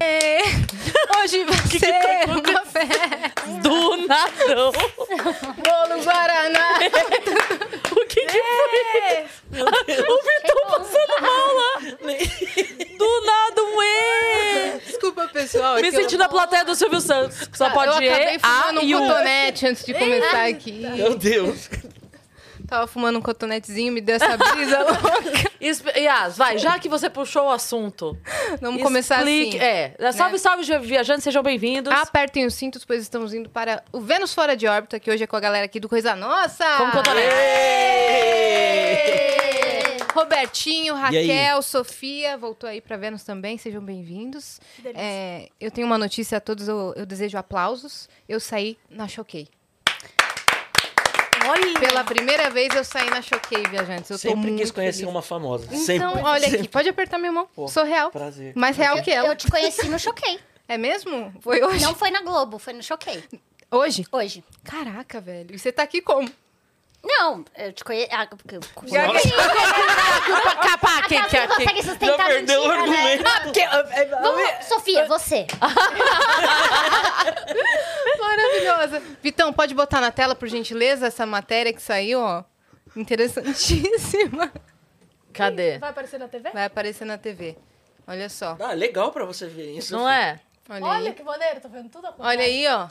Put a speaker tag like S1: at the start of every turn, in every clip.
S1: É. hoje vai
S2: que
S1: ser
S2: tá
S1: um café.
S2: Do nadão.
S1: Bolo Guaraná.
S2: O que,
S1: É.
S2: que foi?
S3: Meu Deus.
S2: O Vitor passando mal lá. Do nada, um E.
S1: Desculpa, pessoal. é
S2: Me
S1: que eu-
S2: senti na plateia do Silvio Santos. Só
S1: eu
S2: pode
S1: acabei
S2: E, A
S1: fumando um
S2: e o... Ah.
S1: cotonete antes de começar aqui.
S3: Meu Deus.
S1: Tava fumando um cotonetezinho, me deu essa brisa louca.
S2: Espe- Yas, vai, já que você puxou o assunto.
S1: Vamos começar
S2: explique-
S1: assim. Ah,
S2: É, salve, salve, viajantes, sejam bem-vindos.
S1: Apertem os cintos, pois estamos indo para o Vênus Fora de Órbita, que hoje é com a galera aqui do Coisa Nossa.
S2: Como cotonete.
S3: É.
S1: Robertinho,
S3: aí?
S1: Raquel, Sofia, voltou aí para Vênus também, sejam bem-vindos. É, eu tenho uma notícia a todos, eu, eu desejo aplausos. Eu saí na Choquei.
S2: Olha.
S1: Pela primeira vez eu saí na Choquei, viajantes. Eu tô
S3: Sempre quis
S1: muito
S3: conhecer
S1: feliz.
S3: uma famosa. Sempre.
S1: Então, olha aqui, pode apertar minha mão.
S3: Pô,
S1: Sou real.
S3: prazer.
S1: Mais real que
S4: Eu
S1: ela.
S4: te conheci no Choquei.
S1: É mesmo? Então Foi hoje?
S4: Não foi na Globo, foi no Choquei.
S1: Hoje?
S4: Hoje.
S1: Caraca, velho. E você tá aqui como?
S4: Não, eu te conheci. Ah, porque eu
S1: Já
S4: Nossa,
S2: Capa, que, que,
S4: aquela que não
S2: que,
S4: consegue
S3: Já
S4: sustentar a
S3: perdeu o
S4: mentira, né?
S3: argumento.
S4: Vamos, Sofia, você.
S1: Maravilhosa. Vitão, pode botar na tela, por gentileza, essa matéria que saiu, ó. Interessantíssima.
S2: Cadê?
S5: Vai aparecer na TV?
S1: Vai aparecer na TV. Olha só.
S3: Ah, legal pra você ver isso.
S2: Não é?
S1: Olha,
S5: Olha
S1: aí.
S5: que maneiro, tô vendo tudo acontecendo.
S1: Olha aí, ó.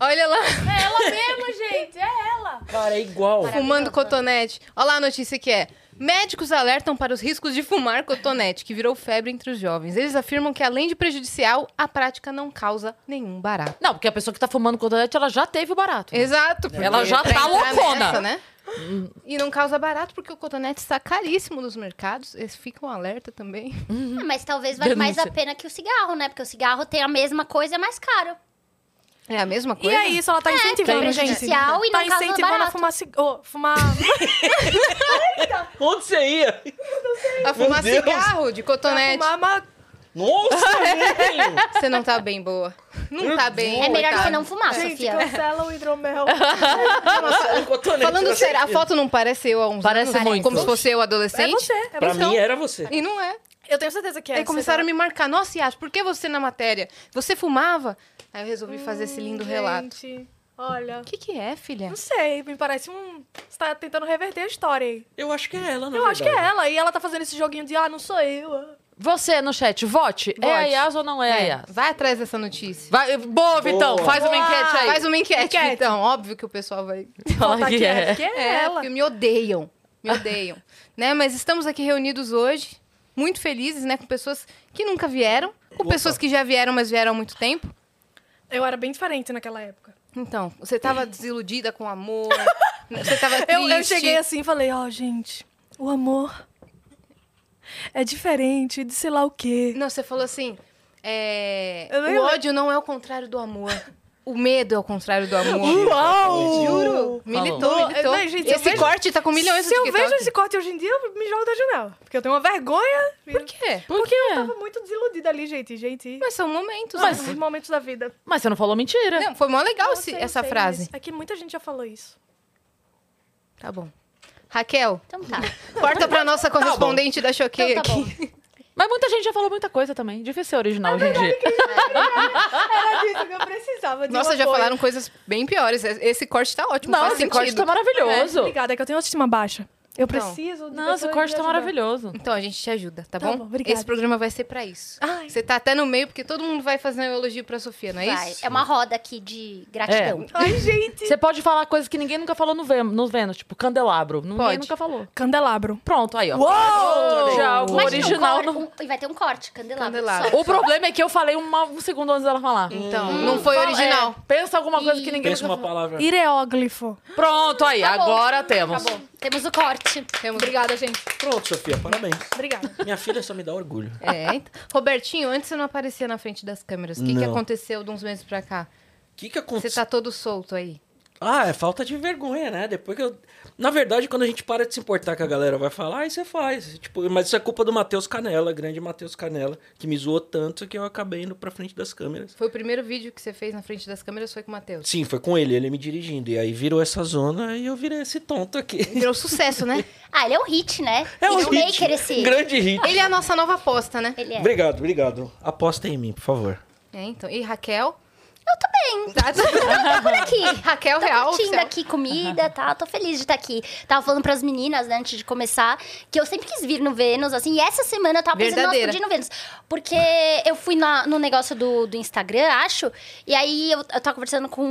S1: Olha lá,
S5: É ela mesmo, gente, é ela.
S3: Cara, é igual.
S1: fumando cotonete. Olha lá a notícia que é. Médicos alertam para os riscos de fumar cotonete, que virou febre entre os jovens. Eles afirmam que, além de prejudicial, a prática não causa nenhum barato.
S2: Não, porque a pessoa que tá fumando cotonete, ela já teve o barato. né?
S1: Exato. porque
S2: Ela já
S1: pra
S2: tá
S1: entrar
S2: loucona.
S1: nessa, né? E não causa barato, porque o cotonete está caríssimo nos mercados. Eles ficam alerta também.
S4: Ah, mas talvez valha mais a
S2: Denúncia.
S4: pena que o cigarro, né? Porque o cigarro tem a mesma coisa, é mais caro.
S1: É a mesma coisa?
S5: E é isso, ela tá incentivando,
S4: é
S5: gente.
S4: prejudicial e
S5: Tá
S4: não causa
S5: incentivando a
S4: barato.
S5: fumar... cig- ô, fumar...
S3: Onde você ia?
S1: A fumar
S3: Meu Deus.
S1: cigarro de cotonete.
S5: fumar ma-
S3: Nossa, velho!
S1: Você não tá bem boa. Não tá bem.
S4: É melhor
S1: coitada.
S4: você não fumar,
S5: Gente, é
S4: Sofia.
S5: cancela o hidromel.
S3: Nossa, um cotonete.
S1: Falando
S3: com
S1: sério, a
S3: certeza.
S1: foto não parece eu há uns
S2: Parece
S1: anos?
S2: muito.
S1: Como se fosse eu
S5: É
S1: adolescente?
S5: você, é
S3: Pra
S5: você.
S3: mim era você.
S1: E não é.
S5: Eu tenho certeza que é.
S1: Aí começaram a me marcar. Nossa, Yas, por que você na matéria? Você fumava? Aí eu resolvi fazer esse lindo relato.
S5: Gente, olha...
S1: O que, que é, filha?
S5: Não sei, me parece um... Você tá tentando reverter a história aí.
S3: Eu acho que é ela, né?
S5: Eu acho que é ela. E ela tá fazendo esse joguinho de, ah, não sou eu. ah.
S2: Você no chat, vote. É a Yas ou não é, a
S1: É,
S2: Yas?
S1: vai atrás dessa notícia.
S2: Vai, boa, Vitão,
S3: Boa.
S2: faz um- uma
S5: Boa.
S2: enquete aí.
S1: Faz uma enquete,
S5: Enquete.
S1: então. Óbvio que o pessoal vai.
S2: Fala
S5: Tá
S2: que
S5: aqui,
S2: é.
S5: Que é
S1: É,
S5: ela.
S1: porque me odeiam. Me odeiam. né? Mas estamos aqui reunidos hoje, muito felizes, né? Com pessoas que nunca vieram, com
S3: Opa.
S1: pessoas que já vieram, mas vieram há muito tempo.
S5: Eu era bem diferente naquela época.
S1: Então, você tava desiludida com o amor. né, Você tava triste.
S5: Eu, eu cheguei assim e falei, ó, gente, o amor é diferente de sei lá o quê.
S1: Não, você falou assim. é,
S5: Eu nem
S1: O
S5: lembro.
S1: ódio não é o contrário do amor. O medo é o contrário do amor.
S5: Uau!
S1: Juro. Militou,
S5: Falou.
S1: militou.
S5: Não, gente, eu
S1: esse
S5: vejo-
S1: corte tá com milhões
S5: Se
S1: de
S5: eu
S1: TikTok.
S5: vejo esse corte hoje em dia, eu me jogo da janela. Porque eu tenho uma vergonha.
S1: Por quê?
S2: Por quê?
S5: Eu tava muito desiludida ali, gente. Gente,
S1: Mas são momentos.
S5: mas...
S1: né?
S5: os momentos da vida.
S2: Mas você não falou mentira.
S1: Não, foi mó legal
S5: Eu
S1: esse-
S5: sei, eu
S1: essa
S5: sei,
S1: frase.
S5: mas É que muita gente já falou isso.
S1: Tá bom. Raquel,
S4: Então tá.
S1: corta pra nossa correspondente da Choquei
S4: Então tá
S1: aqui.
S4: bom.
S2: Mas muita gente já falou muita coisa também. Difícil ser original hoje em dia.
S5: Era disso que eu precisava. De
S1: Nossa,
S5: um
S1: já
S5: apoio.
S1: falaram coisas bem piores. Esse corte tá ótimo.
S2: Não,
S1: faz
S2: esse
S1: sentido.
S2: corte tá maravilhoso.
S5: É, obrigada, é que eu tenho autoestima baixa. Eu
S1: Então.
S5: preciso de
S2: Não, esse
S5: pessoas
S2: corte
S5: me
S2: tá
S5: ajudando.
S2: maravilhoso.
S1: Então a gente te ajuda, tá,
S5: Tá
S1: bom?
S5: bom, obrigada.
S1: Esse programa vai ser pra isso.
S5: Ai.
S1: Você tá até no meio porque todo mundo vai fazer um elogio pra Sofia, não é
S4: Vai,
S1: isso?
S4: É uma roda aqui de gratidão.
S5: Ai, gente.
S2: Você pode falar coisas que ninguém nunca falou no Ven- no Vênus, tipo candelabro. Ninguém
S1: Pode.
S2: nunca falou.
S5: Candelabro.
S2: Pronto, aí, ó.
S5: Uou!
S2: Já o
S4: Imagina um
S2: original.
S4: cor-
S2: não-
S4: um- E vai ter um corte, candelabro.
S1: Candelabro.
S4: só.
S2: O problema é que eu falei uma- um segundo antes dela falar.
S1: Então,
S4: Hum,
S1: não foi
S2: Fala-
S1: original.
S2: é, pensa alguma coisa que ninguém
S3: Pensa
S2: nunca
S3: uma palavra.
S5: Ireóglifo.
S2: falou. Pronto, aí,
S4: Acabou.
S2: agora temos.
S4: Acabou. Temos o corte.
S1: Temos...
S5: Obrigada, gente.
S3: Pronto, Sofia, parabéns.
S5: Obrigada.
S3: Minha filha só me dá orgulho.
S1: É, então- Robertinho, antes você não aparecia na frente das câmeras. O que, que
S3: Não.
S1: aconteceu de uns meses pra cá?
S3: O que que
S1: Você
S3: aconteceu?
S1: tá todo solto aí.
S3: Ah, é falta de vergonha, né? Depois que eu... Na verdade, quando a gente para de se importar que a galera vai falar, aí você faz. Tipo, mas isso é culpa do Matheus Canela, grande Matheus Canela, que me zoou tanto que eu acabei indo pra frente das câmeras.
S1: Foi o primeiro vídeo que você fez na frente das câmeras, foi com o Matheus.
S3: Sim, foi com ele, ele me dirigindo. E aí virou essa zona e eu virei esse tonto aqui.
S1: Virou sucesso, né?
S4: Ah, ele é um hit, né?
S3: É um hit,
S4: Hitmaker esse.
S3: grande hit.
S1: Ele é a nossa nova aposta, né?
S4: Ele é.
S3: Obrigado, obrigado. Aposta em mim, por favor.
S1: É, então. E Raquel?
S4: Eu tô bem.
S1: Tá-
S4: Tô por aqui.
S1: Raquel
S4: Tô
S1: Real.
S4: curtindo
S1: oficial.
S4: aqui comida, tá? Tô feliz de estar aqui. Tava falando pras meninas, né, antes de começar, que eu sempre quis vir no Vênus, assim, e essa semana eu tava pensando, nossa,
S1: Verdadeira.
S4: podia ir no Vênus. Porque eu fui na- no negócio do, do Instagram, acho, e aí eu, eu tava conversando com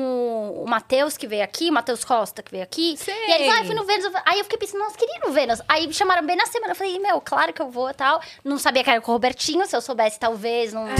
S4: o Matheus, que veio aqui, o Matheus Costa, que veio aqui.
S1: Sei.
S4: E eles, ah, eu fui no Vênus. Eu fa- Aí eu fiquei pensando, nossa, queria ir no Vênus. Aí me chamaram bem na semana, eu falei, meu, claro que eu vou e tal. Não sabia que era com o Robertinho, se eu soubesse, talvez, não, né?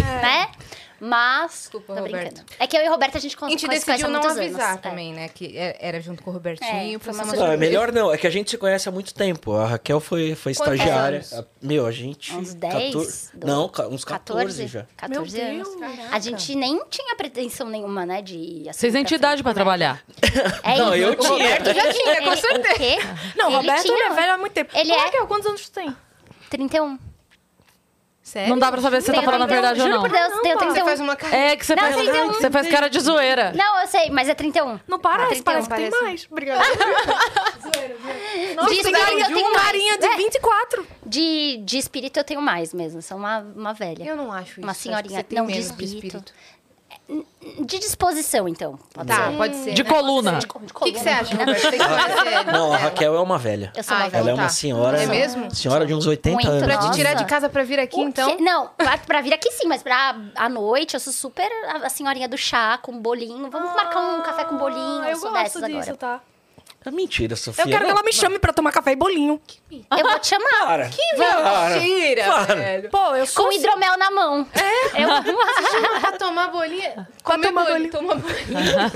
S4: Mas.
S1: É. Desculpa,
S4: tô
S1: Roberto.
S4: brincando. É que eu e o Roberto a gente
S1: A
S4: con-
S1: gente
S4: conhece- conhece
S1: decidiu
S4: há
S1: não
S4: muitos
S1: avisar
S4: anos, é.
S1: também, né? Que é- era junto com o
S4: É,
S1: Robertinho.
S4: foi
S1: pra
S4: uma
S1: ser
S3: Não, é
S4: surpresa.
S3: melhor não. É que a gente se conhece há muito tempo. A Raquel foi, foi
S1: Quantos
S3: estagiária.
S1: anos?
S3: A- Meu, a gente.
S4: Uns 10?
S3: 14
S4: Do-
S3: Não, ca- uns 14,
S4: 14
S3: já.
S4: 14
S5: Meu
S4: anos.
S5: Deus,
S4: A gente nem tinha pretensão nenhuma, né? De. assim,
S2: Vocês têm
S4: pra
S2: idade pra
S4: frente, né?
S2: trabalhar.
S4: É
S3: Não,
S4: isso.
S3: eu tinha.
S1: Roberto já tinha, com
S4: Ele-
S1: certeza.
S4: É, O quê?
S5: Não,
S4: ele
S5: Roberto
S4: tinha
S5: ele é velho há muito tempo.
S4: Ele
S5: Ô,
S4: é-
S5: Raquel, quantos anos tu tem?
S4: 31.
S1: Sério?
S2: Não dá pra saber se você tá
S4: Tenho
S2: falando a
S4: 31,
S2: verdade ou
S4: Juro
S2: não.
S4: por Deus, tenho
S1: Você
S4: 31.
S1: faz um- uma cara.
S2: É que você
S4: Não,
S2: faz,
S4: tem um.
S2: você faz cara de zoeira.
S4: Não, eu sei, mas é 31.
S5: Não
S4: 31,
S5: parece, parece que tem
S1: parece.
S5: mais. Obrigada. Zoeira, zoeira. Nossa,
S4: Dizem
S5: tem
S4: que
S5: carinha-
S4: eu tenho
S5: tem
S4: mais.
S5: carinha de
S4: É.
S5: 24.
S4: De, de espírito eu tenho mais mesmo. Sou uma, uma velha.
S1: Eu não acho isso.
S4: Uma
S1: acho que
S4: senhorinha.
S1: você tem
S4: Não, de
S1: menos
S4: espírito. De disposição, então. Pode
S1: Tá,
S4: ser.
S1: pode ser.
S2: De
S1: né?
S2: coluna.
S4: De co- de
S1: O que, que você
S4: coluna,
S1: acha,
S4: menina.
S1: Roberto? Tem que conhecer.
S3: Não, a Raquel é uma velha.
S4: Eu sou uma
S1: Ah,
S3: Ela
S4: velha.
S3: é uma
S1: tá.
S3: senhora.
S1: É mesmo?
S3: Senhora de uns 80
S4: Muito.
S3: anos.
S1: Pra te tirar
S4: Nossa.
S1: de casa pra vir aqui,
S4: O
S1: então.
S4: quê? Não, pra, pra vir aqui sim, mas pra à noite eu sou super a, a senhorinha do chá com bolinho. Vamos
S1: Ah,
S4: marcar um café com bolinho.
S5: Ah,
S4: Eu,
S5: Eu
S4: sou
S5: gosto
S4: dessas
S5: disso,
S4: agora.
S5: tá?
S3: É mentira, Sofia.
S5: Eu quero que ela me chame pra tomar café e bolinho.
S4: Eu vou te chamar.
S3: Para. Para.
S1: Mentira,
S3: Para.
S1: velho.
S5: Pô, eu sou... assim.
S4: Com hidromel na mão. É? Eu
S1: Pra tomar bolinha. Comer
S5: tomar
S1: bolinha.
S5: bolinha.
S1: Tomar bolinha.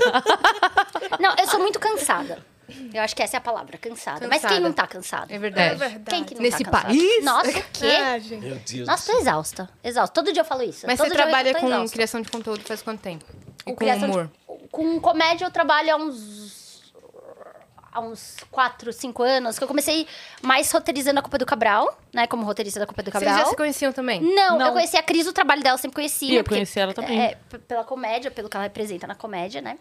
S4: Não, eu sou muito cansada. Eu acho que essa é a palavra, cansada. Mas
S1: Cansada.
S4: quem não tá cansado?
S1: É verdade.
S4: Quem que não
S1: Nesse
S4: tá cansado?
S1: país?
S4: Nossa, o quê?
S5: É, gente.
S3: Meu Deus.
S4: Nossa, tô exausta. Exausta. Todo dia eu falo isso.
S1: Mas
S4: Todo
S1: você
S4: dia eu
S1: trabalha
S4: tô
S1: com
S4: exausta.
S1: criação de conteúdo faz quanto tempo? E tá
S4: O
S1: com
S4: criação de-
S1: humor?
S4: Com comédia eu trabalho há uns. há uns 4, 5 anos. Que eu comecei mais roteirizando a Copa do Cabral, né? Como roteirista da Copa do Cabral.
S1: Vocês já se conheciam também?
S4: Não,
S2: Não.
S4: eu conheci a Cris, o trabalho dela eu sempre conhecia.
S2: E eu
S4: porque-
S2: conheci ela também.
S4: É, p- pela comédia, pelo que ela representa na comédia, né?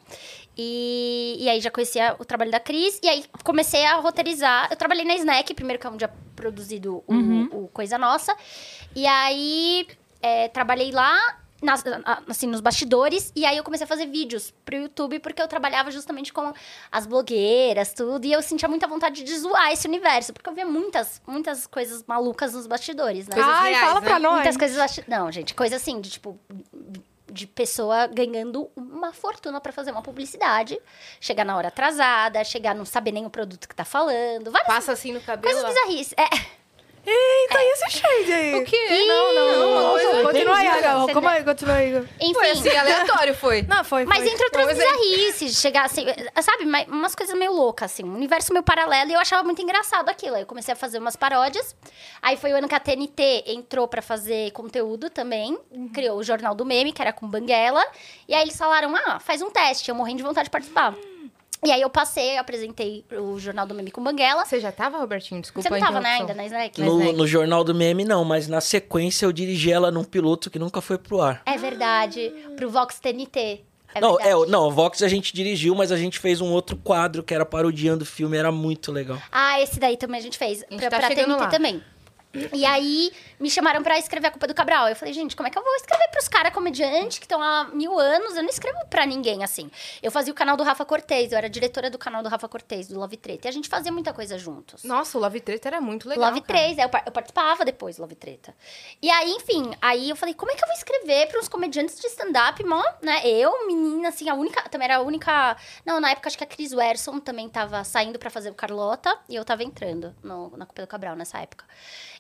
S4: E, e aí já conhecia o trabalho da Cris. E aí comecei a roteirizar. Eu trabalhei na Snack, primeiro que é onde é produzido o,
S2: Uhum.
S4: o Coisa Nossa. E aí é, trabalhei lá. nas- a- assim, nos bastidores. E aí eu comecei a fazer vídeos pro YouTube, porque eu trabalhava justamente com as blogueiras, tudo. E eu sentia muita vontade de zoar esse universo. Porque eu via muitas, muitas coisas malucas nos bastidores, né?
S1: Coisas
S5: Ai,
S1: reais,
S5: fala
S1: né?
S5: pra nós.
S4: Muitas coisas. ach- Não, gente, coisa assim, de tipo. De pessoa ganhando uma fortuna pra fazer uma publicidade, chegar na hora atrasada, chegar a não saber nem o produto que tá falando, várias
S1: Passa assim no cabelo.
S4: coisas
S1: ó.
S4: bizarrices. É,
S5: Eita, e esse shade aí?
S1: O quê? Não, não, não. Uma coisa.
S5: Continua aí,
S4: Entendi.
S5: Raquel.
S4: Você
S5: Como é? Continua aí.
S4: enfim.
S1: Foi assim, aleatório, foi.
S5: Não, foi,
S4: Mas
S5: foi.
S4: entre outras
S1: Pois é.
S4: bizarrices, chegar assim, sabe, ma- umas coisas meio loucas, assim, um universo meio paralelo, e eu achava muito engraçado aquilo. Aí eu comecei a fazer umas paródias. Aí foi o ano que a TNT entrou pra fazer conteúdo também,
S1: Uhum.
S4: criou o Jornal do Meme, que era com Banguela. E aí eles falaram: ah, faz um teste, eu morrendo de vontade de participar. E aí eu passei, eu apresentei o Jornal do Meme com Banguela.
S1: Você já tava, Robertinho? Desculpa
S4: Você não
S1: a
S4: tava, né, ainda,
S1: interrupção.
S4: na Snack?
S1: Mas é
S3: No,
S1: que-
S3: no jornal do meme, não, mas na sequência eu dirigi ela num piloto que nunca foi pro ar.
S4: É verdade, pro Vox TNT. É
S3: não,
S4: verdade.
S3: é, o- não, o Vox a gente dirigiu, mas a gente fez um outro quadro que era parodiando o filme, era muito legal.
S4: Ah, esse daí também a gente fez.
S1: gente
S4: pra
S1: tá
S4: pra
S1: chegando
S4: TNT
S1: lá.
S4: também. E aí, me chamaram pra escrever a culpa do Cabral. Eu falei, gente, como é que eu vou escrever pros caras comediantes que estão há mil anos? Eu não escrevo pra ninguém, assim. Eu fazia o canal do Rafa Cortez, eu era diretora do canal do Rafa Cortez, do Love Treta. E a gente fazia muita coisa juntos.
S1: Nossa, o Love Treta era muito legal.
S4: Love
S1: cara.
S4: 3, eu, par- eu participava depois do Love Treta. E aí, enfim, aí eu falei, como é que eu vou escrever para uns comediantes de stand-up, mó, né? Eu, menina, assim, a única, também era a única... Não, na época acho que a Cris Werson também tava saindo para fazer o Carlota, e eu tava entrando no, na Copa do Cabral nessa época.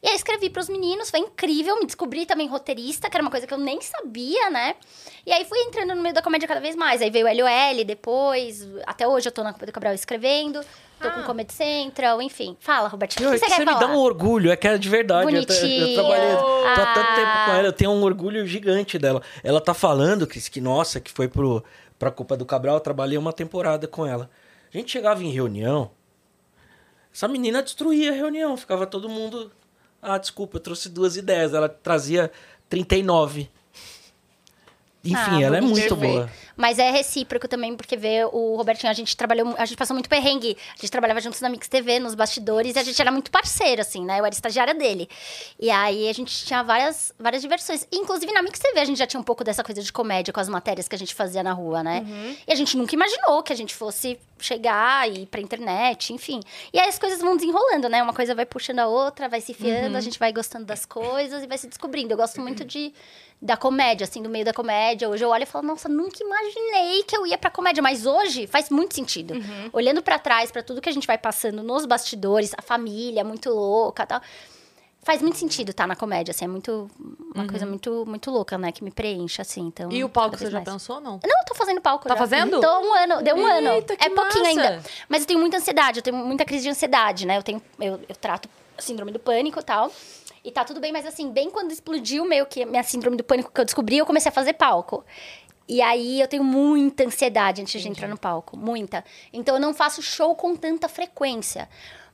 S4: E aí escrevi pros meninos, foi incrível, me descobri também roteirista, que era uma coisa que eu nem sabia, né? E aí fui entrando no meio da comédia cada vez mais, aí veio o LOL depois, até hoje eu tô na Copa do Cabral escrevendo... Tô
S1: Ah.
S4: com Comedy Central, enfim. Fala, Robertinho, o
S3: Meu,
S4: que
S3: é
S4: você
S3: que
S4: quer
S3: você me
S4: falar?
S3: dá um orgulho, é que é de verdade. Eu, tra- eu
S4: Bonitinho.
S3: trabalhei tô há tanto
S4: Ah.
S3: tempo com ela, eu tenho um orgulho gigante dela. Ela tá falando, Cris, que nossa, que foi pro, pra Copa do Cabral, eu trabalhei uma temporada com ela. A gente chegava em reunião, essa menina destruía a reunião, ficava todo mundo. Ah, desculpa, eu trouxe duas ideias. Ela trazia 39. Enfim,
S4: Ah,
S3: ela é
S4: bonito.
S3: muito
S1: Perfeito.
S3: boa.
S4: Mas é recíproco também, porque vê o Robertinho, a gente trabalhou, mu- a gente passou muito perrengue. A gente trabalhava juntos na Mix TV, nos bastidores, e a gente era muito parceiro, assim, né? Eu era estagiária dele. E aí a gente tinha várias, várias diversões. Inclusive na Mix TV a gente já tinha um pouco dessa coisa de comédia com as matérias que a gente fazia na rua, né?
S3: Uhum.
S4: E a gente nunca imaginou que a gente fosse chegar e ir pra internet, enfim. E aí as coisas vão desenrolando, né? Uma coisa vai puxando a outra, vai se fiando,
S3: Uhum.
S4: a gente vai gostando das coisas e vai se descobrindo. Eu gosto muito de da comédia, assim, do meio da comédia. Hoje eu olho e falo, nossa, nunca imaginei que eu ia pra comédia. Mas hoje faz muito sentido.
S2: Uhum.
S4: Olhando pra trás, pra tudo que a gente vai passando nos bastidores, a família muito louca e tal. Faz muito sentido estar na comédia, assim, é muito. Uma coisa muito, muito louca, né? Que me preenche, assim. Então,
S2: Uhum. E o palco,
S4: cada
S2: você
S4: vez
S2: já
S4: mais.
S2: pensou ou não?
S4: Não, eu tô fazendo palco.
S2: Tá
S4: já.
S2: fazendo?
S4: Tô um ano, deu um ano.
S2: Eita, que
S4: É pouquinho
S2: massa.
S4: ainda. Mas eu tenho muita ansiedade, eu tenho muita crise de ansiedade, né? Eu tenho, eu, eu trato síndrome do pânico e tal. E tá tudo bem, mas assim, bem quando explodiu meio que a minha síndrome do pânico que eu descobri, eu comecei a fazer palco. E aí eu tenho muita ansiedade antes de entrar no palco, muita. Então eu não faço show com tanta frequência.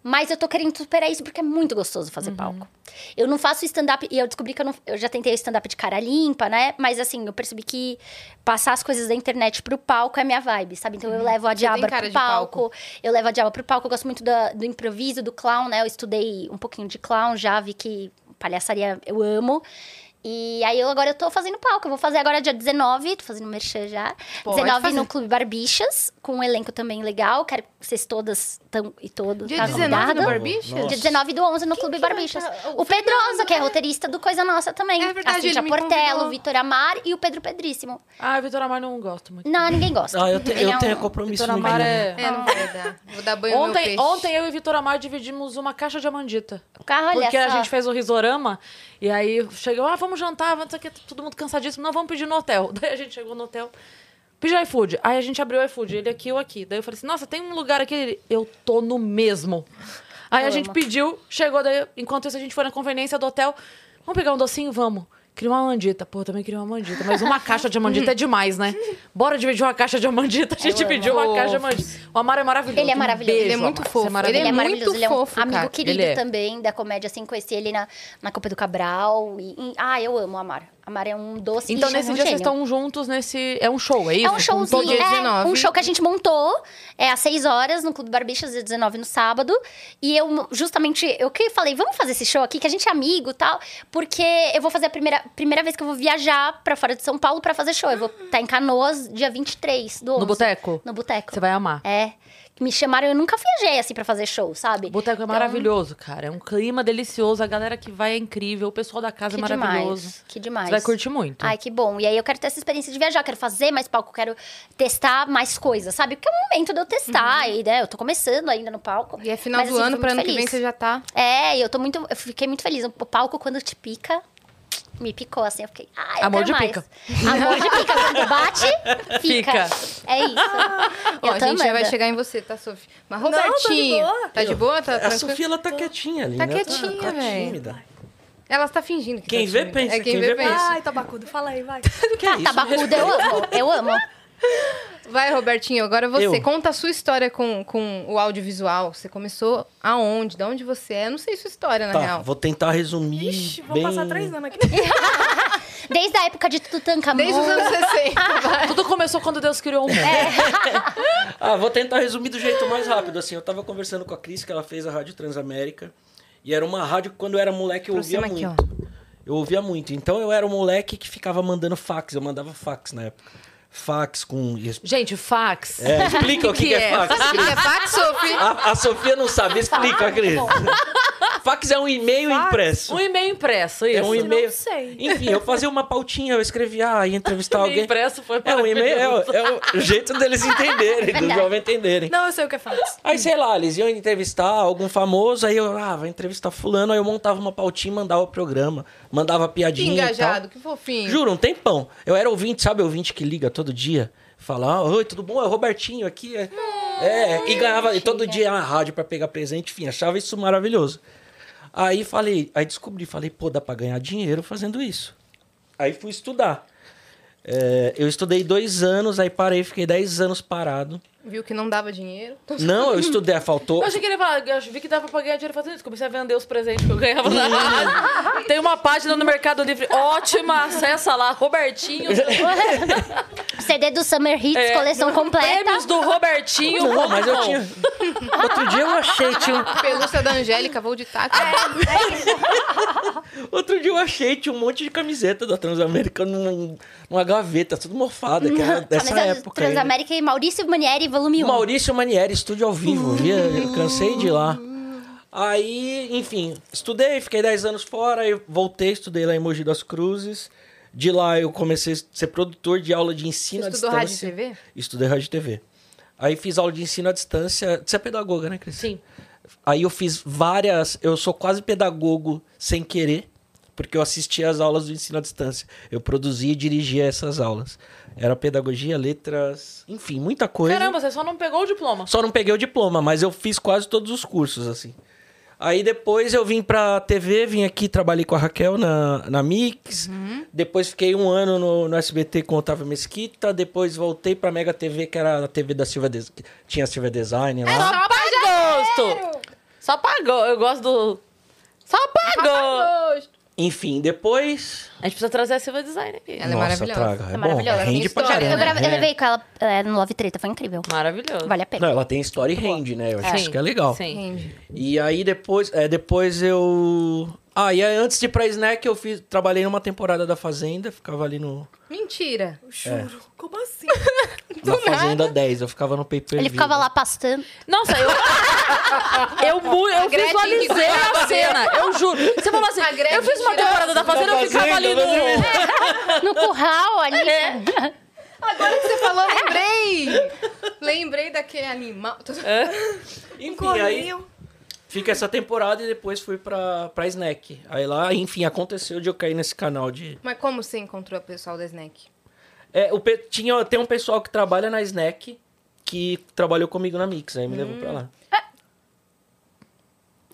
S4: Mas eu tô querendo superar isso porque é muito gostoso fazer
S1: Uhum.
S4: palco. Eu não faço stand-up, e eu descobri que eu, não, eu já tentei stand-up de cara limpa, né? Mas assim, eu percebi que passar as coisas da internet pro palco é minha vibe, sabe? Então eu levo a
S1: Uhum. tem
S4: diaba
S1: cara
S4: pro
S1: de
S4: palco,
S1: palco.
S4: eu levo a diaba pro palco, eu gosto muito da- do improviso, do clown, né? Eu estudei um pouquinho de clown, já vi que palhaçaria eu amo. E aí eu agora eu tô fazendo palco, eu vou fazer agora dia 19, tô fazendo merchan já.
S1: Pode
S4: 19
S1: fazer.
S4: no Clube Barbichas, com um elenco também legal, quero que vocês todas tão, e todos
S1: Dia
S4: tá
S1: 19 no
S4: convidado.
S1: Barbicha?
S3: é Nossa.
S4: Dia 19 do 11 no Clube
S1: que vai
S4: Barbichas.
S1: tá?
S4: O,
S1: O
S4: Pedroso, que é roteirista do Coisa Nossa também.
S1: É verdade,
S4: a Cintia
S1: ele me
S4: Portela,
S1: convidou.
S4: o Vitor Amar e o Pedro Pedríssimo.
S2: Ah, Vitor Amar não gosto muito.
S4: Não, ninguém gosta.
S3: Ah, eu, te-
S4: Ele é
S3: eu
S4: um-
S3: tenho compromisso
S2: Vitor
S3: no
S2: Amar
S3: dia.
S2: é...
S1: É, não vai dar. Vou dar banho no meu
S2: Ontem,
S1: peixe.
S2: ontem eu e Vitor Amar dividimos uma caixa de amandita.
S4: Cara, olha
S2: porque a
S4: só.
S2: gente fez o risorama e aí chegou, ah, vamos jantar, vamos, não sei o quê, todo mundo cansadíssimo, não, vamos pedir no hotel. Daí a gente chegou no hotel, pediu iFood. Aí a gente abriu o iFood, ele aqui, eu aqui. Daí eu falei assim, nossa, tem um lugar aqui, Ele, eu tô no mesmo. Aí a
S4: Eu
S2: gente
S4: amo.
S2: pediu, chegou, daí, enquanto isso a gente foi na conveniência do hotel, vamos pegar um docinho, vamos. Queria uma mandita. Pô, eu também queria uma mandita. Mas uma caixa de mandita é demais, né? Bora dividir uma caixa de mandita. A gente pediu uma caixa de mandita. O Amaro é maravilhoso.
S4: Ele é
S2: Um
S4: maravilhoso.
S2: beijo,
S1: Ele é muito
S2: Amaro. Você
S1: fofo.
S2: maravilhoso.
S4: Ele é
S1: muito
S4: maravilhoso, ele é um
S1: fofo,
S4: amigo
S1: cara.
S4: querido
S2: Ele é.
S4: também da comédia, assim, conheci ele na, na Copa do Cabral. E, e- ah, eu amo Amar. Amar é um doce
S2: Então,
S4: e
S2: nesse
S4: um
S2: dia,
S4: gênio.
S2: vocês estão juntos nesse... É um show, é isso?
S4: É um
S1: todo
S4: showzinho,
S1: dia
S4: é,
S1: 19.
S4: um show que a gente montou é às 6 horas no Clube Barbixas, dia 19 no sábado. E eu, justamente, eu que falei, vamos fazer esse show aqui, que a gente é amigo e tal, porque eu vou fazer a primeira, primeira vez que eu vou viajar pra fora de São Paulo pra fazer show. Eu vou estar em Canoas dia 23 do 11.
S2: No boteco?
S4: No boteco.
S2: Você vai amar.
S4: É. Me chamaram, eu nunca viajei assim pra fazer show, sabe?
S2: O boteco é
S4: Então,
S2: maravilhoso, cara. É um clima delicioso. A galera que vai é incrível. O pessoal da casa
S4: Que
S2: é maravilhoso.
S4: demais, que demais.
S2: Você vai curtir muito.
S4: Ai, que bom. E aí eu quero ter essa experiência de viajar, quero fazer mais palco, quero testar mais coisas, sabe? Porque é o momento de eu testar,
S2: Uhum.
S4: e né, eu tô começando ainda no palco.
S1: E é final
S4: mas,
S1: do
S4: assim,
S1: ano,
S4: tô
S1: pra
S4: muito
S1: ano que vem
S4: feliz.
S1: você já tá.
S4: É, e eu tô muito. Eu fiquei muito feliz. O palco, quando te pica, me picou, assim. Eu fiquei. Ai, eu
S2: Amor
S4: quero
S2: de
S4: mais.
S2: pica.
S4: Amor de pica. Quando
S2: Fica.
S4: bate, fica. É isso.
S1: Ó, a
S4: tô
S1: gente já vai
S4: amando.
S1: chegar em você, tá, Sofia? Mas
S5: tô de
S1: Robertinho.
S5: boa.
S1: Tá de boa? Tá
S3: A
S1: tranquilo?
S3: Sofia, ela tá quietinha ali,
S1: Tá
S3: né?
S1: quietinha,
S3: tá,
S1: velho.
S3: tímida.
S1: Ela tá fingindo que
S3: é Quem
S1: tá
S3: vê,
S1: tímida.
S3: pensa,
S1: É quem,
S3: quem
S1: vê,
S3: vê,
S1: pensa.
S5: Ai, tabacudo, fala aí, vai.
S3: Que é isso?
S4: Tabacuda, eu amo. Eu amo.
S1: Ah, Vai, Robertinho, agora você.
S3: Eu.
S1: Conta a sua história com, com o audiovisual. Você começou aonde? De onde você é? Eu não sei sua história, na
S3: Tá,
S1: real.
S3: vou tentar resumir
S5: Ixi, vou
S3: bem...
S5: passar três anos aqui.
S4: Desde a época de Tutankhamon.
S1: Desde os anos 60.
S2: Tudo começou quando Deus criou o mundo.
S4: É.
S3: Ah, vou tentar resumir do jeito mais rápido, assim. Eu tava conversando com a Cris, que ela fez a Rádio Transamérica. E era uma rádio que quando eu era moleque eu ouvia
S1: Aproxima aqui,
S3: muito. eu ouvia muito. Então eu era um moleque que ficava mandando fax. Eu mandava fax na época. Fax com...
S2: Gente, fax.
S3: É, explica o que, que é, fax.
S1: Sabe o que é fax, Sophie?
S3: A, a Sofia não sabe, explica, Cris. fax é um e-mail impresso.
S2: Um e-mail impresso, isso.
S3: É um e-mail.
S5: não sei.
S3: Enfim, eu fazia uma pautinha, eu escrevia, ah, ia entrevistar
S2: Um e-mail
S3: alguém.
S2: impresso foi
S3: É um e-mail, é,
S2: maravilhoso.
S3: o- é o jeito deles entenderem, do jovem entenderem.
S5: Não, eu sei o que é fax.
S3: Aí, sei lá, eles iam entrevistar algum famoso, aí eu, ah, vai entrevistar fulano, aí eu montava uma pautinha e mandava o programa, mandava
S1: Que
S3: piadinha
S1: engajado,
S3: e
S1: que fofinho.
S3: tal. Juro, um tempão. Eu era ouvinte, sabe, ouvinte que liga todo dia, fala, ah, oi, tudo bom? É o Robertinho aqui, é... É, e ganhava e todo dia ia na rádio pra pegar presente, enfim, achava isso maravilhoso. Aí falei, aí descobri, falei, pô, dá pra ganhar dinheiro fazendo isso. Aí fui estudar. É, eu estudei dois anos, aí parei, fiquei dez anos parado.
S1: Viu que não dava dinheiro?
S3: Não, eu estudei, faltou.
S2: Eu achei que ele ia falar, eu vi que dava pra ganhar dinheiro fazendo isso. Comecei a vender os presentes que eu ganhava na rádio. Tem uma página no Mercado Livre ótima, acessa lá, Robertinho.
S4: CD do Summer Hits,
S2: É.
S4: coleção completa.
S2: Prêmios do Robertinho.
S3: Não, mas eu
S2: Romão.
S3: tinha. um Outro dia eu achei, tinha um-
S1: Pelúcia da Angélica, vou de táxi.
S3: Outro dia eu achei, tinha um monte de camiseta da Transamérica num- numa gaveta, tudo morfada, que era dessa
S4: Camisa
S3: época. aí, né?
S4: Transamérica e Maurício Manieri,
S1: um.
S4: volume 1.
S3: Maurício Manieri, estúdio ao
S1: Hum.
S3: vivo, via, eu cansei de ir lá. Aí, enfim, estudei, fiquei 10 anos fora, eu voltei, estudei lá em Mogi das Cruzes. De lá eu comecei a ser produtor de aula de ensino
S1: Você
S3: à
S1: estudou
S3: distância.
S1: rádio e TV?
S3: Estudei rádio e TV. Aí fiz aula de ensino à distância. Você é pedagoga, né, Cris?
S2: Sim.
S3: Aí eu fiz várias. Eu sou quase pedagogo sem querer, porque eu assistia às aulas do ensino à distância. Eu produzia e dirigia essas aulas. Era pedagogia, letras, enfim, muita coisa.
S2: Caramba, você só não pegou o diploma.
S3: Só não peguei o diploma, mas eu fiz quase todos os cursos, assim. Aí depois eu vim pra TV, vim aqui, trabalhei com a Raquel na, na Mix.
S2: Uhum.
S3: Depois fiquei um ano no, no SBT com o Otávio Mesquita. Depois voltei pra Mega TV, que era a TV da Silva... Des... que Tinha a Silva Design lá.
S2: Só pagou! Só pagou. Eu gosto do. Só pagou!
S3: Enfim, depois...
S2: A gente precisa trazer a Silva Design aqui.
S1: Ela é maravilhosa.
S3: Traga. É,
S4: É
S3: bom,
S4: maravilhosa.
S3: rende pra
S1: história.
S3: caramba.
S4: Eu, gravei, eu
S3: né?
S4: levei com ela é, no Love Treta, foi incrível.
S2: Maravilhoso.
S4: Vale a
S3: É. Não,
S4: pena.
S3: ela tem história e rende, né? Eu acho isso que é legal.
S2: Sim.
S1: Entendi.
S3: E aí depois, é, depois eu. Ah, e aí antes de ir pra Snack, eu fiz, trabalhei numa temporada da Fazenda, ficava ali no.
S1: Mentira.
S5: Eu juro. Como assim?
S3: na Fazenda 10, eu ficava no paper.
S4: Ele ficava lá pastando.
S2: Nossa, eu. eu mu- eu
S1: Gretchen
S2: visualizei
S1: que
S2: a cena, eu juro. Você falou assim:
S1: A Gretchen
S2: eu fiz uma
S1: tirava-
S2: temporada da Fazenda, eu ficava ali no.
S4: No curral ali.
S3: É.
S1: Agora que você falou, lembrei! lembrei daquele animal.
S5: Um
S3: Enfim, aí
S5: Corrinho.
S3: fica essa temporada e depois fui pra, pra Snack. Aí lá, enfim, aconteceu de eu cair nesse canal de.
S1: Mas como você encontrou o pessoal da Snack?
S3: É, o pe... Tinha, tem um pessoal que trabalha na Snack que trabalhou comigo na Mix, aí me levou
S4: Hum.
S3: pra lá.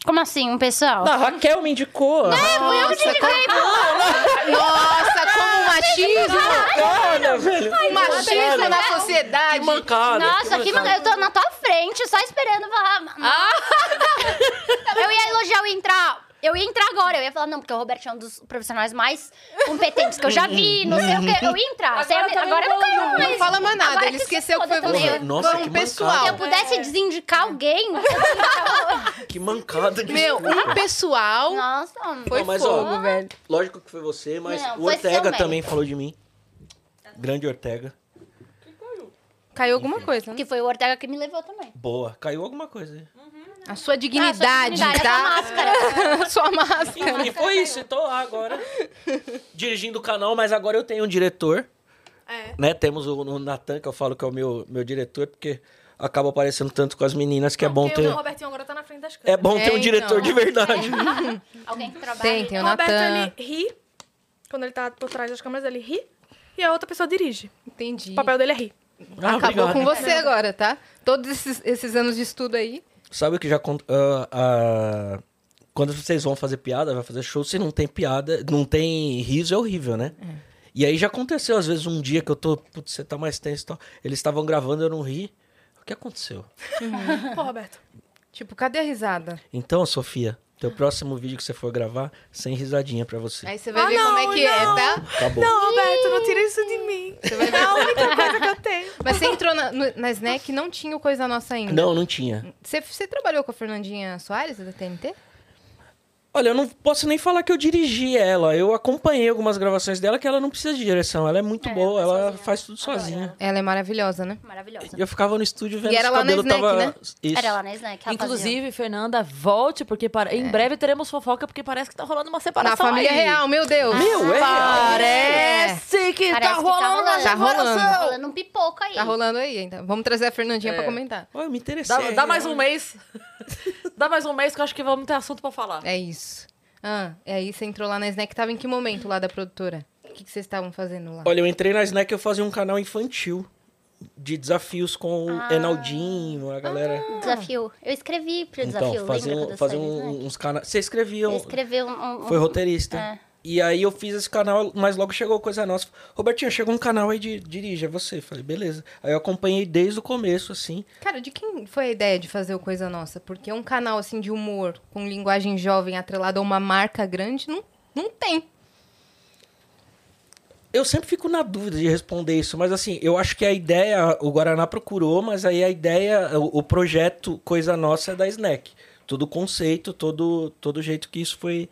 S4: Como assim, um pessoal?
S3: Ah, a Raquel me indicou. a
S1: Nossa, como... Nossa, como machismo!
S3: Raquel, velho.
S1: O machismo na
S3: Que
S1: sociedade!
S3: mancada.
S4: Nossa, que mano, eu tô na tua frente, só esperando falar. "Ah,
S3: Ah.
S4: Eu ia elogiar, eu ia entrar. Eu ia entrar agora, eu ia falar, não, porque o Roberto é um dos profissionais mais competentes que eu já vi, não sei o quê. Eu ia entrar. Você ia
S1: tá
S4: me-
S2: também
S4: Agora, eu não
S2: vou-
S4: quero
S1: Não
S4: mais.
S1: fala mais nada,
S4: Agora
S1: ele
S4: que se
S1: esqueceu que
S4: foda
S1: foi
S4: também.
S1: você.
S3: Nossa,
S1: foi
S3: que
S1: um
S3: mancada.
S4: Se
S1: pessoal.
S4: eu
S3: É.
S4: pudesse desindicar alguém. eu desindicava.
S3: Que mancada.
S1: Meu, um pessoal
S4: Nossa,
S1: foi
S3: Não, mas, ó,
S1: fogo, velho.
S3: Lógico que foi você, mas
S4: Não,
S3: o
S4: foi seu
S3: Ortega
S4: mérito.
S3: também falou de mim. Grande Ortega.
S1: Caiu alguma coisa, né?
S4: que foi o Ortega que me levou também.
S3: Boa. Caiu alguma coisa aí.
S1: A sua
S4: Ah, sua
S1: dignidade,
S4: dignidade, essa
S1: tá?
S4: máscara.
S1: sua máscara.
S3: E foi isso, tô lá agora. Dirigindo o canal, mas agora eu tenho um diretor.
S5: É.
S3: Né? Temos o, o Natan, que eu falo que é o meu, meu diretor, porque acaba aparecendo tanto com as meninas que é bom
S5: Porque
S3: ter.
S5: O Robertinho agora tá na frente das
S3: É
S5: câmeras.
S3: bom ter
S1: É,
S3: um diretor
S1: então.
S3: de verdade.
S4: Alguém que trabalha.
S1: Tem, tem o
S5: o Roberto,
S1: Natan.
S5: ele ri. Quando ele tá por trás das câmeras, ele ri. E a outra pessoa dirige.
S1: Entendi.
S5: O papel dele é rir.
S3: Ah,
S1: Acabou
S3: obrigado.
S1: com você agora, tá? Todos esses, esses anos de estudo aí.
S3: Sabe o que já cont- ah, ah, quando vocês vão fazer piada, vai fazer show, se não tem piada, não tem riso, é horrível, né? E aí já aconteceu, às vezes, um dia que eu tô. Putz, você tá mais tenso e tal. Eles estavam gravando, eu não ri. O que aconteceu?
S5: Pô, Roberto.
S1: Tipo, cadê a risada?
S3: Então, Sofia, teu próximo vídeo que você for gravar, sem risadinha pra você.
S1: Aí você vai
S5: Ah,
S1: ver como é
S5: não,
S1: que
S5: não.
S1: é, tá?
S3: Acabou.
S5: Não, Roberto, não tira isso de mim. É a única coisa que eu tenho.
S1: Mas você entrou na, no- na Snack não tinha o Coisa Nossa ainda.
S3: Não, não tinha.
S1: Você, você trabalhou com a Fernandinha Soares da TNT?
S3: Olha, eu não posso nem falar que eu dirigi ela. Eu acompanhei algumas gravações dela que ela não precisa de direção. Ela é muito boa, ela faz tudo sozinha.
S1: Ela é maravilhosa, né?
S4: Maravilhosa.
S3: E eu ficava no estúdio vendo
S1: era
S3: se o
S1: lá na
S3: cabelo
S1: Snack,
S3: tava.
S1: né?
S3: Isso.
S4: Era lá na Snack. ela
S2: Inclusive, Fernanda, volte, porque para... em breve teremos fofoca, porque parece que tá rolando uma separação.
S1: Na família
S2: aí.
S1: real, meu Deus.
S3: Meu, é.
S2: Parece que
S4: Parece
S2: tá
S4: que
S2: rolando uma
S1: Tá rolando.
S2: separação.
S4: Tá rolando um pipoco aí.
S1: Tá rolando aí ainda. Vamos trazer a Fernandinha
S2: É.
S1: pra comentar.
S3: Ó, eu me interessei.
S2: Dá, dá
S3: né?
S2: mais um mês. dá mais um mês que eu acho que vamos ter assunto pra falar.
S1: É isso. Ah, e aí você entrou lá na Snack, tava em que momento lá da produtora? O que, que vocês estavam fazendo lá?
S3: Olha, eu entrei na Snack e eu fazia um canal infantil de desafios com
S4: Ah.
S3: o Enaldinho, a galera.
S4: Um Desafio. Eu escrevi pro
S3: então,
S4: Ah, desafio,
S3: fazia, um-
S4: lembra? quando eu
S3: fazia
S4: saí do
S3: um-
S4: Snack?
S3: uns canais. Você escrevia.
S4: Eu
S3: um-
S4: escrevi um... um-
S3: Foi roteirista.
S4: É.
S3: E aí eu fiz esse canal, mas logo chegou coisa nossa. Robertinho, chegou um canal aí de dirige, é você. Falei, beleza. Aí eu acompanhei desde o começo, assim.
S1: Cara, de quem foi a ideia de fazer o Coisa Nossa? Porque um canal assim de humor com linguagem jovem atrelado a uma marca grande não, não tem.
S3: Eu sempre fico na dúvida de responder isso, mas assim, eu acho que a ideia, o Guaraná procurou, mas aí a ideia, o, o projeto Coisa Nossa é da Snack. Todo o conceito, todo, todo o jeito que isso foi.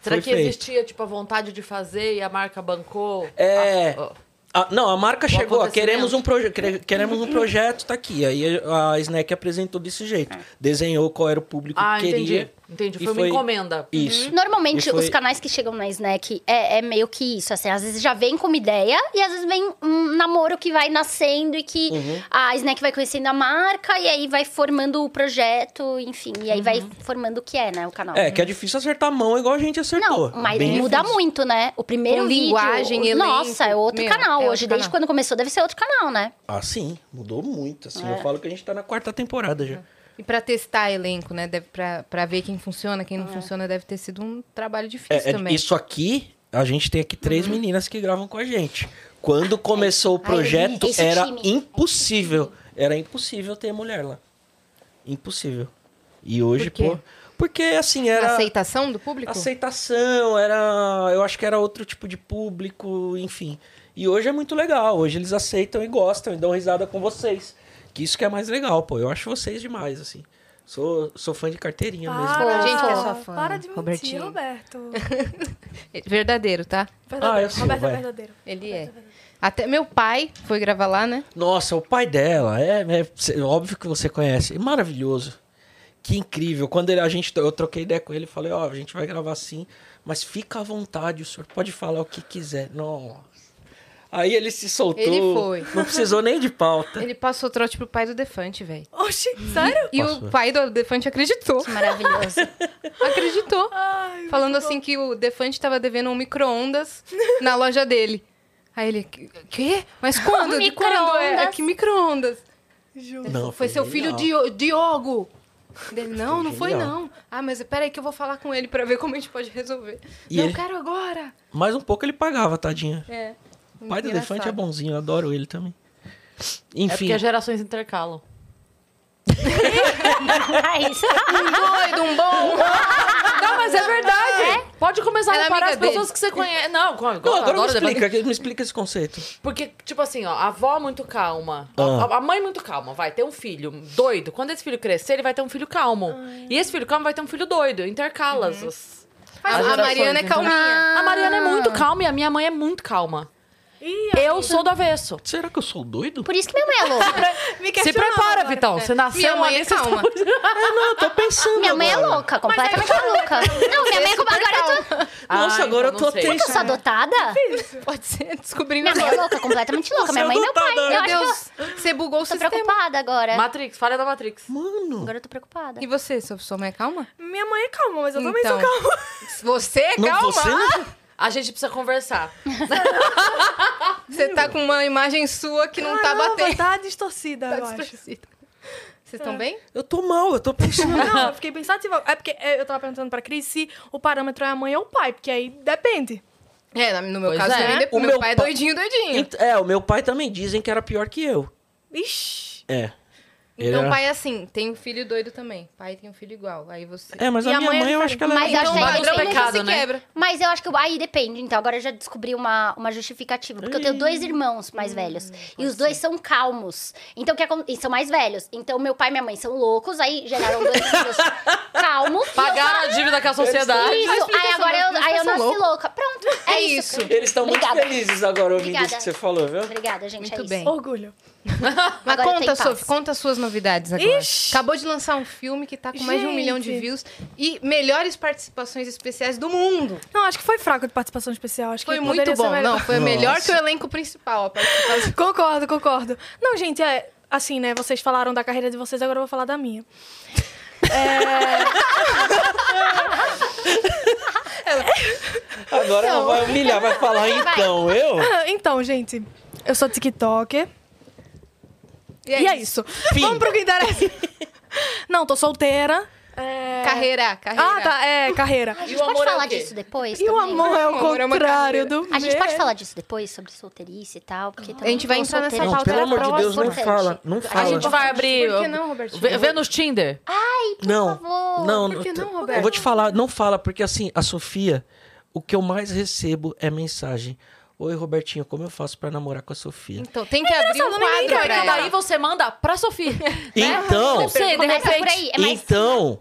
S2: Será
S3: foi
S2: que
S3: feito.
S2: existia, tipo, a vontade de fazer e a marca bancou?
S3: É.
S2: Ah, oh.
S3: Ah, não, a marca chegou, ó,
S2: acontecimento.
S3: queremos um, proje quere- queremos um projeto, tá aqui. Aí a Snack apresentou desse jeito. Desenhou qual era o público
S2: Ah,
S3: que queria.
S2: entendi. Entendi.
S3: E
S2: Foi, uma encomenda. É Uhum.
S3: Isso.
S4: Normalmente,
S3: E foi-
S4: os canais que chegam na Snack é, é meio que isso, assim. Às vezes já vem com uma ideia e às vezes vem um namoro que vai nascendo e que
S3: Uhum.
S4: a Snack vai conhecendo a marca e aí vai formando o projeto, enfim. E aí
S1: Uhum.
S4: vai formando o que é, né, o canal.
S3: É, que é difícil acertar a mão igual a gente acertou.
S4: Não, mas
S3: Bem
S4: muda
S3: difícil.
S4: muito, né? O primeiro
S1: Com
S4: vídeo...
S1: linguagem, elenco,
S4: Nossa, é outro
S1: meu,
S4: canal.
S1: é outro
S4: Hoje, desde
S1: canal.
S4: quando começou, deve ser outro canal, né?
S3: Ah, sim, mudou muito. Assim,
S2: É.
S3: eu falo que a gente tá na quarta temporada já.
S1: E pra testar elenco, né? Deve, pra, pra ver quem funciona, quem não funciona, deve ter sido um trabalho difícil
S3: É, é,
S1: também.
S3: isso aqui, a gente tem aqui três meninas que gravam com a gente. Quando começou o
S4: Ai,
S3: projeto,
S4: esse
S3: era
S4: time.
S3: impossível. Era impossível ter mulher lá. Impossível. E hoje,
S1: quê?
S3: pô. Porque assim, era.
S1: Aceitação do público?
S3: aceitação, era. Eu acho que era outro tipo de público, enfim. E hoje é muito legal. Hoje eles aceitam e gostam e dão risada com vocês. Que isso que é mais legal, pô. Eu acho vocês demais, assim. Sou, sou fã de carteirinha mesmo.
S5: Para,
S1: Gente que é sua fã,
S5: para de mentir,
S1: Robertinho. Ah,
S5: Roberto.
S1: Verdadeiro, tá?
S3: Ah, eu
S5: Verdadeiro.
S3: sou,
S5: Roberto é
S3: vai.
S5: verdadeiro.
S1: Ele é. Até meu pai foi gravar lá, né?
S3: Nossa, o pai dela, é, é- cê- óbvio que você conhece. é Maravilhoso. Que incrível. Quando ele- a gente, eu troquei ideia com ele, falei, ó, a gente vai gravar assim, mas fica à vontade, o senhor pode falar o que quiser. Nossa. Aí ele se soltou.
S1: Ele foi.
S3: Não precisou nem de pauta.
S1: Ele passou trote pro pai do Defante, velho.
S5: Oxi, sério?
S1: E
S3: Passou.
S1: o pai do Defante acreditou.
S4: Maravilhoso.
S1: Acreditou.
S5: Ai,
S1: Falando assim que o Defante tava devendo um micro-ondas na loja dele. Aí ele, quê? Mas quando? De quando? É,
S4: Micro-ondas.
S1: que micro-ondas?
S5: juro.
S3: Não,
S1: Foi seu filho um.
S3: genial.
S1: Dio- Diogo. Dele, não, não foi
S3: genial.
S1: não. Ah, mas peraí que eu vou falar com ele pra ver como a gente pode resolver.
S3: E
S1: não,
S3: ele-
S1: quero agora.
S3: Mais um pouco ele pagava, tadinha.
S1: É.
S3: O pai do
S1: Engraçado.
S3: elefante é bonzinho, eu adoro ele também.
S2: É
S3: Enfim.
S2: porque as gerações intercalam.
S4: Mas...
S1: Doido, um bom.
S2: Não, mas é verdade. Pode começar
S1: Ela
S2: a
S1: é
S2: reparar as
S1: amiga
S2: pessoas que você conhece. Não, como,
S3: Não,
S2: eu
S3: agora me
S2: adoro debater.
S3: explica, me explica esse conceito.
S2: Porque, tipo assim, ó, a avó muito calma. A-
S3: Ah.
S2: A, a mãe muito calma, vai ter um filho doido. Quando esse filho crescer, ele vai ter um filho calmo. E esse filho calmo vai ter um filho doido. Intercala
S1: Uhum.
S2: as- as. as
S1: a
S2: gerações,
S1: Mariana é
S2: entendeu?
S1: calminha.
S2: A Mariana é muito calma e a minha mãe é muito calma.
S5: Ih,
S2: Eu sou do avesso.
S3: Será que eu sou doido?
S4: Por isso que minha mãe é louca.
S5: me
S2: Se
S5: questionou
S2: prepara,
S5: agora.
S2: Vitão. Você
S1: Minha
S2: nasceu
S1: mãe
S2: ali,
S1: é
S2: você tá-
S1: calma.
S3: É, não, eu tô pensando.
S4: Minha mãe é
S3: agora.
S4: louca, completamente maluca. Não, minha mãe é
S1: super
S4: agora eu tô...
S3: Nossa,
S2: Ah,
S3: agora
S2: então
S3: eu tô
S2: não sei.
S4: Eu
S3: tenso.
S4: sou adotada?
S1: Pode ser, descobrindo
S4: Minha mãe é
S1: agora.
S4: louca, completamente louca.
S3: Você
S4: Minha
S3: é
S4: mãe e meu pai.
S3: adotada,
S4: Eu
S1: Meu
S4: acho que eu
S1: Deus, você bugou o
S4: tô
S1: sistema.
S4: preocupada agora.
S2: Matrix, falha da Matrix.
S3: Mano,
S4: Agora eu tô preocupada.
S1: E você, sua sua mãe é calma?
S5: Minha mãe é calma, mas eu também
S1: Então.
S5: sou calma.
S1: Você é
S3: não,
S1: calma?
S3: você não...
S2: A gente precisa conversar.
S1: Você tá com uma imagem sua que não tá
S5: Caramba,
S1: batendo.
S5: Tá distorcida,
S1: Tá
S5: eu acho.
S1: distorcida. Vocês estão bem?
S3: Eu tô mal, eu tô pensando.
S5: Não, eu fiquei pensativa. É porque é, eu tava perguntando pra Cris se o parâmetro é a mãe ou o pai, porque aí depende.
S1: É, na- no meu
S2: Pois
S1: caso
S2: é.
S1: também.
S3: O
S1: O meu,
S3: meu
S1: pai é
S3: pa-
S1: doidinho, doidinho.
S3: Ent- É, o meu pai também dizem que era pior que eu.
S5: Ixi.
S3: É. Ele
S1: Então
S3: era-
S1: o pai é assim, tem um filho doido também. Pai tem um filho igual. Aí você.
S3: É, mas
S5: E
S3: a
S5: a
S3: minha
S5: mãe é
S3: mãe, eu acho que ela
S4: Mas
S3: era
S4: acho que
S1: o
S4: a
S3: bombada.
S4: gente-
S1: padrão
S4: Isso é
S1: nunca
S2: pecado,
S1: se
S2: né?
S1: quebra.
S4: Mas eu acho que. eu- Aí depende, então. Agora eu já descobri uma, uma justificativa. Porque eu tenho dois irmãos mais velhos. E os dois são calmos. Então, o que acon- e são mais velhos. Então, meu pai e minha mãe são loucos. Aí geraram dois filhos calmos. e eu
S2: Pagaram a dívida com a sociedade.
S4: Isso, aí
S1: explicação,
S4: agora eu,
S1: né?
S4: aí eu
S1: Eles
S4: nasci
S1: são loucos.
S4: louca. Pronto, é,
S1: É
S4: isso.
S1: isso.
S3: Eles estão muito
S4: Obrigada.
S3: felizes agora ouvindo isso
S4: Obrigada.
S3: que você falou, viu?
S4: Obrigada, gente.
S1: Muito
S4: é
S1: bem.
S4: Isso.
S5: Orgulho.
S1: Mas
S4: Agora tem
S1: conta,
S4: paz.
S1: Sophie, conta as suas novidades agora.
S5: Ixi.
S1: Acabou de lançar um filme que tá com mais de um
S5: Gente.
S1: milhão de views e melhores participações especiais do mundo.
S5: Não, acho que foi fraco de participação especial. Acho
S1: Foi
S5: que
S1: muito
S5: poderia ser
S1: bom.
S5: melhor.
S1: Não, foi melhor
S3: Nossa.
S1: que o elenco principal. a participação.
S5: Concordo, concordo. Não, gente, é assim, né? Vocês falaram da carreira de vocês, agora eu vou falar da minha.
S3: Agora ela vai humilhar, vai falar, então, eu?
S5: Então, gente, eu sou TikToker.
S1: E
S5: E é, isso.
S3: Fim.
S5: Vamos pro que interessa. Não, tô solteira. É...
S1: Carreira, carreira.
S5: Ah, tá. É, carreira.
S4: Ah, A gente tá
S2: E o
S4: pode
S2: amor é
S4: falar
S2: o quê?
S4: disso depois
S5: E o
S4: também?
S5: amor é o
S1: O amor é uma
S5: contrário
S1: carreira.
S5: do
S4: A gente tá pode
S5: meu.
S4: falar disso depois, sobre solteirice e tal? Porque também
S1: gente vai
S4: eu
S1: entrar nessa
S4: solteira,
S1: pauta
S4: eu
S1: Pelo
S4: acho
S1: amor de
S4: muito
S1: Deus, não
S4: importante.
S3: fala, não
S2: A
S3: fala.
S2: gente vai abrir.
S1: Por que não, Robertinho?
S2: Vê, vê nos Tinder.
S3: Não,
S4: favor.
S3: não,
S1: Por que
S3: t-
S1: não,
S3: eu vou
S1: Roberto?
S3: te falar, não fala, porque assim, a Sofia, o que eu mais recebo é mensagem. Oi, Robertinho, como eu faço pra namorar com a Sofia?
S1: Então tem que abrir um
S5: É engraçado, ninguém
S1: quadro
S5: quer
S1: pra
S5: acabar
S1: ela.
S2: Daí você manda pra Sofia. Né?
S3: Então,
S2: Não sei, de
S4: Começa por
S2: repente.
S4: aí, é mais
S3: então,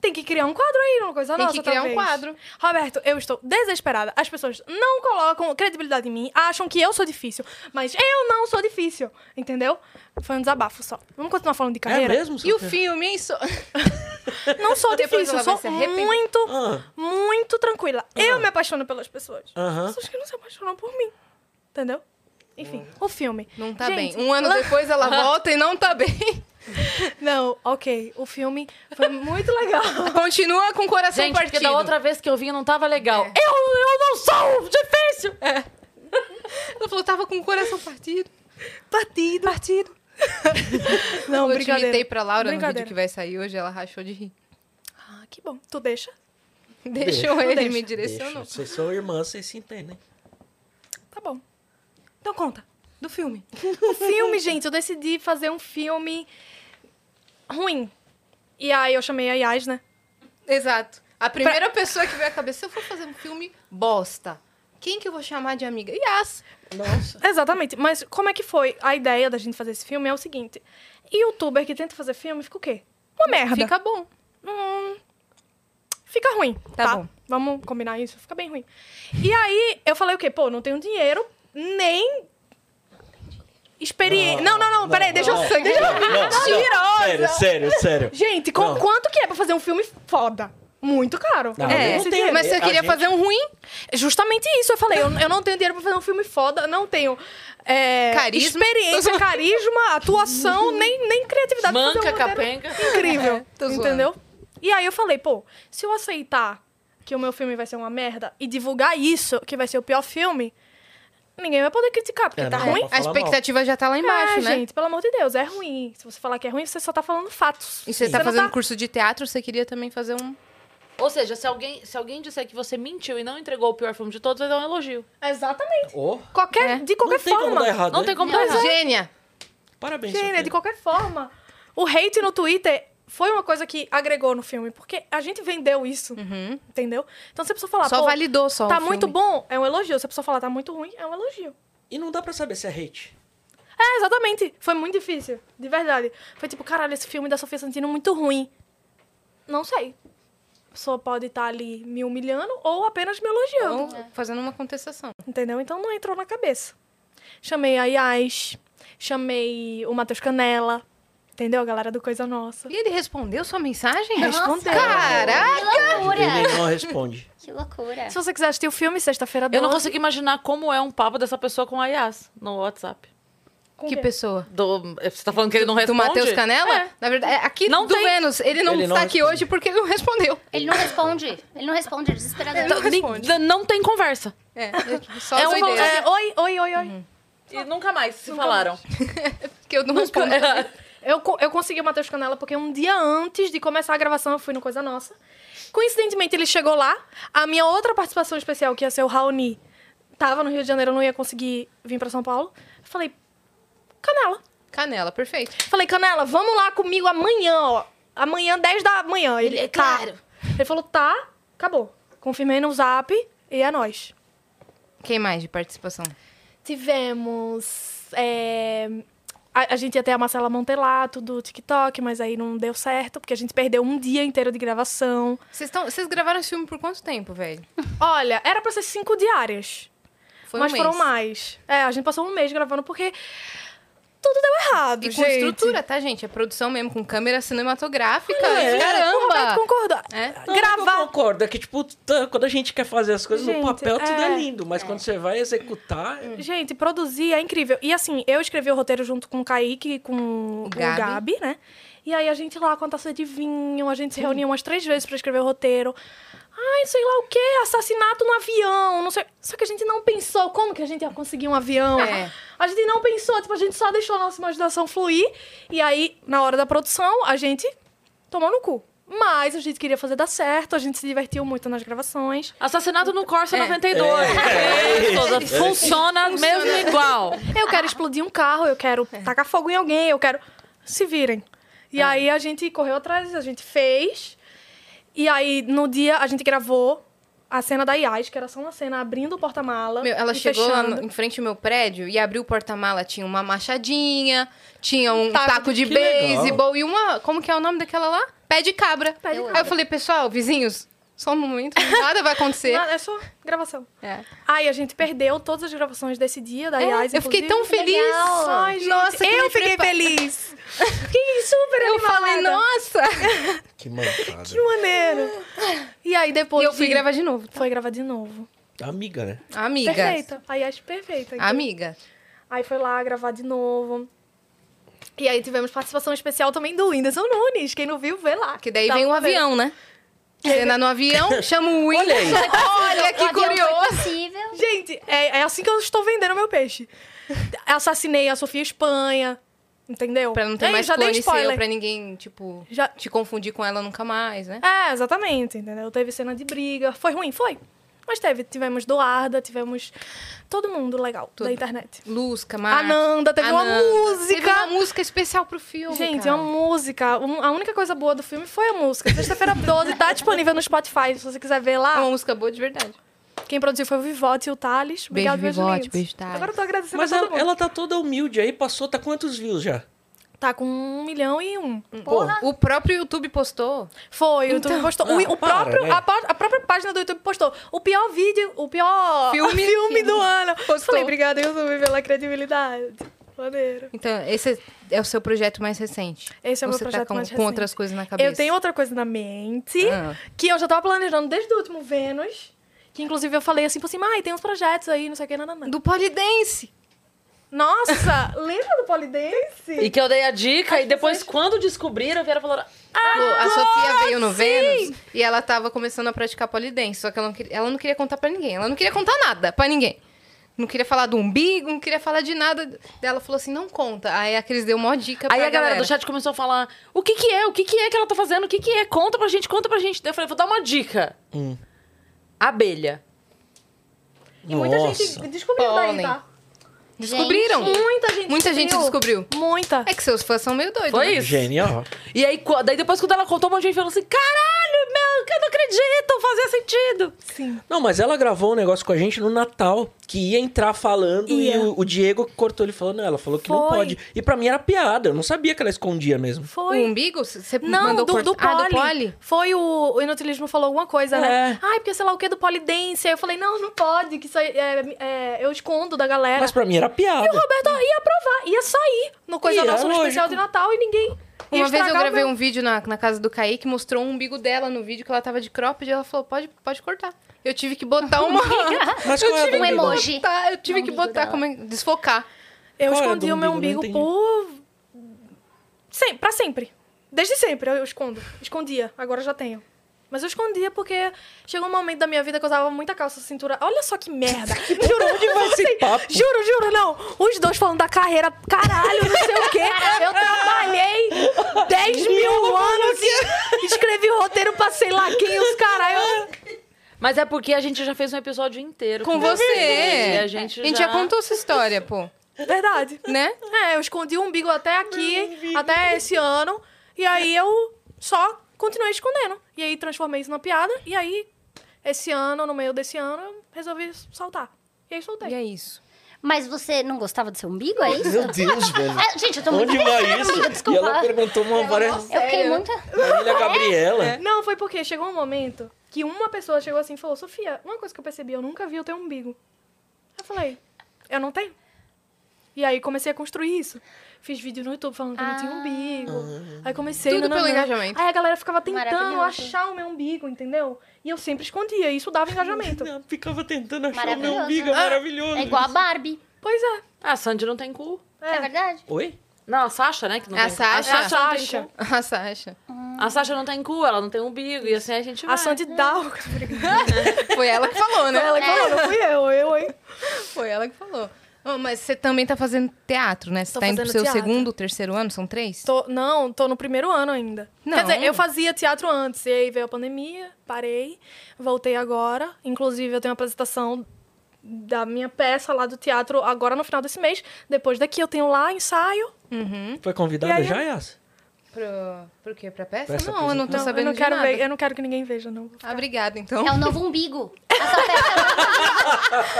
S5: Tem que criar um quadro aí, uma coisa
S1: Tem
S5: nossa,
S1: que criar um
S5: talvez.
S1: quadro.
S5: Roberto, eu estou desesperada. As pessoas não colocam credibilidade em mim, acham que eu sou difícil. Mas eu não sou difícil, entendeu? Foi um desabafo só. Vamos continuar falando de
S3: é
S5: carreira?
S3: mesmo,
S1: E
S3: Sofia?
S1: o filme, hein? So-
S5: Não sou
S1: Depois
S5: difícil,
S1: ela vai
S5: sou
S1: se arrepender.
S5: muito,
S3: Ah,
S5: muito tranquila. Eu me apaixono pelas pessoas.
S3: Aham.
S5: Pessoas que não se apaixonam por mim, entendeu? Enfim, o filme.
S1: Hum. Não tá
S5: Gente,
S1: bem. Um ano depois ela volta e não tá bem.
S5: Não, ok. O filme foi muito legal.
S1: Continua com o coração
S2: Gente, porque
S1: partido.
S2: da outra vez que eu vim não tava legal.
S1: É.
S2: Eu, eu não sou difícil!
S1: Ela falou, tava com o coração partido.
S5: Partido. Partido. Não,
S1: eu te imitei
S5: brincadeira.
S1: pra Laura no vídeo
S5: Brincadeira.
S1: que vai sair hoje, ela rachou de rir.
S5: Ah, que bom. Tu deixa?
S1: Deixou ele,
S5: Deixa.
S1: me
S3: deixa,
S1: direcionou.
S3: vocês são irmãs, vocês se entendem.
S5: Tá bom. Então conta. Do filme. O filme, gente, eu decidi fazer um filme ruim. E aí eu chamei a Yas, né?
S1: Exato. A primeira pessoa que veio à cabeça, se eu for fazer um filme bosta, quem que eu vou chamar de amiga? Yas.
S3: Nossa.
S5: Exatamente. Mas como é que foi? A ideia da gente fazer esse filme é o seguinte. Youtuber que tenta fazer filme fica o quê? Uma merda.
S1: Fica bom.
S5: Hum, fica ruim,
S1: Tá
S5: tá?
S1: bom.
S5: Vamos combinar isso? Fica bem ruim. E aí, eu falei o quê? Pô, não tenho dinheiro, nem... Experiência... Não, não, não, peraí, deixa eu...
S3: não,
S5: Deixa eu... Mentirosa!
S3: Sério, sério, sério.
S5: Gente, com-
S3: Não.
S5: quanto que é pra fazer um filme foda? Muito caro.
S3: Não,
S5: é,
S3: eu
S1: É,
S3: não
S5: esse
S3: tenho-
S5: dinheiro.
S1: mas você
S3: A
S1: queria
S3: gente-
S1: fazer um ruim?
S5: Justamente isso, eu falei, eu, eu não tenho dinheiro pra fazer um filme foda, não tenho é,
S1: Carisma.
S5: experiência, carisma, atuação, nem, nem criatividade. pra fazer um
S2: Manca,
S5: roteiro
S2: capenga.
S5: incrível.
S1: É, Tô zoando.
S5: entendeu? E aí eu falei, pô, se eu aceitar que o meu filme vai ser uma merda e divulgar isso, que vai ser o pior filme, ninguém vai poder criticar, porque
S3: É,
S5: tá
S3: não,
S5: ruim.
S3: Vou
S1: A
S3: falar mal.
S1: expectativa já tá lá embaixo,
S5: é,
S1: né?
S5: gente, pelo amor de Deus, é ruim. Se você falar que é ruim, você só tá falando fatos.
S1: E você tá
S5: não
S1: fazendo curso de teatro, você queria também fazer um.
S2: Ou seja, se alguém, se alguém disser que você mentiu e não entregou o pior filme de todos, vai dar um elogio.
S5: Exatamente.
S3: Oh,
S5: Qualquer,
S1: É.
S5: De
S3: não
S5: qualquer
S3: tem como
S5: forma.
S3: dar errado.
S2: Não
S3: né?
S2: tem como dar
S1: Não,
S2: errado.
S1: Gênia!
S3: Parabéns,
S5: Gênia,
S3: Sofia.
S5: é de qualquer forma. O hate no Twitter foi uma coisa que agregou no filme, porque a gente vendeu isso, entendeu? Então você precisa falar,
S1: Uhum. Só
S5: pô,
S1: validou só. o
S5: tá
S1: filme.
S5: muito bom, é um elogio. Se a pessoa falar, tá muito ruim, é um elogio.
S3: E não dá pra saber se é hate.
S5: É, exatamente. Foi muito difícil, de verdade. Foi tipo, caralho, esse filme da Sofia Santino é muito ruim. Não sei. A pessoa pode estar ali me humilhando ou apenas me elogiando.
S1: Ou Então, fazendo uma contestação.
S5: Entendeu? Então não entrou na cabeça. Chamei a Yas, chamei o Matheus Canela, entendeu? A galera do Coisa Nossa.
S1: E ele respondeu sua mensagem?
S5: Respondeu.
S1: Caraca!
S4: Que loucura!
S3: Ele não responde.
S4: Que loucura.
S5: Se você quiser assistir o filme, sexta-feira
S2: Eu não
S5: 12,
S2: consigo imaginar como é um papo dessa pessoa com a Yas no WhatsApp.
S5: com
S1: Que
S5: quem?
S1: pessoa?
S2: Do- você tá falando que ele não
S1: Do
S2: responde?
S1: Matheus Canela?
S2: É.
S1: Na verdade, é aqui
S2: Não
S1: do
S2: tem.
S1: Vênus. Ele não
S3: Ele
S1: está
S3: não
S1: aqui
S3: responde.
S1: hoje porque ele não respondeu.
S4: Ele não responde. Ele não responde, é desesperador.
S2: Tá- nem-
S1: responde.
S2: não tem conversa.
S1: É, é só
S2: É
S1: é
S2: um
S1: doideira.
S2: falso-
S5: É, oi, oi, oi, oi.
S2: E nunca mais é? se falaram.
S1: Porque eu não respondo.
S5: Eu, co- eu consegui o Matheus Canela porque um dia antes de começar a gravação eu fui no Coisa Nossa. Coincidentemente, ele chegou lá. A minha outra participação especial, que ia ser o Raoni, tava no Rio de Janeiro, eu não ia conseguir vir pra São Paulo. Falei, Canela.
S1: Canela, perfeito.
S5: Falei, Canela, vamos lá comigo amanhã, ó. Amanhã, 10 da manhã. Ele,
S2: Ele,
S5: tá.
S2: claro.
S5: Ele falou, tá, acabou. Confirmei no zap e é nóis.
S1: Quem mais de participação?
S5: Tivemos. é, a, a gente ia ter a Marcela Montelato do TikTok, mas aí não deu certo, porque a gente perdeu um dia inteiro de gravação.
S1: Vocês tão- vocês gravaram esse filme por quanto tempo, velho?
S5: Olha, era pra ser cinco diárias.
S1: Foi
S5: mas
S1: um mês.
S5: foram mais. É, a gente passou um mês gravando porque tudo deu errado.
S1: E com
S5: gente.
S1: estrutura, tá, gente? É produção mesmo, com câmera cinematográfica.
S5: É, O Roberto
S1: Caramba!
S5: concordou.
S1: É.
S3: Não,
S5: Gravar-
S3: Eu concordo. É que, tipo, tá- quando a gente quer fazer as coisas
S5: Gente,
S3: no papel, tudo
S5: é.
S3: é lindo. Mas quando você vai executar. é-
S5: Gente, produzir é incrível. E assim, eu escrevi o roteiro junto com o Kaique e com o
S1: Gabi.
S5: Gabi, né? E aí a gente lá com a taça de vinho, a gente se reunia umas três vezes pra escrever o roteiro. Ai, sei lá o quê, assassinato no avião, não sei. Só que a gente não pensou como que a gente ia conseguir um avião.
S1: É.
S5: A gente não pensou, tipo, a gente só deixou a nossa imaginação fluir. E aí, na hora da produção, a gente tomou no cu. Mas a gente queria fazer dar certo, a gente se divertiu muito nas gravações.
S2: Assassinato no Corsa
S1: É.
S2: 92.
S3: É.
S2: Toda- Funciona mesmo igual.
S5: Eu quero explodir um carro, eu quero
S1: É.
S5: tacar fogo em alguém, eu quero. Se virem. E aí a gente correu atrás, a gente fez. E aí no dia a gente gravou a cena da IAS, que era só uma cena abrindo o porta-mala.
S1: Meu, ela
S5: e
S1: chegou lá
S5: fechando.
S1: no- em frente ao meu prédio e abriu o porta-mala. Tinha uma machadinha, tinha um
S5: Taco
S1: taco,
S5: de-
S1: de
S3: Que legal.
S1: beisebol e uma. Como que é o nome daquela lá? Pé de cabra.
S5: Pé de
S1: Aí eu
S4: cabra.
S1: falei, pessoal, vizinhos, só um momento, nada vai acontecer.
S5: Nada, é só gravação.
S1: É.
S5: Aí a gente perdeu todas as gravações desse dia da
S1: É,
S5: IAS.
S1: eu fiquei tão
S5: inclusive.
S1: feliz.
S4: Legal.
S5: Ai, gente,
S1: Nossa, que
S5: eu
S1: me
S5: fiquei
S1: prepa-
S5: feliz. Fiquei super
S1: Eu
S5: animada.
S1: falei, nossa!
S6: Que mancada.
S5: Que maneiro. E aí depois
S1: e eu fui
S5: de-
S1: gravar de novo. tá?
S5: Foi gravar de novo.
S3: Amiga, né?
S1: Amiga.
S5: Perfeita. A Yash perfeita. Então,
S1: Amiga.
S5: Aí foi lá gravar de novo. E aí tivemos participação especial também do Whindersson Nunes. Quem não viu, vê lá.
S1: Que daí
S5: Tá
S1: vem o
S5: bom,
S1: avião, né? Cena no avião, chama o Whindersson.
S3: Olha aí.
S1: Olha,
S4: O
S1: que
S4: avião foi
S1: curioso.
S4: possível.
S5: Gente, é, é assim que eu estou vendendo meu peixe. Assassinei a Sofia Espanha. Entendeu?
S1: Pra não ter
S5: Ei,
S1: mais
S5: já dei
S1: clone seu,
S5: spoiler.
S1: pra ninguém, tipo,
S5: Já-
S1: te confundir com ela nunca mais, né?
S5: É, exatamente, entendeu? Teve cena de briga. Foi ruim? Foi. Mas teve. Tivemos Doarda, tivemos todo mundo legal
S1: Tudo.
S5: da internet.
S1: Lusca, Marcos.
S5: Ananda, Ah, teve uma música.
S1: Teve uma música especial pro filme.
S5: Gente, é
S1: Então, cara.
S5: uma música. Um- a única coisa boa do filme foi a música. Sexta-feira 12 tá disponível no Spotify, se você quiser ver
S1: É uma
S5: lá.
S1: música boa de verdade.
S5: Quem produziu foi o Vivote e o Thales. Obrigado,
S1: Ah. Beijo,
S5: meus
S1: Vivote,
S5: lindos.
S1: beijo, Thales.
S5: Agora eu tô agradecendo
S3: Mas
S5: a todo
S3: ela,
S5: mundo.
S3: ela tá toda humilde aí, passou, tá quantos views já?
S5: Tá com um milhão e um.
S3: Porra.
S1: O próprio YouTube postou.
S5: Foi, o
S1: Então.
S5: YouTube postou. o,
S3: não,
S5: o
S3: para,
S5: próprio,
S3: né?
S5: a, pá- a própria página do YouTube postou. O pior vídeo, o pior
S1: Filme.
S5: filme, do ano.
S1: Postou.
S5: Falei, obrigada, YouTube, pela credibilidade. Maneiro.
S1: Então, esse é o seu projeto mais recente.
S5: Esse é o meu
S1: Você tá
S5: projeto
S1: com,
S5: mais
S1: com
S5: recente.
S1: outras coisas na cabeça.
S5: Eu tenho outra coisa na mente
S1: Ah.
S5: que eu já tava planejando desde o último Vênus. Que inclusive eu falei assim por cima, ai, tem uns projetos aí, não sei o que, nada,
S1: Do Polidense.
S5: Nossa, lembra do Polidense?
S2: E que eu dei a dica, e depois, quando descobriram, vieram falar.
S1: a Sofia veio no Vênus e ela tava começando a praticar polidense, só que ela não, queria, ela não queria contar pra ninguém. Ela não queria contar nada pra ninguém. Não queria falar do umbigo, não queria falar de nada. Daí Ela falou assim, não conta. Aí a Cris deu uma dica pra
S2: Aí a galera, do chat começou a falar: o que que é? O que que é que ela tá fazendo? O que que é? Conta pra gente, conta pra gente. Daí eu falei: vou dar uma dica. Abelha.
S5: E muita
S3: Nossa.
S5: gente descobriu daí,
S1: Pólen.
S5: tá?
S1: Descobriram?
S4: Gente.
S5: Muita gente
S1: Muita gente descobriu.
S5: Muita.
S1: É que seus fãs são meio doidos.
S2: Foi
S1: né?
S2: isso.
S3: Genial.
S2: E aí, qu- daí depois, quando ela contou, um monte de gente falou assim: caralho, meu, que eu não acredito, fazia sentido.
S5: Sim.
S3: Não, mas ela gravou um negócio com a gente no Natal, que ia entrar falando e
S5: Ia.
S3: o, o Diego cortou ele falando, não, ela falou que não
S5: Foi.
S3: pode. E pra mim era piada, eu não sabia que ela escondia mesmo.
S1: O
S5: Foi.
S1: umbigo? Você
S5: Não,
S1: Um mandou
S5: do, do
S1: cortar? Ah, do
S5: Poli.
S1: poli?
S5: Foi o, o Inutilismo falou alguma coisa,
S3: É.
S5: né? Ai, porque sei lá o que do Polidense. Aí eu falei, não, não pode, que isso aí é- é, eu escondo da galera.
S3: Mas pra mim era piada.
S5: E o Roberto ia aprovar, ia sair no Coisa
S3: Ia,
S5: Nossa
S3: é
S5: no
S3: lógico.
S5: especial de Natal e ninguém. ia
S1: Uma vez eu
S5: estragar o
S1: gravei
S5: meu.
S1: um vídeo na, na casa do Kaique, mostrou o umbigo dela no vídeo que ela tava de cropped e ela falou: pode, pode cortar. Eu tive que botar uma.
S3: Mas qual é a
S1: eu tive
S3: do
S1: que
S3: umbigo?
S4: emoji.
S1: botar- eu tive
S4: No
S1: que
S4: umbigo
S1: botar,
S4: dela.
S1: como é- desfocar.
S5: Eu
S3: Qual é a
S5: escondi
S3: do
S5: o meu
S3: umbigo?
S5: umbigo
S3: Não
S5: por. Sem, pra sempre. Desde sempre eu escondo. Escondia, agora já tenho. Mas eu escondia porque chegou um momento da minha vida que eu usava muita calça cintura. Olha só que merda! juro,
S3: onde vai esse
S5: assim,
S3: papo?
S5: juro, juro, não. Os dois falando da carreira, caralho, não sei o quê. Eu trabalhei 10 mil anos e escrevi o roteiro pra sei lá quem, os caralho.
S2: Mas é porque a gente já fez um episódio inteiro.
S1: Com você. é.
S2: E a gente,
S1: já... contou essa história, pô.
S5: Verdade.
S1: Né?
S5: É, eu escondi o umbigo até aqui, até esse ano. E aí eu só continuei escondendo. E aí transformei isso numa piada. E aí, esse ano, no meio desse ano, eu resolvi soltar. E aí soltei.
S1: E é isso.
S4: Mas você não gostava do seu umbigo, é isso?
S6: Meu Deus, velho.
S4: É, gente, eu tô muito
S3: Onde vai
S4: interessada, amiga,
S3: isso? E
S4: desculpa.
S3: ela perguntou uma várias.
S4: Eu fiquei
S1: Sério?
S4: muito...
S3: Marília Gabriela.
S5: Não, foi porque chegou um momento que uma pessoa chegou assim e falou: Sofia, uma coisa que eu percebi, eu nunca vi o teu umbigo. Eu falei: Eu não tenho. E aí comecei a construir isso. Fiz vídeo no YouTube falando que eu não tinha umbigo. Aí comecei.
S1: Uhum. Tudo pelo
S5: nananã.
S1: engajamento.
S5: Aí a galera ficava tentando
S4: Maravilhoso.
S5: achar o meu umbigo, entendeu? E eu sempre escondia, e isso dava engajamento.
S3: Não, ficava tentando achar o meu
S4: Maravilhoso.
S3: umbigo, é maravilhoso.
S4: É igual a Barbie,
S5: Pois é.
S2: Ah, Sandy não tem cu.
S4: é,
S5: É.
S4: verdade?
S3: Oi?
S2: Não, a Sasha, né? Que não
S1: A
S2: tem cu.
S1: Sasha.
S2: A Sasha. não tem
S5: Sasha.
S2: cu.
S1: A Sasha.
S2: A Sasha não tem cu, ela não tem umbigo. E assim a gente vai.
S5: A Sandy dá o. Foi
S1: Foi ela que falou, né?
S5: ela que falou, não fui eu, eu, hein?
S1: Foi ela que falou. Ô, mas você também tá fazendo teatro, né? Você
S5: Tô
S1: tá indo pro
S5: fazendo
S1: seu
S5: teatro.
S1: segundo, terceiro ano? São três?
S5: Tô- não, tô no primeiro ano ainda.
S1: Não.
S5: Quer dizer, eu fazia teatro antes, e aí veio a pandemia, parei, voltei agora. Inclusive, eu tenho uma apresentação da minha peça lá do teatro agora no final desse mês. Depois daqui eu tenho lá ensaio.
S3: Foi
S5: E
S3: convidada
S5: aí,
S3: já, Yas?
S1: Pro, pro quê? Pra peça?
S3: Peça,
S1: não, eu não tô
S5: não, Então, eu
S1: sabendo
S5: não quero
S1: de nada.
S5: ver, eu não quero que ninguém veja, não.
S1: Ah, obrigada, então.
S4: É o novo umbigo. Essa peça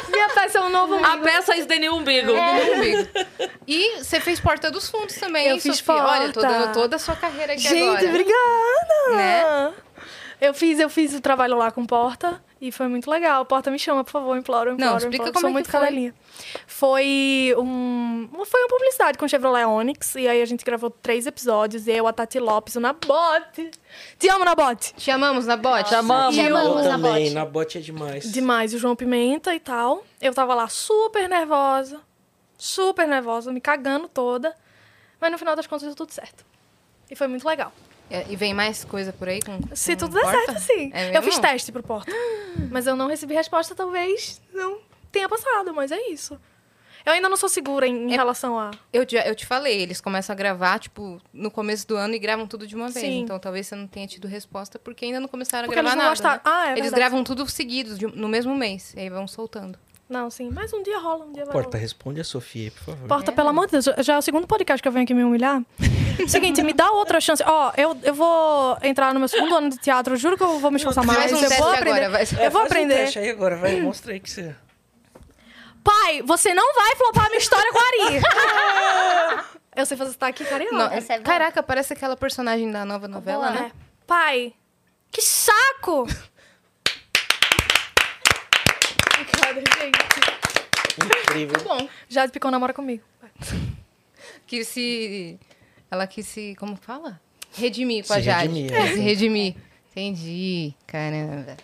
S4: é
S5: Minha peça é um novo
S2: A peça esdeniu o umbigo.
S1: É. Comigo. E você fez Porta dos Fundos também,
S5: Eu
S1: hein,
S5: fiz
S1: Sofia? Olha, eu tô
S5: Porta.
S1: dando toda a sua carreira aqui
S5: Gente,
S1: agora.
S5: obrigada!
S1: Né?
S5: Eu fiz, eu fiz o trabalho lá com Porta e foi muito legal. Porta me chama, por favor, imploro, imploro.
S1: explica
S5: imploro,
S1: como
S5: sou
S1: é que
S5: muito
S1: foi.
S5: cadelinha. Foi um, foi uma publicidade com Chevrolet Onix e aí a gente gravou três episódios, eu, a Tati Lopes, o Nabote. Te amo, Nabote.
S1: Te amamos na bote?
S2: Chamamos.
S4: E eu-
S3: Eu
S4: Vamos na
S3: também,
S4: bote.
S3: na bote é demais.
S5: Demais, o João Pimenta e tal. Eu tava lá super nervosa, super nervosa, me cagando toda. Mas no final das contas deu tudo certo. E foi muito legal.
S1: É, E vem mais coisa por aí com.
S5: Se
S1: com
S5: tudo der
S1: Porta?
S5: certo, sim.
S1: É
S5: eu
S1: mesmo?
S5: fiz teste pro Porta. Mas eu não recebi resposta, talvez não tenha passado, mas é isso. Eu ainda não sou segura em, em
S1: É
S5: relação a.
S1: Eu te, eu te falei, eles começam a gravar, tipo, no começo do ano e gravam tudo de uma vez.
S5: Sim.
S1: Então talvez você não tenha tido resposta, porque ainda não começaram a
S5: Porque
S1: gravar
S5: eles não
S1: nada.
S5: gostaram.
S1: né?
S5: Ah, é
S1: eles
S5: verdade.
S1: gravam tudo seguidos, de- um, no mesmo mês. E aí vão soltando.
S5: Não, sim. Mas um dia rola, um dia vai.
S3: Porta,
S5: rolar.
S3: responde a Sofia, por favor.
S5: Porta, pelo amor de Deus, já é o segundo podcast que eu venho aqui me humilhar. Seguinte, me dá outra chance. Ó, eu, eu vou entrar no meu segundo ano de teatro, eu juro que eu vou me esforçar mais.
S1: Faz um
S5: eu
S1: teste
S5: vou
S1: agora,
S5: aprender.
S1: vai.
S5: Eu
S3: faz um
S5: vou aprender.
S3: teste aí agora, vai, mostra aí que você... é
S5: Pai, você não vai flopar minha história com a Ari. eu sei fazer sotaque carioca.
S1: Não,
S4: essa é boa.
S1: caraca, parece aquela personagem da nova novela,
S4: boa.
S1: né?
S5: Pai, que saco! Obrigada, gente.
S3: Incrível.
S1: Bom.
S5: Jade Picon namora comigo.
S4: né?
S1: Que se. Ela quis se. Como fala? Redimir com a
S3: Se
S1: Jade.
S3: redimir,
S1: Quis
S3: é.
S1: Se redimir. Entendi. Caramba.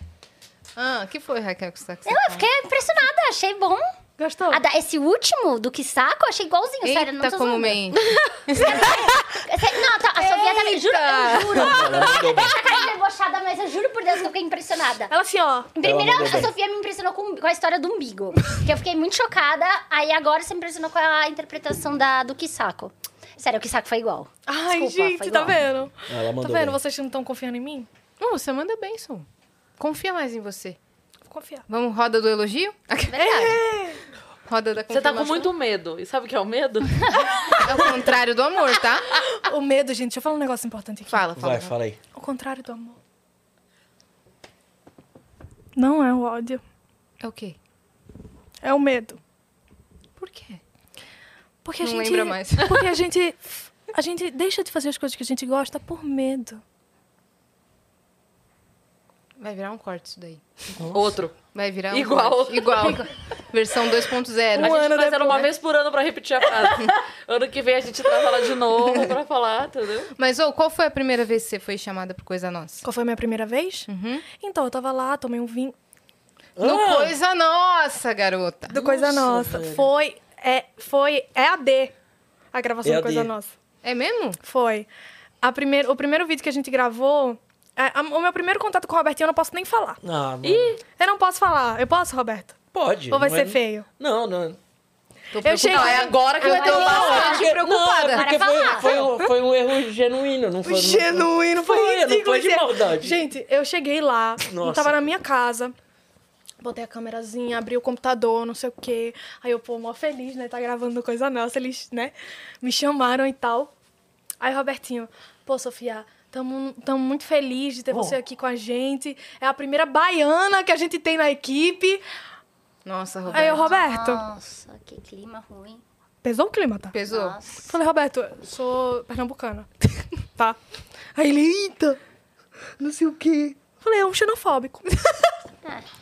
S1: Ah, que foi, Raquel, que você tá com
S4: Não, eu fiquei impressionada, achei bom.
S5: Gostou?
S4: A da- esse último do que saco, eu achei igualzinho,
S1: Eita,
S4: sério, não tô
S1: como
S4: zoando.
S1: mente.
S4: Sé- Não, tá, a Sofia tá me juro, eu juro. tá Eu já caí debochada, mas eu juro por Deus que eu fiquei impressionada.
S5: Ela assim, ó.
S4: Primeiro,
S3: mandou
S4: a
S3: bem.
S4: Sofia me impressionou com, com a história do umbigo. que eu fiquei muito chocada. Aí agora você me impressionou com a interpretação da, do Kisako. Sério, o Kisako foi igual.
S5: Ai,
S4: Desculpa, foi
S5: gente, tá
S4: igual.
S5: vendo?
S3: Ela
S5: Tá
S3: mandou
S5: vendo?
S3: bem.
S5: Vocês não estão confiando em mim?
S1: Não, você manda bem, Som. Confia mais em você.
S5: Vou confiar.
S1: Vamos, roda do elogio? É.
S4: Verdade.
S1: Roda da
S2: Você tá com
S1: confirmação.
S2: muito medo. E sabe o que é o medo?
S1: É o contrário do amor, tá?
S5: O medo, gente, deixa eu falar um negócio importante aqui.
S1: Fala, fala.
S3: Vai, fala aí.
S5: O contrário do amor. Não é o ódio,
S1: É o quê?
S5: é o medo.
S1: Por quê?
S5: Porque a
S1: Não
S5: gente.
S1: lembra mais.
S5: Porque a gente. A gente deixa de fazer as coisas que a gente gosta por medo.
S1: Vai virar um corte isso daí.
S2: Outro.
S1: Vai virar um
S2: Igual.
S1: corte. Igual. Versão 2.0.
S2: a gente
S5: ano
S2: faz ela uma
S5: depois.
S2: vez por ano pra repetir a frase. ano que vem a gente traz ela de novo pra falar, entendeu?
S1: Mas, ô, qual foi a primeira vez que você foi chamada por coisa nossa?
S5: Qual foi a minha primeira vez?
S3: Uhum.
S5: Então, eu tava lá, tomei um vinho.
S1: No
S3: Ah!
S1: Coisa Nossa, garota.
S5: Do Coisa Nossa. Foi. É, foi. É a D. A gravação
S3: É
S5: do
S3: a
S5: Coisa
S3: D.
S5: Nossa.
S1: É mesmo?
S5: Foi. A primeiro, o primeiro vídeo que a gente gravou. é, a- o meu primeiro contato com o Robertinho eu não posso nem falar.
S3: Ah, mano.
S5: Eu não posso falar. Eu posso, Roberto?
S3: Pode.
S5: Ou vai
S3: não
S5: ser
S3: é-
S5: feio?
S3: Não, não.
S1: Tô
S5: Eu cheguei-
S1: Não, é agora que eu tô bastante
S3: Porque-
S1: Tá preocupada.
S3: Não, é porque
S4: Para
S3: foi,
S4: falar.
S3: foi, um- foi um erro genuíno, não foi? não foi-
S5: Genuíno, foi
S3: Foi, não
S5: ridículo.
S3: foi de
S5: isso.
S3: maldade.
S5: Gente, eu cheguei lá,
S3: Nossa.
S5: tava na minha casa, botei a câmerazinha, abri o computador, não sei o quê. Aí eu, pô, mó feliz, né? Tá gravando coisa nossa, eles, né? Me chamaram e tal. Aí, Robertinho, pô, Sofia, tamo, tamo muito feliz de ter
S3: Oh.
S5: você aqui com a gente. É a primeira baiana que a gente tem na equipe.
S1: Nossa, Roberto.
S5: Aí eu, Roberto,
S4: Nossa, que clima ruim.
S5: pesou o clima, tá?
S1: Pesou?
S4: Nossa.
S5: Falei, Roberto, eu sou pernambucana. tá. Aí ele, eita, não sei o quê. Falei, é um xenofóbico.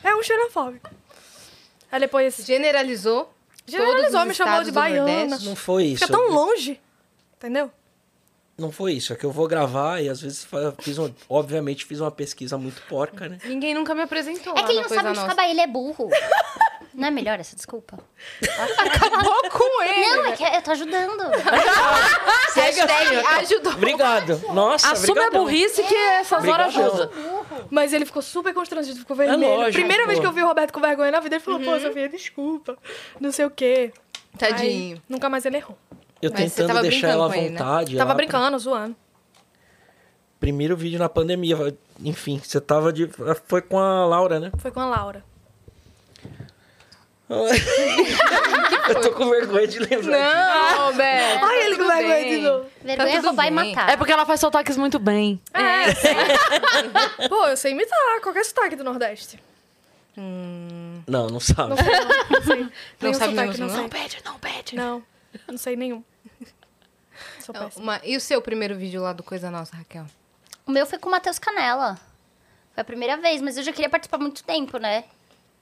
S5: é um xenofóbico. Aí depois,
S1: Generalizou. todos
S5: generalizou,
S1: os
S5: me chamou
S1: estados
S5: de
S1: do
S5: baiana.
S1: Nordeste. né?
S3: Não foi isso.
S5: Fica tão longe, entendeu?
S3: Não foi isso. É que eu vou gravar e às vezes fa- fiz um, obviamente fiz uma pesquisa muito porca, né?
S1: Ninguém nunca me apresentou.
S4: É
S1: lá
S4: que
S1: na
S4: ele não
S1: coisa
S4: sabe onde
S1: nossa.
S4: fica baile, é burro. Não é melhor essa desculpa?
S1: Acabou com ele.
S4: Não, é que eu tô ajudando.
S1: Hashtag ajudou.
S3: Obrigado. Nossa,
S2: Assume a
S3: brigadão.
S1: Ah,
S3: um.
S2: burrice que essas horas
S3: Brigadão.
S2: ajuda.
S4: Burro.
S5: É. Mas ele ficou super constrangido, ficou vermelho.
S3: É lógico,
S5: Primeira vez
S3: pô.
S5: que eu vi o Roberto com vergonha na vida, ele falou,
S1: Uhum.
S5: pô, Sofia, desculpa, não sei o quê. Aí,
S1: Tadinho.
S5: nunca mais ele errou.
S3: Eu
S1: Mas você
S3: tentando
S1: tava
S3: deixar
S1: brincando
S3: ela à
S1: com ele, né?
S3: vontade.
S5: Tava
S3: lá,
S5: brincando, zoando.
S3: pr- Primeiro vídeo na pandemia. Enfim, você tava de. Foi com a Laura, né?
S5: Foi com a Laura.
S3: Eu tô com vergonha de
S1: Né?
S3: lembrar.
S1: Não, Roberto.
S5: Ai, ele
S1: É, tudo
S5: com vergonha
S1: bem.
S5: de novo.
S4: Vergonha é
S1: tudo
S4: roubar e
S1: bem.
S4: matar.
S2: É porque ela faz sotaques muito bem.
S5: Pô, eu sei imitar qualquer sotaque do Nordeste.
S1: Hum,
S3: Não, não sabe.
S5: Não sei. Nenhum
S1: sabe
S5: sotaque,
S1: mesmo,
S5: não
S1: não?
S5: sei.
S2: pede, não pede.
S5: Não, não sei nenhum. Sou péssima.
S1: Uma- e o seu primeiro vídeo lá do Coisa Nossa, Raquel?
S4: O meu foi com o Matheus Canela. Foi a primeira vez, mas eu já queria participar há muito tempo, né?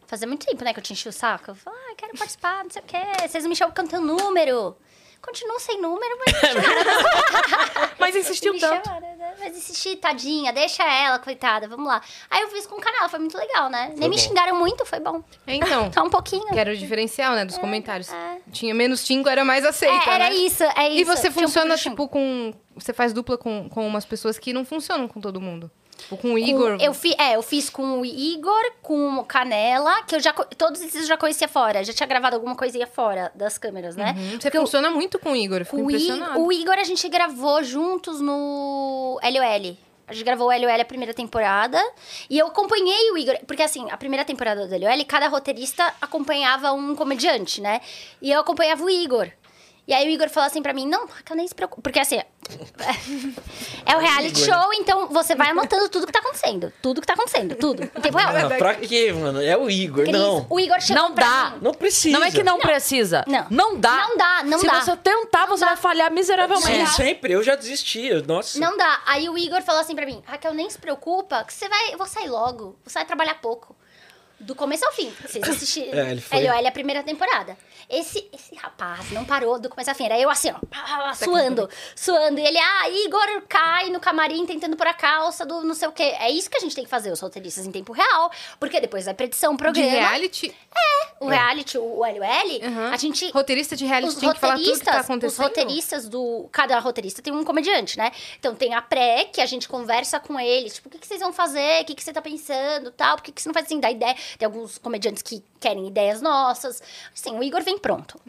S4: Fazia muito tempo, né, que eu te enchi o saco. Eu falei, ah, quero participar, não sei o quê. Vocês me chamam cantando número. Continuo sem número, mas me
S5: Mas insistiu tanto.
S4: chamaram, né? Mas insisti, tadinha, deixa ela, coitada, vamos lá. Aí eu fiz com o canal, foi muito legal, né? Nem me
S3: bom.
S4: xingaram muito, foi bom.
S1: Então,
S4: Só um pouquinho.
S1: que era o diferencial, né, dos comentários. Tinha menos 5, era mais aceita,
S4: É, era
S1: né?
S4: isso, é isso.
S1: E você
S4: Tinha um pouco
S1: funciona,
S4: de xingo.
S1: tipo, com... Você faz dupla com, com umas pessoas que não funcionam com todo mundo. Tipo, com o
S4: Com-
S1: Igor.
S4: eu fi, é, eu fiz com o Igor, com o Canela, que eu já co- todos esses eu já conhecia fora, já tinha gravado alguma coisinha fora das câmeras, né?
S1: Hum, Você
S4: Porque eu-
S1: funciona muito com o Igor, eu fico
S4: o, I-
S1: impressionado.
S4: o Igor a gente gravou juntos no LOL. A gente gravou o LOL a primeira temporada. E eu acompanhei o Igor. Porque, assim, a primeira temporada do LOL, cada roteirista acompanhava um comediante, né? E eu acompanhava o Igor. E aí o Igor falou assim pra mim, não, Raquel, nem se preocupa. Porque, assim, é o reality show, então você vai anotando tudo que tá acontecendo. Tudo que tá acontecendo, tudo. Em tempo real.
S3: Ah, pra quê, mano? É o Igor,
S4: Cris,
S3: não.
S4: o Igor chegou
S2: Não
S4: pra
S2: dá.
S4: mim.
S3: Não precisa.
S2: Não é que não, precisa.
S4: Não.
S2: Não dá.
S4: Não dá, não
S2: Se
S4: dá.
S2: você tentar, você vai falhar
S3: Sim,
S2: miseravelmente.
S3: sempre. Eu já desisti. eu- Nossa.
S4: Não dá. Aí o Igor falou assim pra mim, Raquel, nem se preocupa, que você vai... Eu vou sair logo. Você vai trabalhar pouco. Do começo ao fim. Vocês assistiram.
S3: É, ele foi-
S4: LOL, a primeira temporada. Esse, esse rapaz não parou do começo ao fim. Era eu assim, ó, pá, pá, pá, suando, suando. E ele, ah, Igor cai no camarim tentando pôr a calça do não sei o quê. É isso que a gente tem que fazer, os roteiristas em tempo real. Porque depois da predição, o
S1: De
S4: programa,
S1: reality,
S4: o reality, o, o LOL,
S1: Uhum.
S4: a gente
S1: roteirista de reality
S4: os
S1: tem que falar tudo que tá
S4: roteiristas, os
S1: acontecendo.
S4: roteiristas do. Cada roteirista tem um comediante, né? Então tem a pré, que a gente conversa com eles. Tipo, o que, que vocês vão fazer? O que, que você tá pensando? Tal? Por que, que você não faz assim? Dá ideia. Tem alguns comediantes que querem ideias nossas. Assim, o Igor vem pronto.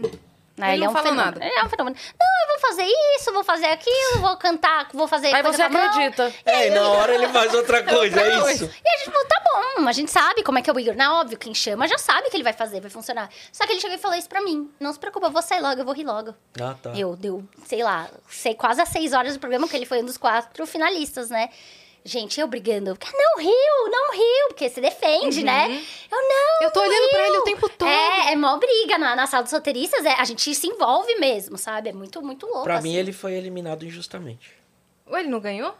S4: Né?
S1: Ele não fala
S4: fenômeno.
S1: nada.
S4: Ele é um fenômeno. Não, eu vou fazer isso, vou fazer aquilo, vou cantar, vou fazer.
S2: Aí
S4: coisa
S2: você
S4: com a mão.
S2: acredita.
S3: É, e na hora ele faz outra coisa, é isso.
S4: E a gente falou, tá bom, a gente sabe como é que é o Igor. Na óbvio, quem chama já sabe que ele vai fazer, vai funcionar. Só que ele chegou e falou isso pra mim. Não se preocupa, eu vou sair logo, eu vou rir logo.
S3: Ah, tá.
S4: Eu deu, sei lá, sei quase às seis horas do programa, que ele foi um dos quatro finalistas, né? Gente, eu brigando. "Ah, Não riu, não riu, porque você defende, né? Eu não.
S1: Uhum. Eu tô
S4: não
S1: olhando pra
S4: riu."
S1: ele o tempo todo.
S4: É, é mó briga na, na sala dos roteiristas. É, a gente se envolve mesmo, sabe? É muito, muito louco.
S3: Pra mim,
S4: assim.
S3: ele foi eliminado injustamente.
S1: Ué, ele não ganhou?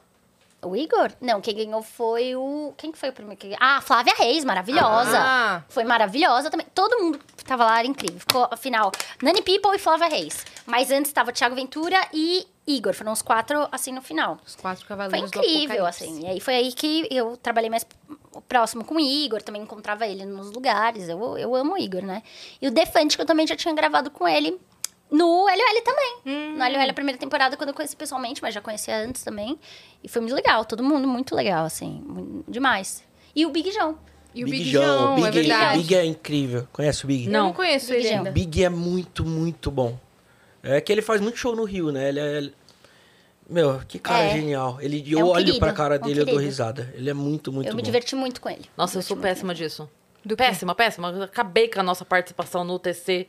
S4: O Igor? Não, quem ganhou foi o. Quem que foi o primeiro? que ganhou? Ah, Flávia Reis, maravilhosa.
S1: Ah.
S4: Foi maravilhosa também. Todo mundo que tava lá era incrível. Ficou, afinal, Nani People e Flávia Reis. Mas antes tava Thiago Ventura e Igor. Foram os quatro, assim, no final.
S1: Os quatro
S4: Foi
S1: cavaleiros do
S4: incrível,
S1: Apocalipse.
S4: assim. E aí foi aí que eu trabalhei mais próximo com o Igor, também encontrava ele nos lugares. Eu, eu amo o Igor, né? E o Defante, que eu também já tinha gravado com ele no LOL também.
S1: Hum.
S4: No LOL, a primeira temporada, quando eu conheci pessoalmente, mas já conhecia antes também. E foi muito legal, todo mundo muito legal, assim, mu- demais. E o Big João.
S1: E o Big, John, é
S3: Big,
S1: verdade.
S3: Big é incrível. Conhece o Big?
S1: Eu
S2: Não.
S1: não conheço
S4: Big
S1: ele
S4: John.
S1: ainda.
S3: Big é muito, muito bom. É que ele faz muito show no Rio, né? Ele é. ele- Meu, que cara
S4: É.
S3: genial. Ele,
S4: É
S3: eu
S4: um
S3: olho
S4: querido,
S3: pra cara
S4: um
S3: dele, eu dou
S4: querido.
S3: risada. Ele é muito, muito
S4: eu
S3: bom.
S4: me diverti muito com ele.
S2: Nossa, eu sou péssima disso.
S1: Do quê?
S2: péssima, péssima. Eu Acabei com a nossa participação no UTC.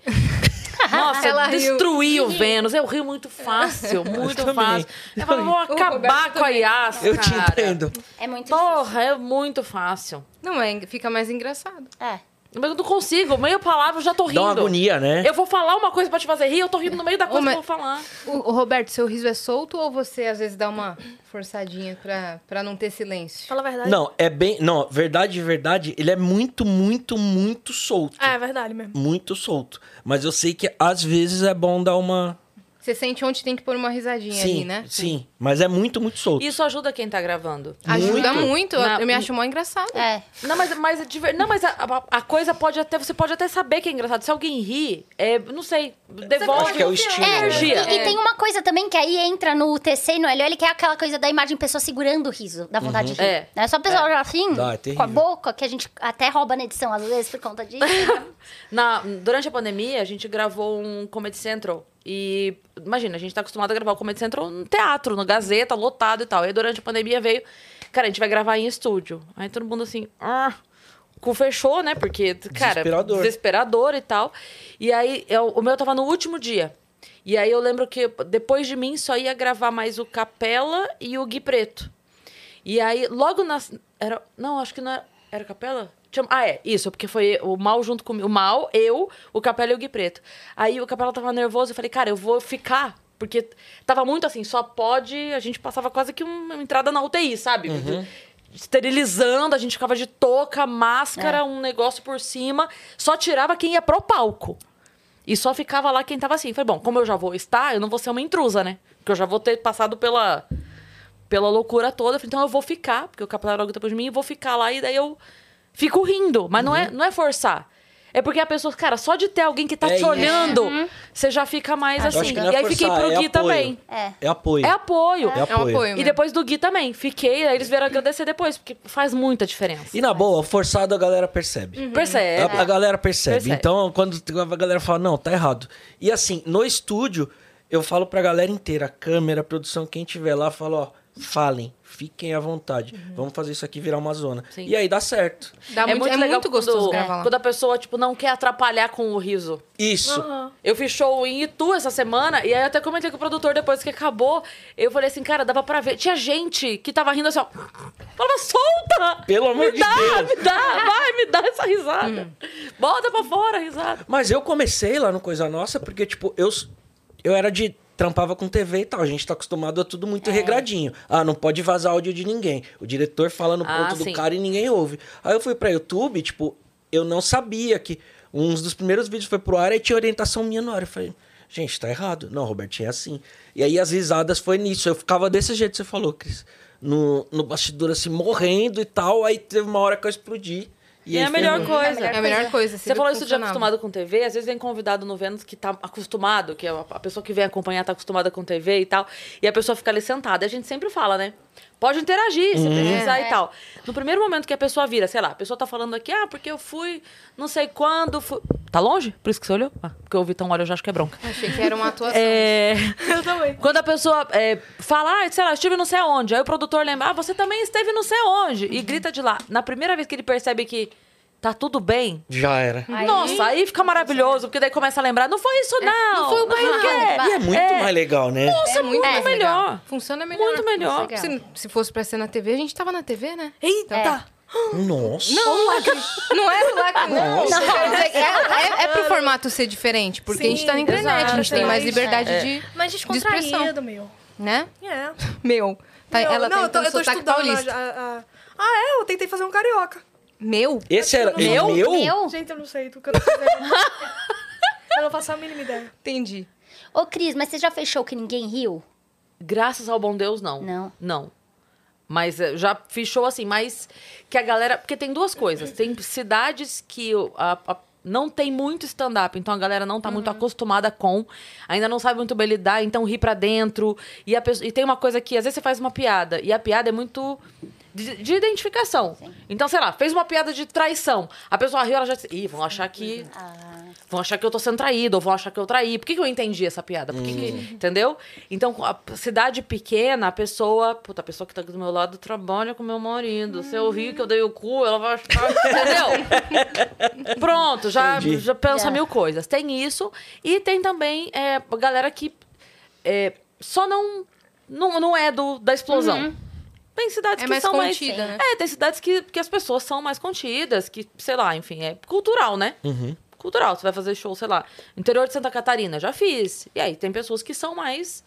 S2: Nossa,
S1: Ela riu.
S2: destruí o Vênus. Eu rio muito fácil, muito
S3: também.
S2: fácil. Eu falava, vou
S1: O
S2: acabar
S1: Roberto
S2: com a Yas,
S3: Eu te
S2: cara.
S3: entendo.
S4: É muito difícil.
S2: Porra, é muito fácil.
S1: Não, é, fica mais engraçado.
S4: É.
S2: Mas eu não consigo, meio palavra eu já tô rindo.
S3: Dá uma agonia, né?
S2: Eu vou falar uma coisa pra te fazer rir, eu tô rindo no meio da coisa
S1: mas-
S2: que eu vou falar.
S1: O, o Roberto, seu riso é solto ou você às vezes dá uma forçadinha pra, pra não ter silêncio?
S5: Fala a verdade.
S3: Não, é bem. Não, verdade, verdade, ele é muito, muito, muito solto.
S5: É, é Ah, verdade mesmo.
S3: Muito solto. Mas eu sei que às vezes é bom dar uma.
S1: Você sente onde tem que pôr uma risadinha
S3: sim,
S1: ali, né?
S3: sim. Mas é muito, muito solto.
S2: Isso ajuda quem tá gravando.
S1: Ajuda
S3: Muito.
S1: muito. eu-
S2: Na-
S1: Eu me acho mó engraçado.
S4: É.
S2: Não, mas, mas, é diver- não, mas a, a- a coisa pode até. Você pode até saber que é engraçado. Se alguém rir, é, não sei, devolve.
S3: Acho que é o estilo.
S4: É,
S2: energia.
S4: E, e tem uma coisa também que aí entra no TC e no LL, que é aquela coisa da imagem pessoa segurando o riso, da vontade
S1: Uhum.
S4: de rir.
S2: É.
S4: É. Só a pessoa olhar assim,
S3: Dá, é
S4: com
S3: terrível.
S4: a boca, que a gente até rouba na edição às vezes por conta disso.
S2: Na- durante a pandemia, a gente gravou um Comedy Central. E imagina, a gente tá acostumado a gravar o Comedy Central no teatro, no Gazeta, lotado e tal. E durante a pandemia veio, cara, a gente vai gravar em estúdio. Aí todo mundo assim, ah, cu fechou, né? Porque, cara,
S3: Desesperador.
S2: desesperador e tal. E aí eu- o meu tava no último dia. E aí eu lembro que depois de mim só ia gravar mais o Capela e o Gui Preto. E aí, logo na. Era, não, acho que não era. Era o Capela? Tinha- ah, é, isso, porque foi o Mal junto comigo. O Mal, eu, o Capela e o Gui Preto. Aí o Capela tava nervoso, eu falei, cara, eu vou ficar. Porque tava muito assim, só pode. A gente passava quase que uma entrada na UTI, sabe? Esterilizando, a gente ficava de touca, máscara,
S3: É.
S2: um negócio por cima. Só tirava quem ia pro palco. E só ficava lá quem tava assim. Falei, bom, como eu já vou estar, eu não vou ser uma intrusa, né? Porque eu já vou ter passado pela pela loucura toda. Eu falei, então eu vou ficar, porque o capilarólogo depois de mim, eu vou ficar lá e daí eu fico rindo. Mas não,
S3: Uhum.
S2: é, não é forçar. É porque a pessoa, cara, só de ter alguém que tá
S3: É
S2: te
S3: isso.
S2: olhando, você já fica mais
S3: Eu
S2: assim.
S3: acho que não é
S2: e aí fiquei
S3: forçar,
S2: pro
S3: é
S2: Gui
S3: apoio.
S2: também.
S4: É.
S3: É apoio.
S2: É apoio.
S3: É
S1: É um apoio.
S2: E
S1: mesmo.
S2: depois do Gui também. Fiquei, aí eles vieram agradecer depois, porque faz muita diferença.
S3: E na boa, forçado a galera percebe.
S1: Uhum.
S2: Percebe?
S3: A, a galera percebe.
S2: É. Percebe.
S3: Então, quando a galera fala, não, tá errado. E assim, no estúdio, eu falo pra galera inteira, a câmera, a produção, quem tiver lá, fala, ó, falem, fiquem à vontade. Vamos fazer isso aqui virar uma zona.
S2: Uhum. Sim.
S3: E aí dá certo.
S1: Dá muito, é muito gostoso
S2: quando,
S1: gravar lá.
S2: quando a pessoa, tipo, não quer atrapalhar com o riso.
S3: Isso.
S5: Aham.
S2: Eu fiz show em Itu essa semana, e aí eu até comentei com o produtor depois que acabou. Eu falei assim, cara, dava pra ver. Tinha gente que tava rindo assim, ó. Falava, solta!
S3: Pelo amor
S2: me
S3: de
S2: dá,
S3: Deus.
S2: Me dá, vai, me dá essa risada.
S1: Uhum.
S2: Bota pra fora a risada.
S3: Mas eu comecei lá no Coisa Nossa porque, tipo, eu, eu era de. Trampava com TV e tal. A gente tá acostumado a tudo
S2: É.
S3: muito regradinho. Ah, não pode vazar áudio de ninguém. O diretor fala no
S2: Ah,
S3: ponto do
S2: sim.
S3: cara e ninguém ouve. Aí eu fui pra YouTube, tipo, eu não sabia que. Um dos primeiros vídeos foi pro ar e tinha orientação minha no ar. Eu falei, gente, tá errado. Não, Robertinho, é assim. E aí as risadas foi nisso. Eu ficava desse jeito que você falou, Cris. No, no bastidor, assim, morrendo e tal. Aí teve uma hora que eu explodi. E
S2: E é
S3: aí
S2: a
S3: foi
S2: melhor
S3: muito-
S2: coisa.
S1: É a melhor coisa.
S2: Você falou isso de
S1: funcionava.
S2: acostumado com TV, às vezes vem convidado no Vênus que tá acostumado, que é a a pessoa que vem acompanhar tá acostumada com TV e tal, e a pessoa fica ali sentada. A gente sempre fala, né? Pode interagir, se precisar
S1: É.
S2: e tal. No primeiro momento que a pessoa vira, sei lá, a pessoa tá falando aqui, ah, porque eu fui, não sei quando, fui... Tá longe? Por isso que você olhou? Ah, porque eu ouvi tão olho, eu já acho que é bronca.
S1: Achei que era uma atuação.
S2: É...
S5: Eu também.
S2: Quando a pessoa é, fala, ah, sei lá, estive não sei onde, aí o produtor lembra, ah, você também esteve não sei onde, e grita de lá. Na primeira vez que ele percebe que tá tudo bem,
S3: Já era.
S2: nossa, aí fica maravilhoso, porque daí começa a lembrar, não foi isso não.
S1: É, não foi o baile,
S2: quê?
S1: não.
S3: E é muito
S2: É.
S3: mais legal, né?
S2: Nossa,
S1: É muito
S2: muito
S1: mais
S2: melhor.
S1: legal. Funciona melhor.
S2: Muito melhor.
S1: Se, se fosse pra ser na TV, a gente tava na TV, né?
S5: Eita!
S3: Nossa.
S1: Não, não é lá que não.
S3: Nossa.
S1: Quer dizer que É, é, é pro formato ser diferente, porque a gente tá na internet, a gente
S5: exato,
S1: tem mais
S5: é.
S1: liberdade de,
S5: Mas descontraído,
S1: expressão.
S5: meu.
S1: né?
S5: É.
S1: Meu, tá,
S5: Meu,
S1: ela
S5: não,
S1: tá
S5: eu tô,
S1: entrando
S5: eu tô
S1: sotaque
S5: estudando
S1: paulista.
S5: a- a- a- Ah, é? Eu tentei fazer um carioca.
S1: Meu?
S3: Esse era
S2: Meu?
S3: meu?
S4: Meu?
S5: Gente, eu não sei do que eu tô fazendo. eu não faço a mínima ideia.
S1: Entendi.
S4: Ô, Cris, mas você já fechou que ninguém riu?
S2: Graças ao bom Deus, não.
S4: Não.
S2: Não. Mas é, já fechou assim, mas que a galera. Porque tem duas coisas. Tem cidades que o- a- a- não tem muito stand-up, então a galera não tá muito acostumada com, ainda não sabe muito bem lidar, então ri pra dentro. E, a pessoa- e tem uma coisa que às vezes você faz uma piada, e a piada é muito. De, de identificação. Então, sei lá, fez uma piada de traição. A pessoa riu, ela já disse. Ih, vão achar que. Vão achar que eu tô sendo traído, ou vão achar que eu traí. Por que, que eu entendi essa piada? Por que que- Entendeu? Então, com a p- cidade pequena, a pessoa. Puta, a pessoa que tá aqui do meu lado trabalha com meu marido. Se eu rir que eu dei o cu, ela vai achar. Entendeu? Pronto, já,
S3: Entendi.
S2: já pensa
S4: Já.
S2: mil coisas. Tem isso. E tem também é, a galera que é, só não, não. Não é do, da explosão. Tem cidades
S1: É
S2: que
S1: mais
S2: são
S1: contida,
S2: mais.
S1: né?
S2: É, tem cidades que, que as pessoas são mais contidas, que, sei lá, enfim, é cultural, né? Cultural. Você vai fazer show, sei lá, interior de Santa Catarina, já fiz. E aí, tem pessoas que são mais.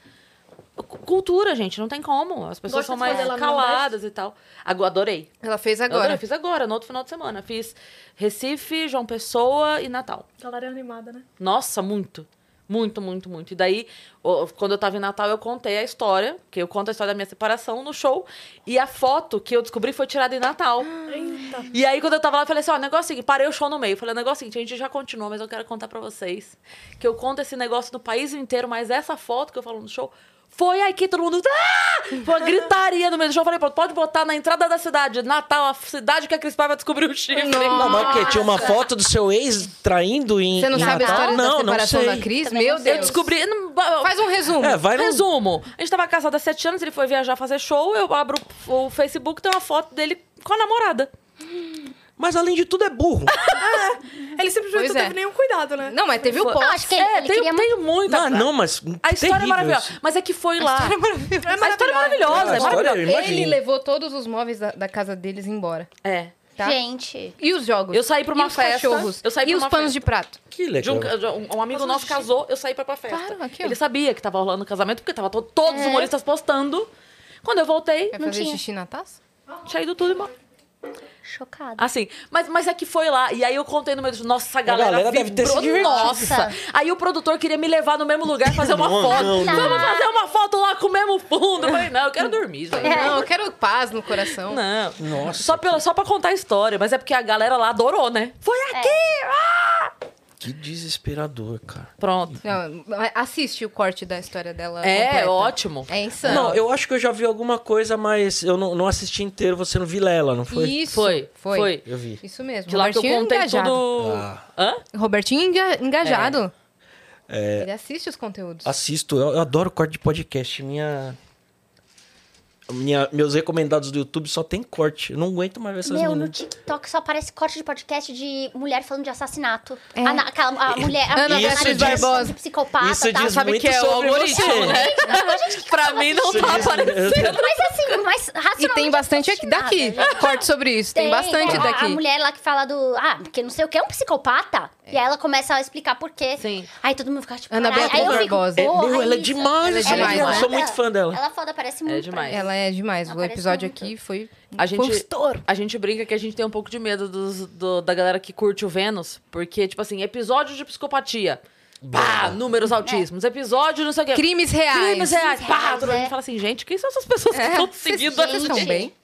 S2: cu- Cultura, gente, não tem como. As pessoas
S5: Gosta
S2: são
S5: de
S2: mais
S5: fazer lá no
S2: caladas e tal. Agora, adorei.
S1: Ela fez
S2: Eu Adorei,
S1: agora.
S2: fiz agora, no outro final de semana. Fiz Recife, João Pessoa e Natal.
S5: Galera animada, né?
S2: Nossa, muito. Muito, muito, muito. E daí, ô, quando eu tava em Natal, eu contei a história, que eu conto a história da minha separação no show. E a foto que eu descobri foi tirada em Natal.
S5: Eita.
S2: E aí, quando eu tava lá, eu falei assim: ó, negócio seguinte, parei o show no meio. Falei, o negócio seguinte, a gente já continuou, mas eu quero contar pra vocês que eu conto esse negócio do país inteiro, mas essa foto que eu falo no show. Foi aí que todo mundo. Ah! Foi uma gritaria no meio do show. Eu falei, pronto, pode botar na entrada da cidade, Natal, a cidade que a Cris Paiva vai descobrir o chifre.
S3: Não, mas porque tinha uma foto do seu ex traindo em.
S1: Você não
S3: em
S2: tá?
S1: sabe a
S3: Natal?
S1: história
S3: não,
S1: da separação
S3: não sei.
S1: da Cris?
S4: Também
S1: Meu
S4: não sei.
S1: Deus.
S2: Eu descobri. não-
S1: Faz um resumo.
S3: É, vai no-
S2: Resumo. A gente tava casado há sete anos, ele foi viajar fazer show, eu abro o Facebook, tem uma foto dele com a namorada.
S3: Mas além de tudo é burro.
S5: Ele simplesmente
S1: Pois
S5: não
S1: é.
S5: teve nenhum cuidado, né?
S1: Não, mas teve o
S2: Foi-
S1: post.
S4: Acho que ele,
S2: é,
S4: ele
S2: tem,
S1: um
S4: queria
S2: tem muita.
S3: Ah, não, não, mas.
S2: tá. A história é
S3: terrível
S2: maravilhosa.
S3: isso.
S2: Mas é que foi lá. A história é maravilhosa.
S3: A
S2: É
S3: história,
S2: maravilhosa.
S3: eu
S1: Ele
S3: imagino.
S1: levou todos os móveis da, da casa deles embora.
S2: É.
S1: Tá?
S4: Gente.
S1: E os jogos?
S2: Eu saí pra
S1: e
S2: uma
S1: os
S2: festa.
S1: cachorros?
S2: Eu saí
S1: e
S2: pra
S1: os
S2: uma
S1: panos
S2: festa.
S1: de prato?
S3: Que
S2: De
S3: legal.
S2: um, de um- um amigo nosso casou, eu saí pra ir pra festa.
S1: Claro, aqui, ó. É.
S2: ele sabia que tava rolando o casamento, porque tava to- todos os humoristas postando. Quando eu voltei,
S1: Quer
S4: Não
S1: fazer
S4: tinha.
S1: xixi na taça?
S2: saí do tudo e mal.
S4: Chocada.
S1: Ah,
S2: Assim, mas, mas é que foi lá. E aí eu contei no meio do. Nossa, a galera,
S3: galera deve ter se
S2: vibrou.
S3: divertido.
S2: Nossa. Aí o produtor queria me levar no mesmo lugar e fazer uma
S3: Não,
S2: foto.
S3: não, não.
S2: Vamos fazer uma foto lá com o mesmo fundo. Eu falei, não, eu quero dormir, gente.
S1: Não, eu quero paz no coração.
S2: É. Não.
S3: Nossa.
S2: Só, pela, só pra contar a história, mas é porque a galera lá adorou, né? Foi aqui! Ah!
S3: Que desesperador, cara.
S2: Pronto.
S1: Não, mas assiste o corte da história dela.
S2: É,
S1: completa.
S2: ótimo.
S1: É insano.
S3: Não, eu acho que eu já vi alguma coisa, mas eu não, não assisti inteiro você no Vilela, não foi?
S1: Isso.
S2: Foi,
S1: Foi.
S2: foi.
S3: Eu vi.
S1: Isso mesmo.
S2: De lá que eu
S1: Robertinho é
S2: contei
S1: engajado.
S2: tudo.
S3: Ah.
S2: Hã?
S1: Robertinho enga- engajado.
S2: É.
S1: Ele assiste os conteúdos.
S3: Assisto, eu, eu adoro corte de podcast. Minha, minha, meus recomendados do YouTube só tem corte. Eu não aguento mais ver essas
S4: Meu, no
S3: meninas.
S4: TikTok só aparece corte de podcast de mulher falando de assassinato.
S1: É.
S4: A, na- aquela- a mulher. A
S1: Ana
S4: mulher
S3: Isso
S1: Beatriz
S3: diz-
S1: Barbosa.
S4: Psicopata,
S3: Isso
S4: tá?
S3: diz
S2: sabe
S3: muito
S2: que é o
S3: sobre
S2: algoritmo,
S3: você.
S2: né? pra mim não
S3: Isso
S2: tá
S3: diz-
S2: aparecendo.
S4: Mas assim, mas racionalmente.
S1: E tem bastante aqui, daqui.
S4: assassinato, gente.
S1: Corte sobre isso. Tem, bastante
S4: é,
S1: daqui.
S4: A mulher lá que fala do. Ah, porque não sei o que é um psicopata. E aí ela começa a explicar por quê.
S2: Sim.
S4: Aí todo mundo fica tipo.
S1: É. Ana
S4: caralho.
S1: Beatriz
S4: aí eu fico,
S1: Barbosa.
S3: É,
S4: porra,
S3: meu, ela é
S4: isso.
S3: demais,
S1: Ela é
S3: ela é
S1: demais,
S3: Eu sou
S4: né?
S3: muito fã dela.
S4: Ela é foda, parece muito. pra
S2: demais.
S4: mim.
S1: Ela é demais. O
S4: Aparece
S1: episódio
S4: muito.
S1: aqui foi.
S2: A gente,
S1: foi um estouro.
S2: a gente brinca que a gente tem um pouco de medo dos- do- da galera que curte o Vênus, porque, tipo assim, episódio de psicopatia. Pá, números
S1: É.
S2: altíssimos. Episódio, não sei o quê.
S1: Crimes reais.
S2: Crimes reais. Pá,
S4: reais,
S2: todo mundo
S4: é.
S2: fala assim, gente, quem são essas pessoas que
S1: É,
S2: estão
S1: vocês-
S2: seguindo
S1: vocês
S2: a
S1: estão
S2: gente?
S1: bem.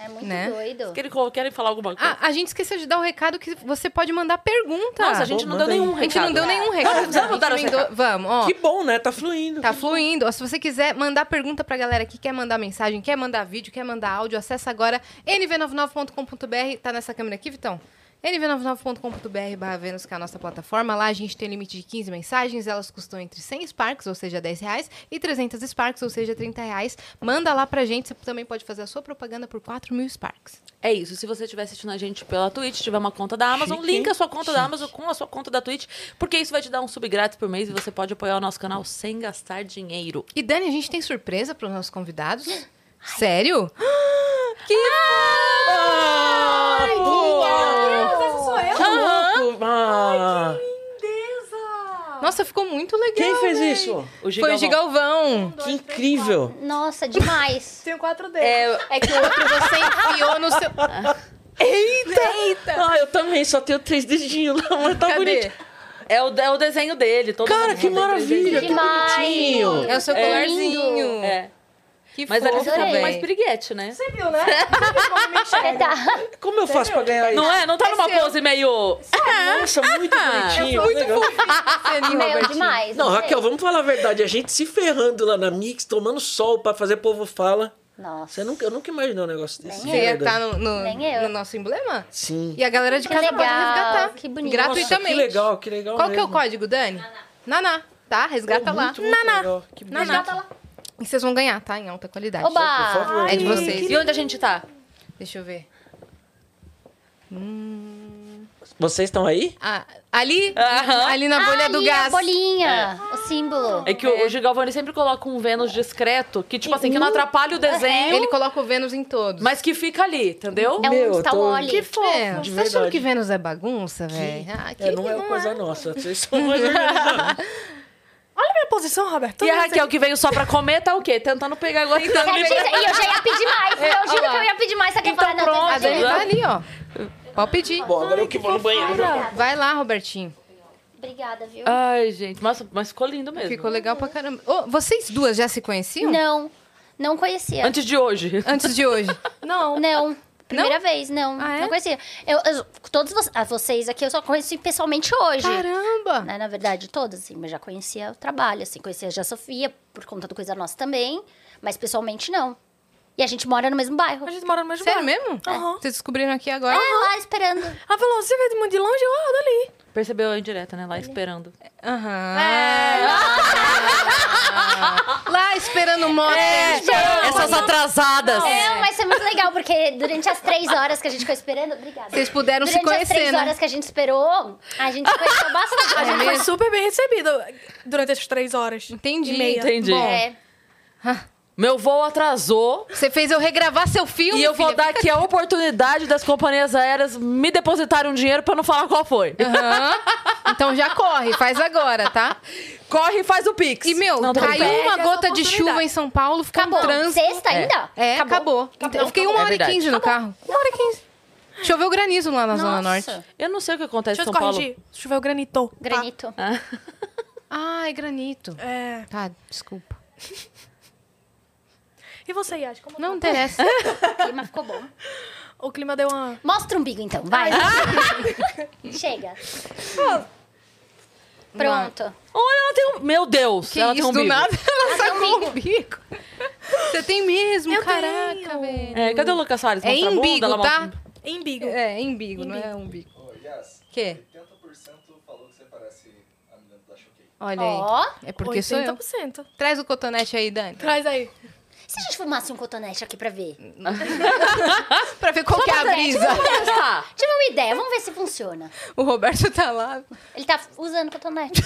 S4: É muito
S1: Né?
S4: doido.
S2: Querem, querem falar alguma coisa?
S1: Ah, a gente esqueceu de dar o recado que você pode mandar pergunta.
S2: Nossa, a gente
S3: Pô,
S2: não
S3: manda
S2: deu
S3: aí.
S2: nenhum
S1: tá. A gente
S2: recado.
S1: não deu nenhum recado.
S2: Vamos,
S1: A
S2: vamos
S1: gente
S2: dar os
S1: emendou-
S2: recados.
S1: Vamos, ó.
S3: Que bom, né? Tá fluindo.
S1: Tá fluindo. Ó, Se você quiser mandar pergunta pra galera que quer mandar mensagem, quer mandar vídeo, quer mandar áudio, acessa agora nv99.com.br. Tá nessa câmera aqui, Vitão? nv99.com.br barra Vênus, que é a nossa plataforma. Lá a gente tem limite de 15 mensagens, elas custam entre 100 Sparks, ou seja, 10 reais, e 300 Sparks, ou seja, 30 reais. Manda lá pra gente, você também pode fazer a sua propaganda por 4 mil Sparks.
S2: É isso. Se você estiver assistindo a gente pela Twitch, tiver uma conta da Amazon,
S3: Chique,
S2: linka a sua conta da Amazon com a sua conta da Twitch, porque isso vai te dar um sub grátis por mês e você pode apoiar o nosso canal sem gastar dinheiro.
S1: E Dani, a gente tem surpresa pros nossos convidados? Sério?
S2: Que
S3: Ah, pô!
S5: Essa sou eu.
S3: Que louco! Ah,
S1: Nossa, ficou muito legal.
S3: quem fez
S1: né?
S3: isso?
S2: O
S1: Foi o Gigalvão.
S3: Que incrível!
S4: Nossa, demais.
S5: Tenho quatro dedos.
S1: É que o outro você enfiou no seu.
S3: Ah, eu também, só tenho três dedinhos lá, mas tá
S1: Cadê?
S3: bonito.
S2: É o, é o desenho dele. Todo
S3: Cara,
S2: mundo
S3: que
S2: tem três
S3: maravilha! Que
S4: Demais.
S3: bonitinho!
S1: É o seu
S4: É.
S1: colarzinho.
S2: desenhos. É.
S1: Que
S2: Mas ali
S1: fofo,
S2: você tá com
S4: Adorei.
S2: mais
S1: velho.
S2: piriguete, né?
S5: Você viu, né? Você viu como me enxerga?
S4: Tá.
S3: Como eu faço pra ganhar isso?
S2: Não é? Não tá numa
S1: seu.
S2: pose meio.
S3: Nossa, muito bonitinho. legal.
S4: Meu, demais.
S3: Não,
S4: gostei.
S3: Raquel, vamos falar a verdade. A gente se ferrando lá na Mix, tomando sol pra fazer povo fala.
S4: Nossa.
S3: Você nunca, eu nunca imaginei um negócio desse.
S1: Você
S3: de
S1: ia
S3: verdade.
S1: estar no, no-
S4: Nem eu.
S1: no nosso emblema?
S3: Sim.
S1: E a galera de
S4: Que
S1: casa pode
S4: legal,
S1: resgatar.
S4: que bonito.
S3: Nossa,
S1: Gratuitamente.
S3: que legal, que legal.
S1: Qual que é o
S3: mesmo.
S1: código, Dani? Naná. Tá? Resgata
S3: Pô,
S1: lá.
S3: muito, muito legal. Que bonito.
S1: Naná. E vocês vão ganhar, tá? Em alta qualidade.
S3: Por
S4: Oba!
S3: favor.
S1: É de vocês.
S2: E onde a gente tá?
S1: Deixa eu ver.
S3: Vocês estão aí?
S1: Ah, ali,
S2: Aham.
S1: ali na bolha
S4: Ali,
S1: do gás.
S4: A bolinha, o símbolo.
S2: É que o o Gigalvani sempre coloca um Vênus discreto, que, tipo assim, que não atrapalha o desenho,
S1: Ele coloca o Vênus em todos.
S2: mas que fica ali, entendeu?
S4: É
S3: Meu,
S4: um
S3: eu
S4: Star
S3: tô-
S4: Wars.
S1: que fofo. É,
S3: De
S1: você achando
S3: verdade.
S1: que Vênus é bagunça, velho? Ah, que
S3: É, não é
S1: não
S3: coisa nossa. Vocês são mais organizados.
S5: Olha a minha posição, Roberto.
S2: E a Raquel que veio só pra comer tá o quê? um Tentando pegar agora.
S4: Quer pedir- E eu já ia pedir
S1: É,
S4: mais. eu juro que eu ia pedir mais. Você
S1: Então
S4: quer falar? Não, tô
S1: A Dani
S4: exagerando.
S1: tá ali, ó. Pode pedir.
S3: Bom, agora eu que vou no banheiro.
S1: Vai lá, Robertinho.
S4: Obrigada, viu?
S1: Ah,
S2: Ai, gente. Nossa, mas ficou lindo mesmo.
S1: Ficou legal pra caramba. Ô, vocês duas já se conheciam?
S4: Não, não conhecia.
S2: Antes de hoje.
S1: Antes de hoje.
S5: Não.
S4: Não. Primeira vez, não.
S1: Ah, é?
S4: Não conhecia. Eu, eu- todos vo- ah, vocês aqui eu só conheci pessoalmente hoje.
S1: Caramba!
S4: Né? Na verdade, todas, assim, mas já conhecia o trabalho, assim, conhecia já a Sofia, por conta do Coisa Nossa também, mas pessoalmente não. E a gente mora no mesmo bairro.
S5: A gente mora no mesmo
S1: Sério
S5: bairro.
S1: mesmo?
S5: Aham.
S1: Vocês descobriram aqui agora?
S4: É, lá esperando.
S5: Ela falou, você veio de muito de longe? Eu, ah, dali.
S2: Percebeu a indireta, né? Lá esperando.
S1: Aham. Lá esperando o moto. né?
S2: Essas atrasadas.
S1: É.
S4: Não, É, mas foi muito legal, porque durante as três horas que a gente ficou esperando... Obrigada.
S1: Vocês puderam
S4: durante
S1: se conhecer,
S4: as três
S1: né?
S4: horas que a gente esperou, a gente se conheceu bastante.
S5: A gente foi
S1: mesmo?
S5: super bem recebida durante essas três horas.
S1: Entendi.
S5: E meia.
S2: Entendi.
S1: Bom,
S4: É.
S2: Meu voo atrasou.
S1: você fez eu regravar seu filme.
S2: E eu vou
S1: filha.
S2: dar aqui a oportunidade das companhias aéreas me depositarem um dinheiro pra eu não falar qual foi.
S1: Aham. Então já corre, faz agora, tá?
S2: Corre e faz o Pix.
S1: E, meu,
S2: Não tem
S1: caiu
S2: pé.
S1: uma gota
S5: essa
S1: de
S5: oportunidade.
S1: chuva em São Paulo, ficou
S4: Acabou.
S1: um trânsito.
S4: Sexta ainda?
S1: É, acabou. eu fiquei uma
S2: É
S1: hora
S2: verdade.
S1: e quinze no carro. Uma hora e quinze. Choveu granizo lá na Zona
S4: Nossa.
S1: Norte.
S2: Eu não sei o que acontece em
S5: Deixa
S2: São
S5: eu te
S2: Paulo.
S5: corrigir. Choveu granito. tá?
S4: Granito.
S1: Ai, granito.
S5: É.
S1: Tá, desculpa.
S5: E você, Yas? Como
S1: Não
S5: tá?
S1: interessa.
S4: O clima ficou bom.
S5: O clima deu uma...
S4: Mostra o umbigo, então, vai. Chega. Pronto.
S2: Olha, ela tem um... Meu Deus.
S1: Que
S2: ela tem
S1: isso,
S2: um
S1: do
S2: bico.
S1: nada ela
S4: tem um
S1: sacou um bico. Você tem mesmo,
S5: Eu
S1: caraca,
S5: tenho.
S1: velho.
S2: É, cadê o Lucas Salles?
S1: É
S2: Mostra a bunda,
S1: embigo,
S2: ela mostra-
S1: tá?
S5: Embigo.
S1: É, embigo, não é umbigo. Que?
S6: 80% falou que você parece a menina da Choquei.
S1: Olha aí.
S4: Ó.
S1: É porque sou eu.
S5: 80%.
S1: Traz o cotonete aí, Dani.
S5: Traz aí.
S4: Se a gente fumasse um cotonete aqui pra ver? Tive
S1: Pra ver qual que é a brisa.
S2: Tá.
S4: uma ideia, vamos ver se funciona.
S1: O Roberto tá lá.
S4: Ele tá usando cotonete.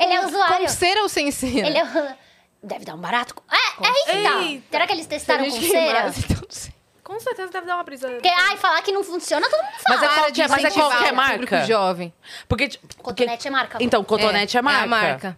S4: ele é usuário.
S1: Com cera ou sem cera?
S4: Ele é... Deve dar um barato. É, é isso que
S5: Eita.
S4: tá. Será que eles
S1: Se a
S4: testaram com
S1: gente
S4: cera?
S1: queimasse, então não sei.
S5: Com certeza deve dar uma brisa.
S4: Porque, ai, falar que não funciona, todo mundo fala.
S2: Mas é
S1: Para de
S2: qualquer, mas é
S1: incentivar
S2: qualquer
S1: o Ah, público
S2: marca.
S1: jovem.
S2: Porque, tipo, porque-
S4: Cotonete é marca.
S2: Então, cotonete é, marca.
S1: É a marca.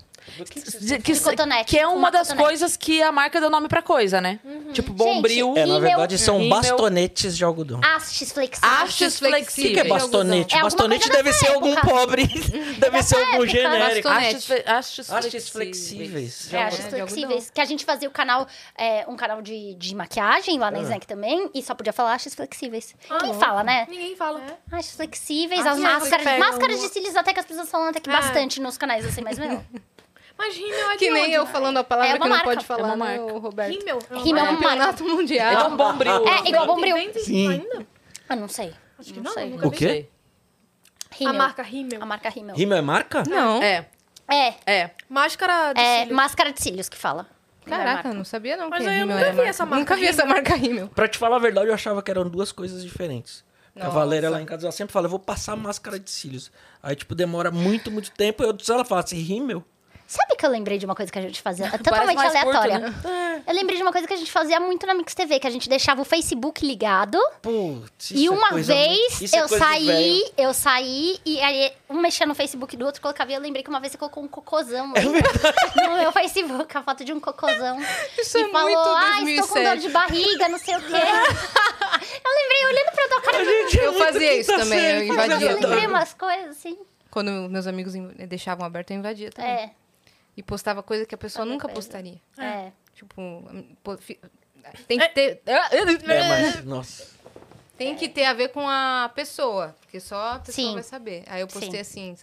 S2: Que, que-
S4: cotonete,
S2: que é uma
S4: fumar
S2: das
S4: cotonete. Uhum.
S2: coisas que a marca deu nome pra coisa, né? Tipo, bombril.
S3: É,
S4: Rímel.
S3: na verdade, são
S2: Rímel.
S3: bastonetes de algodão.
S4: Hastes flexíveis.
S2: Hastes
S3: O que, que é
S2: flexíveis.
S3: bastonete?
S4: É alguma
S3: bastonete
S4: coisa
S3: deve
S4: dessa
S3: ser algum
S4: época.
S3: pobre, deve ser algum
S4: época.
S3: genérico.
S1: Bastonete.
S2: Hastes fe- hastes
S3: Hastes flexíveis.
S4: É, as
S1: É, de
S4: flexíveis.
S1: algodão.
S4: Que a gente fazia o canal, é, um canal de, de maquiagem
S1: Ah.
S4: lá na Zenk também, e só podia falar achas flexíveis. Quem fala, né?
S5: Ninguém fala.
S1: É.
S4: Achas flexíveis,
S5: Ah,
S4: as
S5: sim,
S4: máscaras.
S5: elas pegam
S4: Máscaras de cílios até que as pessoas falam até que
S5: É.
S4: bastante nos canais assim, mas não.
S5: Mas rímel é de
S1: Que nem
S5: onde?
S1: eu falando a palavra
S4: É
S1: que
S4: uma
S1: não
S4: marca.
S1: pode falar,
S2: É uma
S1: né,
S2: marca.
S1: o Roberto?
S5: Rímel.
S4: Rímel é uma marca.
S1: Campeonato Mundial.
S2: É um bombril.
S4: É, igual bombril.
S5: Tem, tem,
S3: Sim.
S5: ainda?
S4: Ah, não sei.
S5: Acho que não.
S4: sei.
S5: nunca
S3: O
S5: vi.
S3: quê?
S5: A
S4: Rímel.
S5: marca rímel.
S4: A marca Rímel.
S3: Rímel é marca?
S1: Não.
S2: É,
S4: É,
S2: é.
S5: Máscara de
S4: é
S5: cílios.
S4: máscara de cílios que fala. Não é
S1: Caraca,
S4: marca.
S1: não sabia não
S5: Mas
S1: que
S5: aí eu
S1: Rimmel
S5: nunca
S1: era
S5: vi
S1: marca.
S5: essa marca
S1: Nunca vi essa marca Rimmel.
S3: Pra te falar a verdade, eu achava que eram duas coisas diferentes. Porque A
S1: Nossa.
S3: Valéria lá em casa, ela sempre fala, eu vou passar máscara de cílios. Aí, tipo, demora muito, muito tempo. Eu, se ela fala assim, rímel?
S4: Sabe que eu lembrei de uma coisa que a gente fazia? É Totalmente
S2: mais curto,
S4: aleatória.
S2: né?
S5: É.
S4: Eu lembrei de uma coisa que a gente fazia muito na Mix TV, que a gente deixava o Facebook ligado.
S3: Putz,
S4: E
S3: isso é
S4: uma
S3: coisa
S4: vez
S3: muito- isso é
S4: eu
S3: coisa de
S4: saí,
S3: velho.
S4: eu saí, e aí um mexia no Facebook do outro, colocava, e eu lembrei que uma vez você colocou um cocôzão
S3: É
S4: aí no meu Facebook, a foto de um cocôzão.
S1: Isso
S4: e
S1: é
S4: falou,
S1: muito
S4: ah, estou com dor
S1: 2007.
S4: de barriga, não sei o quê. eu lembrei, olhando pra tua cara, "Ah,
S1: Eu fazia isso
S3: É quinta
S1: também, eu
S3: série, coisa
S1: invadia.
S4: eu lembrei
S3: aleatória.
S4: umas coisas, assim.
S1: Quando meus amigos in- deixavam aberto, eu invadia também.
S4: É,
S1: E postava coisa que a pessoa nunca
S4: coisa.
S1: postaria.
S4: é.
S1: Tipo, pô, fi- tem que ter...
S3: É, mas, nossa.
S1: Tem que ter a ver com a pessoa, porque só a pessoa
S4: Sim.
S1: vai saber. Aí eu postei assim,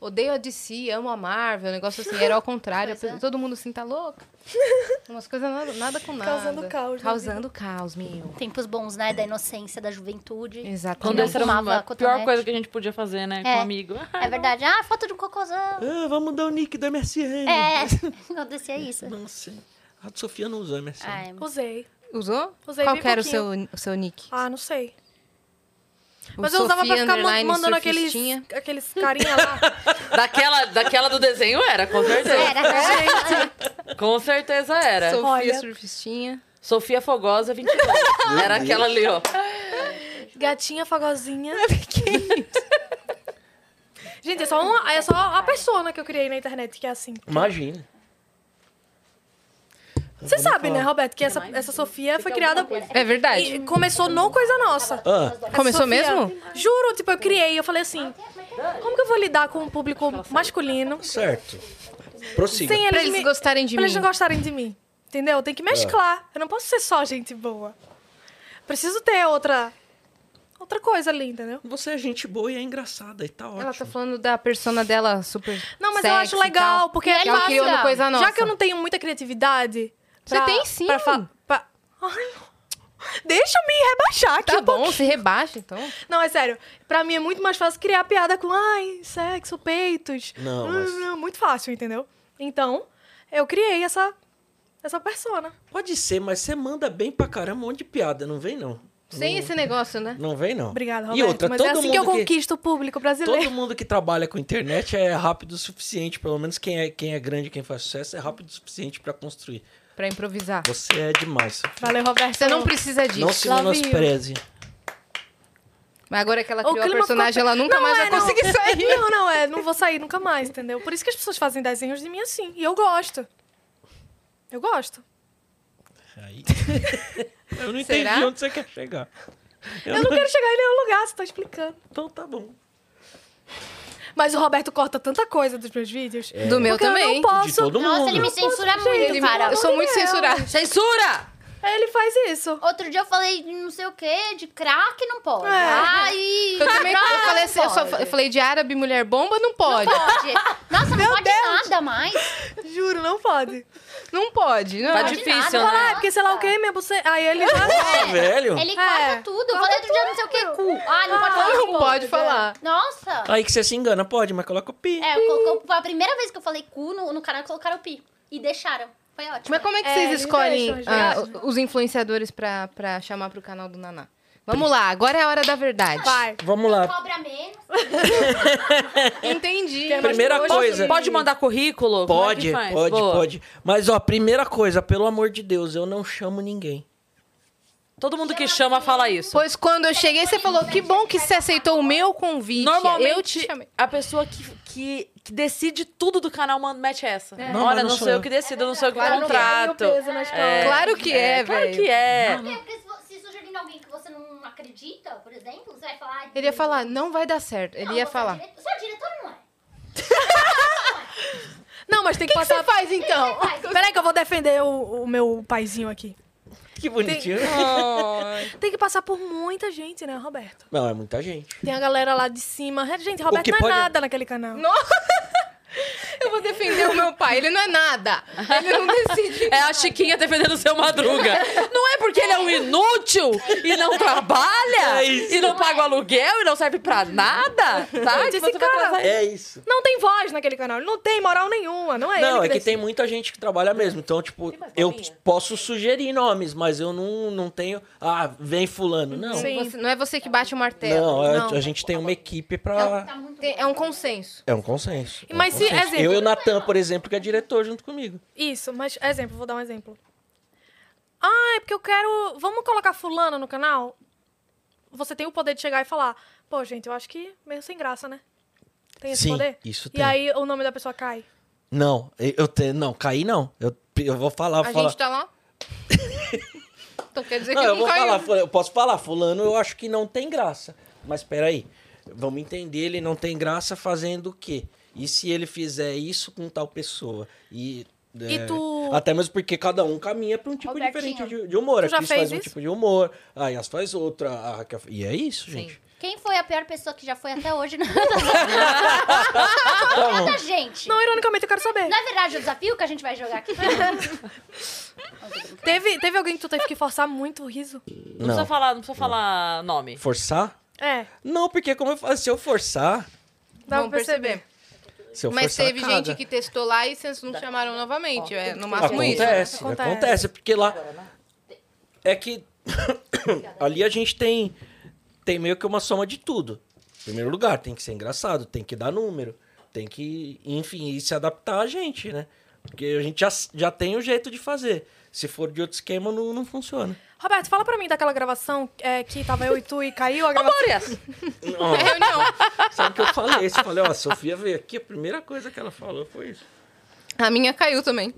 S1: odeio a DC, amo a Marvel, um negócio assim, era ao contrário, a
S4: é.
S1: pe- todo mundo assim, tá louco? Umas coisas nada, nada com nada.
S5: Causando caos na
S1: Causando caos, meu.
S4: Tempos bons, né? Da inocência, da juventude.
S2: Quando
S4: não
S1: Exatamente.
S2: esse era
S4: fumava
S2: a pior
S4: cotonete.
S2: coisa que a gente podia fazer, né? Com
S4: É.
S2: um amigo.
S4: É verdade. Ah, foto de um cocôzão.
S3: Ah, vamos dar o nick do MSN.
S4: É, acontecia isso.
S3: Nossa, a Sofia não usa MSN.
S4: Ai,
S5: Usei.
S1: Usou?
S5: Usei
S1: Qual
S5: bem
S1: que era o seu, o seu nick?
S5: Ah, não sei.
S1: O
S5: Mas eu usava pra
S1: Sofia
S5: ficar man-
S1: underline
S5: mandando aqueles,
S1: surfistinha.
S5: aqueles carinha lá.
S2: Daquela, daquela do desenho era, com certeza.
S4: Era.
S5: É.
S2: Com certeza era.
S1: Sofia
S5: Olha.
S1: surfistinha.
S2: Sofia Fogosa, 22. era aquela ali, ó.
S5: Gatinha fagosinha. Gente, é só, uma, é só a persona que eu criei na internet, que é assim.
S3: Imagina.
S5: Você sabe, né, Roberto, que essa, essa Sofia foi criada...
S1: É verdade.
S5: E começou no Coisa Nossa.
S3: Ah,
S5: Essa
S1: Começou
S5: Sofia-
S1: mesmo?
S5: Juro, tipo, eu criei, eu falei assim... Como que eu vou lidar com o público masculino
S3: Certo. Prossiga.
S5: sem
S1: Pra
S5: eles,
S1: eles
S5: me-
S1: gostarem de
S5: pra eles
S1: mim. É.
S5: não gostarem de mim? Entendeu? Tem que mesclar. Eu não posso ser só gente boa. Preciso ter outra outra coisa ali, entendeu?
S3: Você é gente boa e é engraçada e tá ótimo.
S1: Ela tá falando da persona dela super.
S5: Não, mas eu
S1: sexy
S5: acho
S1: e
S5: legal,
S1: tal.
S5: porque
S4: E
S5: é
S4: aí,
S1: Que ela
S5: fácil.
S1: criou uma coisa nossa.
S5: Já que eu não tenho muita criatividade.
S1: Você
S5: pra-
S1: tem sim.
S5: pra fa- pra- Ai, deixa eu me rebaixar aqui
S1: Tá
S5: um
S1: bom,
S5: pouquinho.
S1: se rebaixa, então.
S5: Não, é sério. Pra mim é muito mais fácil criar piada com ai, sexo, peitos.
S3: Não,
S5: Hum,
S3: mas-
S5: não, Muito fácil, entendeu? Então, eu criei essa, essa persona.
S3: Pode ser, mas você manda bem pra caramba um monte de piada, não vem não.
S1: Sem esse negócio, né?
S3: Não vem não.
S5: Obrigada,
S3: E
S5: Roberto.
S3: outra,
S5: mas
S3: todo
S5: é assim
S3: mundo
S5: que eu
S3: que,
S5: conquisto né? o público brasileiro.
S3: todo mundo que trabalha com internet é rápido o suficiente, pelo menos quem é quem é grande, quem faz sucesso é rápido o suficiente pra construir.
S1: Pra improvisar.
S3: Você é demais.
S5: Valeu, Roberto.
S1: Você não precisa disso.
S3: Não se
S5: Love you.
S3: menospreze.
S1: Mas agora que ela
S5: O
S1: criou a
S5: clima
S1: personagem,
S5: ficou-
S1: ela nunca
S5: Não,
S1: mais
S5: é,
S1: vai
S5: não.
S1: conseguir sair.
S5: Não, não, é. Não vou sair nunca mais, entendeu? Por isso que as pessoas fazem desenhos de mim assim. E eu gosto. Eu gosto.
S3: Aí. Eu não
S1: Será?
S3: entendi onde você quer chegar. Eu,
S5: Eu não quero chegar em nenhum lugar, você tá explicando.
S3: Então tá bom.
S5: Mas o Roberto corta tanta coisa dos meus vídeos.
S1: Do meu
S5: Porque eu
S1: também.
S5: não posso.
S3: É. De todo mundo.
S4: Nossa, ele me censura muito,
S1: Ele-
S4: cara.
S1: eu sou
S5: é,
S1: muito censurada. Censura!
S5: Aí ele faz isso.
S4: Outro dia eu falei de não sei o quê, de crack não pode.
S5: É.
S4: Ai,
S1: Eu também
S4: droga,
S1: eu falei
S4: não
S1: assim, eu, só,
S4: pode.
S1: eu falei de árabe, mulher bomba, não pode. Não pode.
S4: Pode. Nossa, não pode nada mais.
S1: Tá
S5: Juro, não pode.
S1: Não pode.
S2: Tá
S4: Pode
S2: difícil,
S4: nada.
S5: Ah,
S2: né?
S5: é porque sei lá o que, minha buce... Aí ele
S3: Ah, velho.
S4: Ele corta
S5: É.
S4: tudo. Eu falei outro dia não sei o que, cu. Ah, não pode falar.
S1: não
S4: cu.
S1: pode falar.
S4: Nossa.
S3: Aí que você se engana, pode, mas coloca o pi.
S4: É, eu colocou- foi a primeira vez que eu falei cu no, no canal, colocaram o pi. E deixaram. Foi ótimo.
S1: Mas como é que
S5: É,
S1: vocês
S5: eles
S1: escolhem
S5: deixam, eles
S1: ah,
S5: deixam.
S1: os influenciadores pra, pra chamar pro canal do Naná? Vamos lá, agora é a hora da verdade.
S5: vai.
S3: Vamos lá.
S4: Cobra menos.
S1: Entendi.
S3: Primeira
S5: Posso-
S3: coisa.
S2: Pode mandar currículo? Como é
S3: Pode,
S2: que faz?
S3: pode,
S2: Boa.
S3: pode. Mas, ó, primeira coisa, pelo amor de Deus, eu não chamo ninguém.
S2: Todo mundo que chama fala isso.
S1: Pois quando eu cheguei, você falou, que bom que você aceitou o meu convite.
S2: Normalmente,
S1: eu te chamei.
S2: a pessoa que, que, que decide tudo do canal manda, mete essa.
S3: Não, mas
S2: Olha,
S3: não
S2: não
S3: sou
S2: sou eu
S3: eu.
S2: que decido, não sou eu que
S5: Claro que é.
S2: contrato.
S5: Eu peso nas costas.
S1: Claro que é,
S2: Claro
S1: velho.
S2: que é.
S4: É, porque se, vo- se sugerindo alguém que você não acredita, por exemplo, você vai falar... de-
S1: Ele ia falar, não vai dar certo. Ele
S4: Não,
S1: ia
S4: você é
S1: falar.
S4: diretor- Você é diretor, não é?
S5: Não, mas tem que,
S1: O que
S5: passar...
S1: você faz então?
S5: Peraí que eu vou defender o, o meu paizinho aqui.
S3: Que bonitinho.
S5: Tem que passar por muita gente, né, Roberto?
S3: Não, é muita gente.
S5: Tem a galera lá de cima. Gente, Roberto
S3: que
S5: não é
S3: pode-
S5: nada naquele canal.
S1: Eu vou defender o meu pai. Ele não é nada. Ele não decide.
S2: É a Chiquinha defendendo o seu Madruga. Não é porque ele é um inútil e não trabalha
S3: É isso.
S2: e não paga o aluguel e não serve pra nada, tá? Que
S5: Gente,
S2: você
S5: esse
S2: vai
S5: cara-
S2: atrasar ele.
S3: É isso.
S5: Não tem voz naquele canal. Ele Não tem moral nenhuma. Não é
S3: Não,
S5: ele
S3: é que
S5: decide.
S3: tem muita gente que trabalha mesmo. Então, tipo, eu
S2: bolinha?
S3: posso sugerir nomes, mas eu não, não tenho. Ah, vem fulano. Não.
S5: Sim.
S1: Você- não é você que bate o martelo.
S3: Não, a-
S5: Não.
S3: a gente tem uma equipe pra.
S4: Tá muito
S1: Tem- é um consenso.
S3: É um consenso. é um
S5: Mas se-
S3: consenso.
S5: exemplo-
S3: Eu e o Natan, por exemplo, que é diretor junto comigo.
S5: Isso, mas exemplo, vou dar um exemplo. Ah, é porque eu quero. Vamos colocar fulana no canal? Você tem o poder de chegar e falar, pô, gente, eu acho que meio sem graça, né? Tem esse
S3: Sim,
S5: poder?
S3: isso
S5: e
S3: tem.
S5: aí o nome da pessoa cai.
S3: Não, eu tenho. Não, caí não. Eu, eu vou falar,
S1: A
S3: vou falar.
S1: gente tá lá. Então quer dizer
S3: Não,
S1: que
S3: eu
S1: não
S3: vou
S1: caiu.
S3: falar, fula- eu posso falar, fulano eu acho que não tem graça. Mas peraí, vamos entender, ele não tem graça fazendo o quê? E se ele fizer isso com tal pessoa? E, é,
S5: E tu-
S3: Até mesmo porque cada um caminha pra um tipo
S4: Robertinho,
S3: diferente de, de humor.
S5: tu
S3: A
S5: já
S3: Cris
S5: fez
S3: faz um
S5: isso?
S3: tipo de humor, a Yas faz outra, a Raquel... E é isso, gente.
S4: Quem foi a pior pessoa que já foi até hoje? Não, não,
S3: Tá bom.
S4: gente.
S5: Não, ironicamente eu quero saber.
S4: Na verdade, o desafio que a gente vai jogar aqui.
S5: Teve, teve alguém que tu teve que forçar muito o riso?
S2: Não precisa
S3: Não.
S2: falar, não precisa falar nome.
S3: Forçar?
S5: É,
S3: Não, porque como eu falo, se eu forçar...
S5: dá
S1: Vamos
S5: pra perceber.
S1: perceber.
S3: Se eu
S1: Mas
S3: forçar,
S1: teve
S3: caga.
S1: gente que testou lá e vocês não chamaram novamente. é, no máximo isso.
S3: Acontece,
S5: isso, né?
S3: acontece,
S5: Acontece.
S3: porque lá é que ali a gente tem tem meio que uma soma de tudo. Em primeiro lugar, tem que ser engraçado, tem que dar número, tem que, enfim, e se adaptar a gente, né? Porque a gente já, já tem o jeito de fazer. Se for de outro esquema, não, não funciona.
S5: Roberto, fala pra mim daquela gravação é, que tava eu e tu e caiu a gravação.
S2: Glórias!
S3: Ó,
S1: Eu É, não.
S3: sabe o que eu falei? Eu falei, ó, a Sofia veio aqui, a primeira coisa que ela falou foi isso.
S1: A minha caiu também.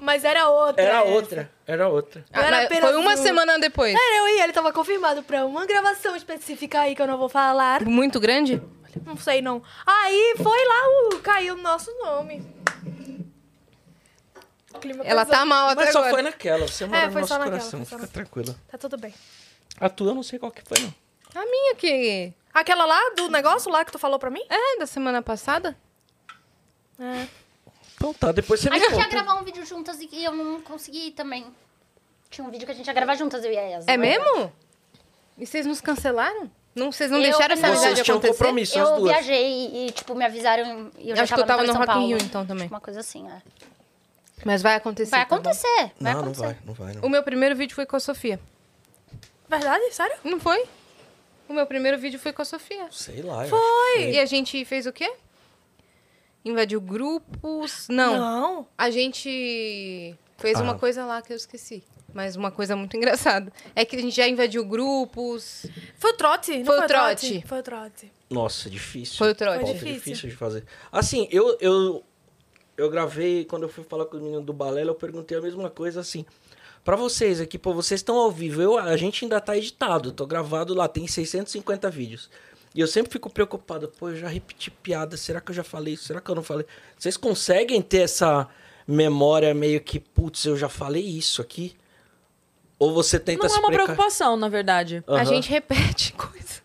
S5: Mas era outra.
S3: Era
S5: essa.
S3: outra, era outra.
S5: Eu era
S1: Ah, mas
S5: apenas
S1: foi uma
S5: um-
S1: semana depois.
S5: Era eu e ele, tava confirmado pra uma gravação específica aí que eu não vou falar.
S1: Muito grande?
S5: Não sei, não. Aí foi lá, o caiu o nosso nome. Clima
S1: Ela
S5: pesado.
S1: tá mal até
S3: Mas só
S1: agora.
S3: foi naquela, você mora no
S5: É, foi
S3: nosso
S5: só naquela,
S3: coração,
S5: foi só
S3: fica
S5: naquela.
S3: tranquila.
S5: Tá tudo bem.
S3: A tua eu não sei qual que foi, não.
S1: A minha que...
S5: Aquela lá do negócio lá que tu falou pra mim?
S1: É, da semana passada?
S5: É.
S3: Então tá, depois você
S4: A
S3: me
S4: gente ia
S3: conta.
S4: gravar um vídeo juntas e eu não consegui também. Tinha um vídeo que a gente ia gravar juntas, eu e a Yas.
S1: É mesmo? E vocês nos cancelaram? Não, vocês não
S4: Eu-
S1: deixaram essa
S4: não.
S1: amizade
S3: Vocês tinham
S1: acontecer?
S3: compromisso, as
S4: Eu
S3: duas.
S4: viajei e, tipo, me avisaram e eu já
S1: Acho que eu tava
S4: tava
S1: no
S4: São
S1: Rock in
S4: Paulo.
S1: Rio, então, também.
S4: Tipo, uma coisa assim, é.
S1: Mas vai acontecer.
S4: Vai
S1: tá bom?
S4: acontecer, vai
S3: Não, não
S4: acontecer.
S3: vai, não vai, não.
S1: O meu primeiro vídeo foi com a Sofia.
S5: Verdade? Sério?
S1: Não foi? O meu primeiro vídeo foi com a Sofia.
S3: Sei lá, eu
S1: Foi. E a gente fez o quê? Invadiu grupos. Não.
S5: Não.
S1: A gente fez
S3: Ah.
S1: uma coisa lá que eu esqueci. Mas uma coisa muito engraçada. É que a gente já invadiu grupos.
S5: Foi o trote? Não
S1: Foi o
S5: foi o trote.
S1: trote.
S5: Foi o trote.
S3: Nossa, difícil.
S1: Foi o trote.
S5: Foi
S3: Pauta
S5: difícil.
S3: difícil. de fazer. Assim, eu, eu, eu gravei, quando eu fui falar com o menino do Balela, eu perguntei a mesma coisa assim. Pra vocês aqui, pô, vocês estão ao vivo. Eu, a gente ainda tá editado, tô gravado lá, tem 650 vídeos. E eu sempre fico preocupado, pô, eu já repeti piada, será que eu já falei isso? Será que eu não falei? Vocês conseguem ter essa memória meio que, putz, eu já falei isso aqui? Ou você tenta
S2: Não
S3: se
S2: é uma
S3: preca-
S2: preocupação, na verdade.
S1: A
S3: Aham.
S1: gente repete coisa.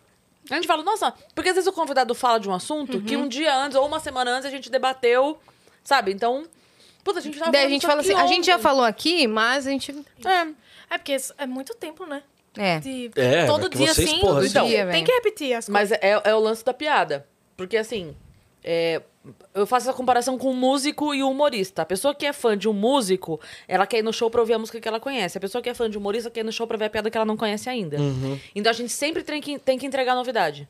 S2: A gente fala, nossa, porque às vezes o convidado fala de um assunto que um dia antes ou uma semana antes a gente debateu, sabe? Então, puta, a gente tava
S1: Daí a
S2: falando
S1: gente
S2: isso
S1: fala
S2: aqui
S1: assim, a gente já
S2: ontem.
S1: falou aqui, mas a gente.
S2: É,
S5: É porque isso é muito tempo, né?
S1: É.
S5: De...
S3: É,
S5: todo
S3: que
S5: dia,
S3: vocês,
S5: sim.
S3: porra, assim,
S5: todo
S1: então-
S5: dia.
S1: Dia,
S5: Tem
S1: velho.
S5: que repetir as coisas.
S2: mas é, é o lance da piada. Porque assim, é, eu faço essa comparação com o músico e o humorista. A pessoa que é fã de um músico, ela quer ir no show pra ouvir a música que ela conhece. A pessoa que é fã de um humorista quer ir no show pra ver a piada que ela não conhece ainda. Então a gente sempre tem que, tem que entregar novidade.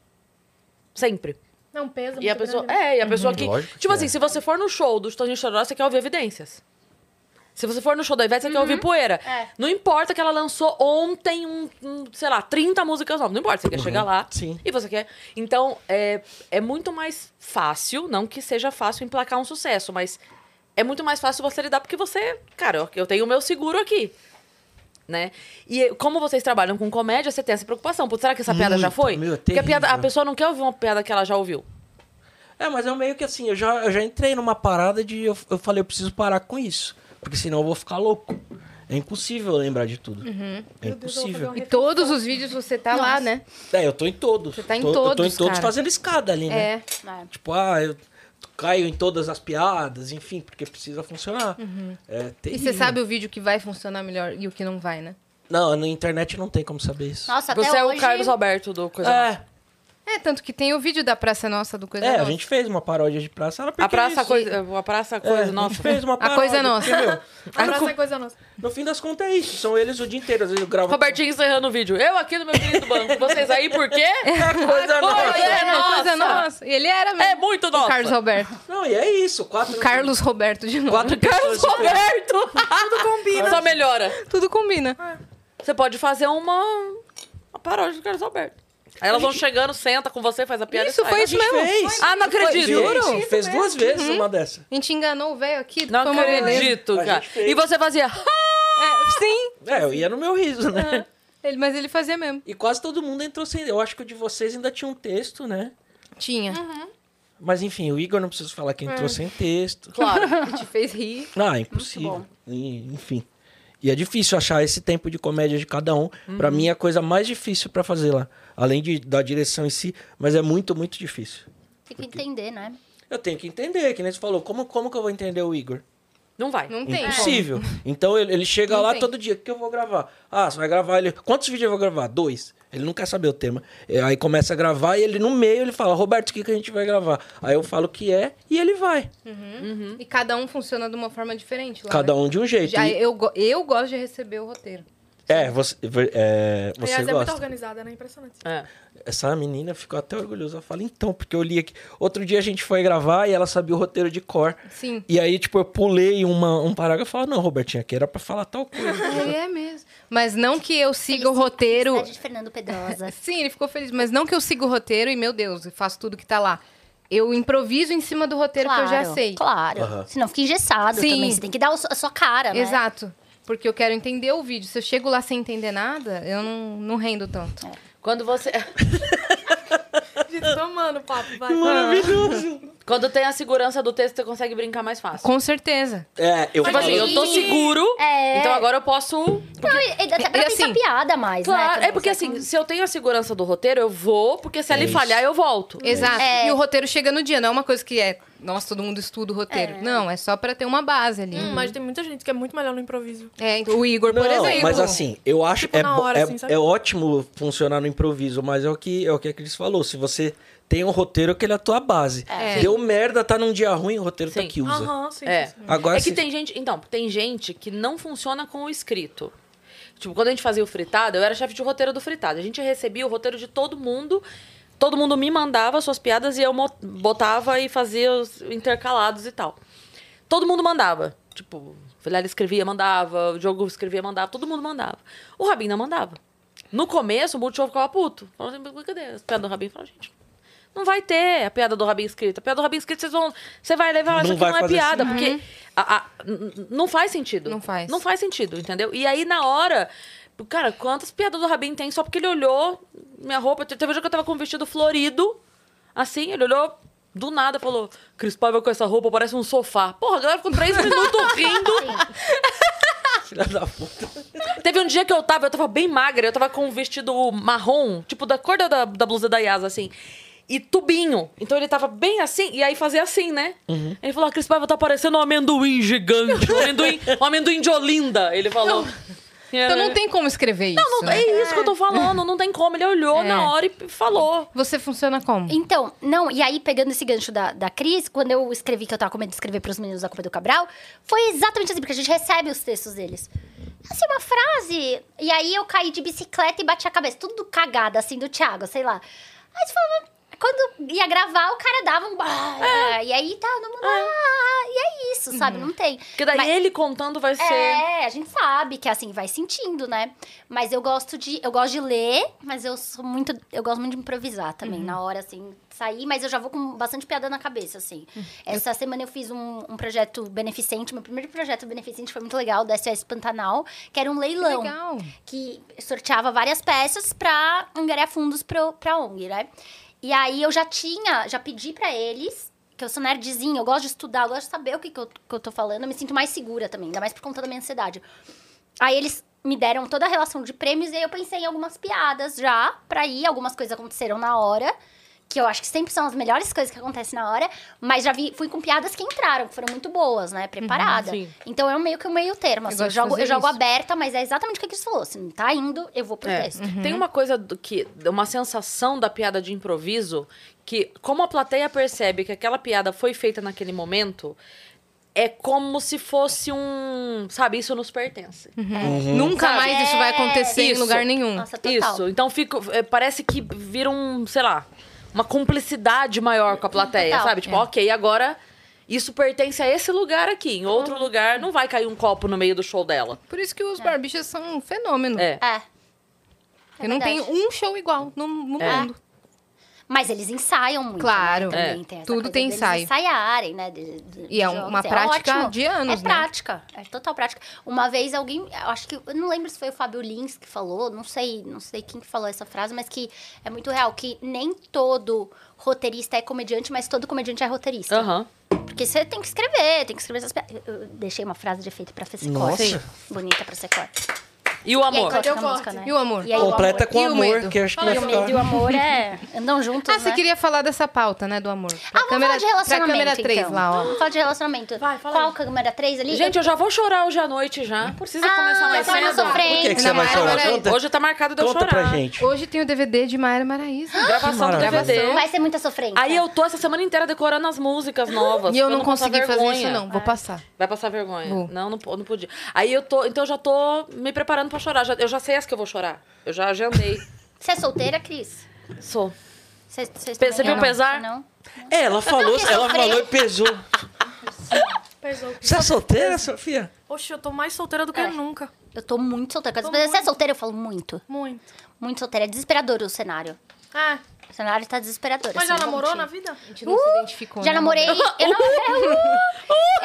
S2: Sempre.
S5: Não, pesa
S2: E a
S5: muito
S2: pessoa.
S5: grande, né?
S2: É, e a pessoa que.
S3: Uhum. Lógico que
S2: tipo assim,
S3: é.
S2: se você for no show do Stanley Chororó, você quer ouvir evidências. Se você for no show da Ivete, você
S5: Uhum.
S2: quer ouvir poeira.
S4: É.
S2: Não importa que ela lançou ontem, um, um, sei lá, 30 músicas novas. Não importa, você quer chegar lá.
S3: Uhum. Sim.
S2: E você quer. Então, é, é muito mais fácil, não que seja fácil emplacar um sucesso, mas é muito mais fácil você lidar porque você. Cara, eu- eu tenho o meu seguro aqui. Né? E como vocês trabalham com comédia, você tem essa preocupação. Putz, será que essa piada já
S3: Muito,
S2: foi?
S3: meu, é
S2: porque a, piada, a
S3: terrível.
S2: pessoa não quer ouvir uma piada que ela já ouviu.
S3: É, mas é meio que assim, eu já, eu já entrei numa parada de. Eu, eu falei, eu preciso parar com isso. Porque senão eu vou ficar louco. É impossível lembrar de tudo. É
S5: Meu Deus, eu vou fazer
S3: impossível.
S5: uma
S1: E todos os vídeos você tá lá, né?
S3: É, eu tô em todos.
S1: Você tá em
S3: Tô- Eu tô em
S1: todos,
S3: todos
S1: cara.
S3: fazendo escada ali, né?
S1: É.
S4: É.
S3: Tipo, ah, eu caio em todas as piadas, enfim, porque precisa funcionar. É
S1: E
S3: terrível.
S1: você sabe o vídeo que vai funcionar melhor e o que não vai, né?
S3: Não, na internet não tem como saber isso.
S1: Tá
S4: Nossa,
S2: Você
S4: até
S2: é
S4: hoje...
S2: o Carlos Alberto do Coisa Nossa.
S3: É,
S1: É, tanto que tem o vídeo da Praça Nossa do Coisa
S3: é, a
S1: Nossa.
S3: gente fez uma paródia de praça. Era
S2: A
S3: porque
S2: praça,
S3: isso.
S2: coisa, a praça
S3: É,
S2: coisa
S3: A
S2: nossa.
S3: gente fez uma
S1: A
S3: paródia.
S1: Coisa
S3: porque,
S1: Nossa.
S3: meu,
S5: Abraça é coisa nossa.
S3: no fim das contas é isso. São eles o dia inteiro. Às vezes eu gravo.
S2: Robertinho encerrando o vídeo. Eu aqui no meu querido banco. Vocês aí por quê?
S3: É coisa nossa.
S1: É,
S2: É
S1: né? Coisa
S2: nossa.
S1: nossa. E ele era mesmo.
S2: É muito nossa.
S1: O Carlos Alberto.
S3: Não, e é isso. Quatro.
S1: Carlos Roberto de novo.
S3: Quatro pessoas.
S2: Carlos Roberto. Tudo combina. Só melhora.
S1: Tudo combina.
S2: Você pode fazer uma, uma paródia do Carlos Alberto. Aí elas vão chegando, senta com você, faz a piada
S1: Isso
S2: e sai.
S1: foi
S3: A
S1: isso
S3: gente
S1: mesmo.
S3: fez.
S2: Ah, Uhum. não
S3: Gente,
S2: acredito.
S1: Juro?
S3: fez duas vezes uma dessa.
S1: A gente enganou o velho aqui.
S2: Não
S1: foi uma beleza.
S2: acredito,
S3: A gente
S2: cara.
S3: fez.
S2: E você fazia...
S1: É, sim.
S3: É, eu ia no meu riso,
S2: Ah.
S3: né?
S1: Ele, mas ele fazia mesmo.
S3: E quase todo mundo entrou sem. Eu acho que o de vocês ainda tinha um texto, né?
S1: Tinha.
S3: Mas enfim, o Igor não preciso falar que entrou sem texto.
S2: Ah. Claro.
S1: A gente fez rir.
S3: Ah, impossível. E, enfim. E é difícil achar esse tempo de comédia de cada um. Pra
S2: Uhum.
S3: mim é a coisa mais difícil pra fazer lá. Além de, da direção em si, mas é muito, muito difícil.
S4: Tem que entender, né?
S3: Eu tenho que entender, que nem você falou, como, como que eu vou entender o Igor?
S2: Não vai.
S1: Não tem.
S3: Impossível. Então ele, ele chega
S1: Não
S3: lá
S1: tem.
S3: todo dia. O que eu vou gravar? Ah, você vai gravar ele. Quantos vídeos eu vou gravar? Dois. Ele não quer saber o tema. É, Aí começa a gravar e ele no meio ele fala, Roberto, o que, que a gente vai gravar? Aí eu falo o que é e ele vai.
S1: como. E cada um funciona de uma forma diferente. Lá,
S3: Cada
S1: né?
S3: um de um jeito.
S1: Já,
S3: E-
S1: eu, go- eu gosto de receber o roteiro.
S3: É, você, é,
S5: A
S3: você
S5: Yas é muito
S3: gosta.
S5: organizada, né? Impressionante.
S2: É.
S3: Essa menina ficou até orgulhosa. Ela fala, então, porque eu li aqui. Outro dia a gente foi gravar e ela sabia o roteiro de cor.
S1: Sim.
S3: E aí, tipo, eu pulei uma, um parágrafo e falei, não, Robertinho, aqui era pra falar tal coisa.
S1: Ele é mesmo. Mas não que eu siga o
S4: Felicidade
S1: roteiro.
S4: de Fernando Pedrosa.
S1: Sim, ele ficou feliz. Mas não que eu siga o roteiro e, meu Deus, eu faço tudo que tá lá. Eu improviso em cima do roteiro
S4: claro,
S1: que eu já sei.
S4: Claro.
S3: Aham.
S4: Senão fica engessado
S1: Sim.
S4: também. Você tem que dar o su- a sua cara, né?
S1: Exato. Porque eu quero entender o vídeo. Se eu chego lá
S4: É.
S1: sem entender nada, eu não, não rendo tanto.
S2: Quando você...
S5: Eu tô amando o papo, vai.
S3: Maravilhoso.
S2: Quando tem a segurança do texto, você consegue brincar mais fácil.
S1: Com certeza.
S3: É, eu
S2: Tipo assim,
S3: falo...
S2: eu tô seguro,
S4: É.
S2: então agora eu posso.
S4: Não, e, e até pra
S1: E
S4: pensar
S1: assim,
S4: piada mais, né?
S2: é, Claro,
S4: também,
S2: é porque
S4: sabe?
S2: assim, se eu tenho a segurança do roteiro, eu vou, porque se ele
S3: isso.
S2: falhar, eu volto.
S1: Exato.
S4: É.
S1: E o roteiro chega no dia, não é uma coisa que é, nossa, todo mundo estuda o roteiro. Não, é só pra ter uma base ali.
S5: Hum, Mas tem muita gente que é muito melhor no improviso.
S1: É, então, o Igor, por
S3: Não,
S1: exemplo.
S3: mas assim, eu acho
S5: Tipo,
S3: é,
S5: na
S3: bo-
S5: hora,
S3: é,
S5: assim, sabe?
S3: é ótimo funcionar no improviso, mas é o que é o que a Cris falou. Se você tem um roteiro, que ele é a tua base.
S1: É.
S3: Deu merda, tá num dia ruim, o roteiro tá
S2: Sim.
S3: que usa.
S5: Aham, sim,
S2: É.
S5: sim, sim.
S2: é
S3: Agora
S2: que
S3: se-
S2: tem gente. Então, tem gente que não funciona com o escrito. Tipo, quando a gente fazia o fritado, eu era chefe de roteiro do fritado. A gente recebia o roteiro de todo mundo. Todo mundo me mandava suas piadas e eu mo- botava e fazia os intercalados e tal. Todo mundo mandava. Tipo, o Vilela escrevia, mandava, o Diogo escrevia, mandava, todo mundo mandava. O Rabin não mandava. No começo, o Multishow ficava puto. Falava assim, cadê as piadas do Rabin? Falava, gente, não vai ter a piada do Rabin escrita. A piada do Rabin escrita, vocês vão... Você vai levar,
S3: Não
S2: isso aqui
S3: vai
S2: não é
S3: fazer
S2: piada.
S3: sentido.
S2: Porque a- a- n- n- não faz sentido.
S1: Uhum. Não faz.
S2: Não faz sentido, entendeu? E aí, na hora... Cara, quantas piadas do Rabin tem só porque ele olhou minha roupa? Teve um dia que eu tava com um vestido florido, assim, ele olhou... Do nada falou, Cris Paiva com essa roupa parece um sofá. Porra, a galera ficou três minutos rindo.
S3: Filha da puta.
S2: Teve um dia que eu tava, eu tava bem magra, eu tava com um vestido marrom, tipo da cor da, da, da blusa da Yasa, assim. E tubinho. Então ele tava bem assim, e aí fazia assim, né? Ele falou: a Cris Paiva tá parecendo um amendoim gigante, um amendoim, um amendoim de Olinda. Ele falou.
S1: Então não tem como escrever isso.
S2: Não,
S1: né?
S2: é isso que eu tô falando, não tem como. Ele olhou
S1: É.
S2: na hora e falou.
S1: né? Você funciona como?
S4: Então, não, e aí pegando esse gancho da, da Cris, quando eu escrevi que eu tava com medo de escrever pros meninos da Copa do Cabral, foi exatamente assim, porque a gente recebe os textos deles. Assim, uma frase, e aí eu caí de bicicleta e bati a cabeça, tudo cagada, assim, do Thiago, sei lá. Aí você falava, quando ia gravar, o cara dava um... "Ah",
S2: É.
S4: E aí, tá, não muda, "Ah", e é isso, sabe? Não tem.
S2: Uhum. Porque daí
S4: Mas-
S2: ele contando vai ser.
S4: é, a gente sabe que assim vai sentindo, né? Mas eu gosto de eu gosto de ler, mas eu sou muito eu gosto muito de improvisar também na hora assim sair, mas eu já vou com bastante piada na cabeça assim. Essa semana eu fiz um, um projeto beneficente, meu primeiro projeto beneficente foi muito legal do SOS Pantanal, que era um leilão
S1: Legal.
S4: que sorteava várias peças pra angariar fundos pro, pra ONG, né? E aí eu já tinha, já pedi pra eles, que eu sou nerdzinha, eu gosto de estudar, eu gosto de saber o que, que, eu, que eu tô falando, eu me sinto mais segura também, ainda mais por conta da minha ansiedade. Aí eles me deram toda a relação de prêmios e aí eu pensei em algumas piadas já pra ir, algumas coisas aconteceram na hora. Que eu acho que sempre são as melhores coisas que acontecem na hora, mas já vi, fui com piadas que entraram, que foram muito boas, né? Preparada.
S2: sim.
S4: então é meio que um meio termo. assim,
S1: Uhum, gosto
S4: eu
S1: de
S4: jogo,
S1: fazer
S4: eu jogo
S1: isso.
S4: aberta, mas é exatamente o que a Cris falou. Se não tá indo, eu vou pro
S2: É.
S4: texto.
S2: Tem uma coisa do que. Uma sensação da piada de improviso que, como a plateia percebe que aquela piada foi feita naquele momento, é como se fosse um. Sabe, isso nos pertence.
S1: Uhum. Nunca
S2: Sabe?
S1: mais isso vai acontecer em
S2: Isso.
S1: lugar nenhum.
S4: Nossa, total.
S2: Isso. Então fica, é, parece que vira um, sei lá, uma cumplicidade maior com a plateia,
S4: Total.
S2: sabe? Tipo, ok, agora isso pertence a esse lugar aqui. Em
S4: Uhum.
S2: outro lugar, não vai cair um copo no meio do show dela.
S1: Por isso que os barbichas são um fenômeno.
S2: É.
S4: É.
S1: Eu não
S4: verdade.
S1: tenho um show igual no, no
S2: É.
S1: mundo.
S4: Mas eles ensaiam muito.
S1: Claro.
S4: Né? Também
S2: É.
S4: tem essa
S1: Tudo
S4: coisa
S1: tem
S4: deles
S1: ensaio.
S4: ensaiarem, né? de- de-
S1: E é
S4: de
S1: uma
S4: jogos.
S1: prática
S4: ótimo.
S1: de anos,
S4: É
S1: né?
S4: prática. É total prática. Uma vez alguém. eu Acho que. Eu não lembro se foi o Fábio Lins que falou. Não sei, não sei quem que falou essa frase, mas que é muito real. Que nem todo roteirista é comediante, mas todo comediante é roteirista.
S2: Aham.
S4: Porque você tem que escrever, tem que escrever essas pi- Eu eu deixei uma frase de efeito pra ser corte.
S3: Nossa.
S4: Bonita pra ser corte.
S2: E o
S4: E aí
S2: amor?
S4: coloca
S5: Cadê o
S4: na
S5: corte?
S4: música, né?
S1: E o amor?
S4: E aí,
S3: Completa
S4: o amor.
S3: com
S1: E o
S3: amor,
S1: medo?
S3: que eu acho que
S4: E
S3: vai
S4: o medo e o
S3: ficar...
S4: amor é... andam juntos,
S1: Ah, você
S4: né?
S1: queria falar dessa pauta, né, do amor. Pra
S4: Ah, vamos falar de
S1: pra
S4: relacionamento,
S1: câmera 3
S4: então.
S1: lá, ó.
S4: Vamos falar de relacionamento.
S5: Vai, fala
S4: Qual é
S5: aí.
S4: câmera 3 ali?
S2: Gente, eu já vou chorar hoje à noite já. Precisa
S4: ah,
S2: começar mais
S4: eu tô na
S2: cedo.
S4: sofrência.
S3: Por que, que você
S1: Não,
S3: vai
S1: mas
S3: chorar?
S1: agora-
S3: Conta,
S2: Hoje tá marcado de eu
S3: conta
S2: chorar.
S3: pra gente.
S1: Hoje tem o DVD de Mayra Maraíza.
S2: Gravação do
S3: Maravilha.
S2: DVD.
S4: Vai ser muita sofrência.
S2: Aí eu tô essa semana inteira decorando as músicas novas.
S1: E eu
S2: pra
S1: não
S2: passar
S1: consegui fazer
S2: vergonha.
S1: isso, não. Vou passar.
S2: Vai passar vergonha.
S1: Vou.
S2: Não, não, po- não podia. Aí eu tô. Então eu já tô me preparando pra chorar. Já- eu já sei as que eu vou chorar. Eu já agendei.
S4: Você é solteira, Cris?
S2: Sou.
S4: Vocês- vocês
S2: Você
S4: também
S2: viu
S4: não?
S2: pesar?
S4: Você Não.
S3: É, ela falou,
S4: quis
S3: ela
S4: sofrer.
S3: falou e pesou.
S5: Pesou.
S3: Você é solteira, Sofia?
S5: Oxe, eu tô mais solteira do que nunca.
S4: Eu tô muito solteira. Quando
S5: Tô
S4: as pessoas- Você é
S5: muito.
S4: solteira? Eu falo muito.
S5: Muito.
S4: Muito solteira. É desesperador o cenário.
S5: É.
S4: O cenário tá desesperador.
S5: Mas
S4: assim,
S5: já
S4: não vou
S5: namorou
S4: mentir.
S5: na vida?
S1: A gente não se identificou,
S4: Já
S1: né,
S4: namorei.
S1: amor?
S4: Eu namorei,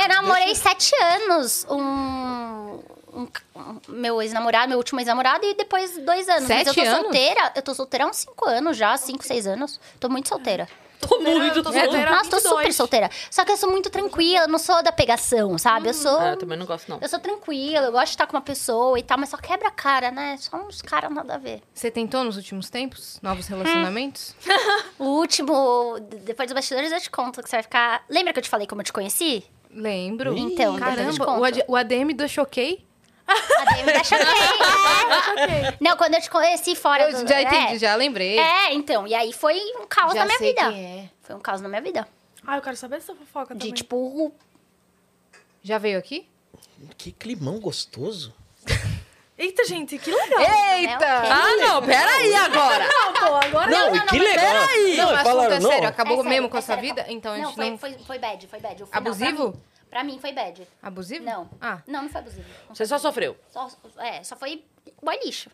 S4: eu namorei sete anos um, um um, um- meu ex-namorado, meu último ex-namorado, e depois dois anos. Mas eu
S1: Sete
S4: tô
S1: anos?
S4: solteira, eu tô solteira há uns cinco anos já, cinco, seis anos. Tô muito solteira.
S2: Tô É. muito
S5: tô
S2: tô
S5: solteira. há
S4: Nossa, tô
S5: 22.
S4: super solteira. Só que eu sou muito tranquila, eu não sou da pegação, sabe? Eu sou.
S2: Ah, eu também não gosto, não.
S4: Eu sou tranquila, eu gosto de estar com uma pessoa e tal, mas só quebra a cara, né? Só uns caras nada a ver.
S1: Você tentou nos últimos tempos? Novos relacionamentos?
S4: O último, d- depois dos bastidores, eu te conto que você vai ficar. Lembra que eu te falei como eu te conheci?
S1: Lembro.
S4: Então, depois eu te
S1: Caramba,
S4: conto.
S1: o, AD- o ADM do Choquei?
S4: A DM da Choquei, né? Não, quando eu te conheci fora
S1: Eu
S4: do.
S1: já
S4: é.
S1: entendi, já lembrei.
S4: É, então. E aí foi um caos
S1: Já
S4: na minha
S1: sei
S4: vida.
S1: quem é.
S4: Foi um caos na minha vida.
S5: Ah, eu quero saber essa fofoca
S4: De
S5: também.
S4: tipo, o-
S1: Já veio aqui?
S3: Que climão gostoso.
S5: Eita, gente, que legal.
S1: É.
S4: é
S1: Eita!
S2: Ah, não, peraí agora.
S5: Não, pô, agora
S3: Não, e que legal.
S1: Não, o
S3: Não,
S1: assunto é
S3: falaram, não.
S1: sério. Acabou
S4: É sério,
S1: mesmo com
S4: é
S1: a sua
S4: sério.
S1: vida? Então a gente
S4: foi,
S1: não...
S4: Foi, foi bad, foi bad. O final,
S1: Abusivo?
S4: Pra mim, pra mim foi bad.
S1: Abusivo?
S4: Não.
S1: Ah,
S4: Não, não foi abusivo. Não
S2: Você
S4: foi
S2: só sofreu.
S4: abusivo. Só- é, só foi boy lixo.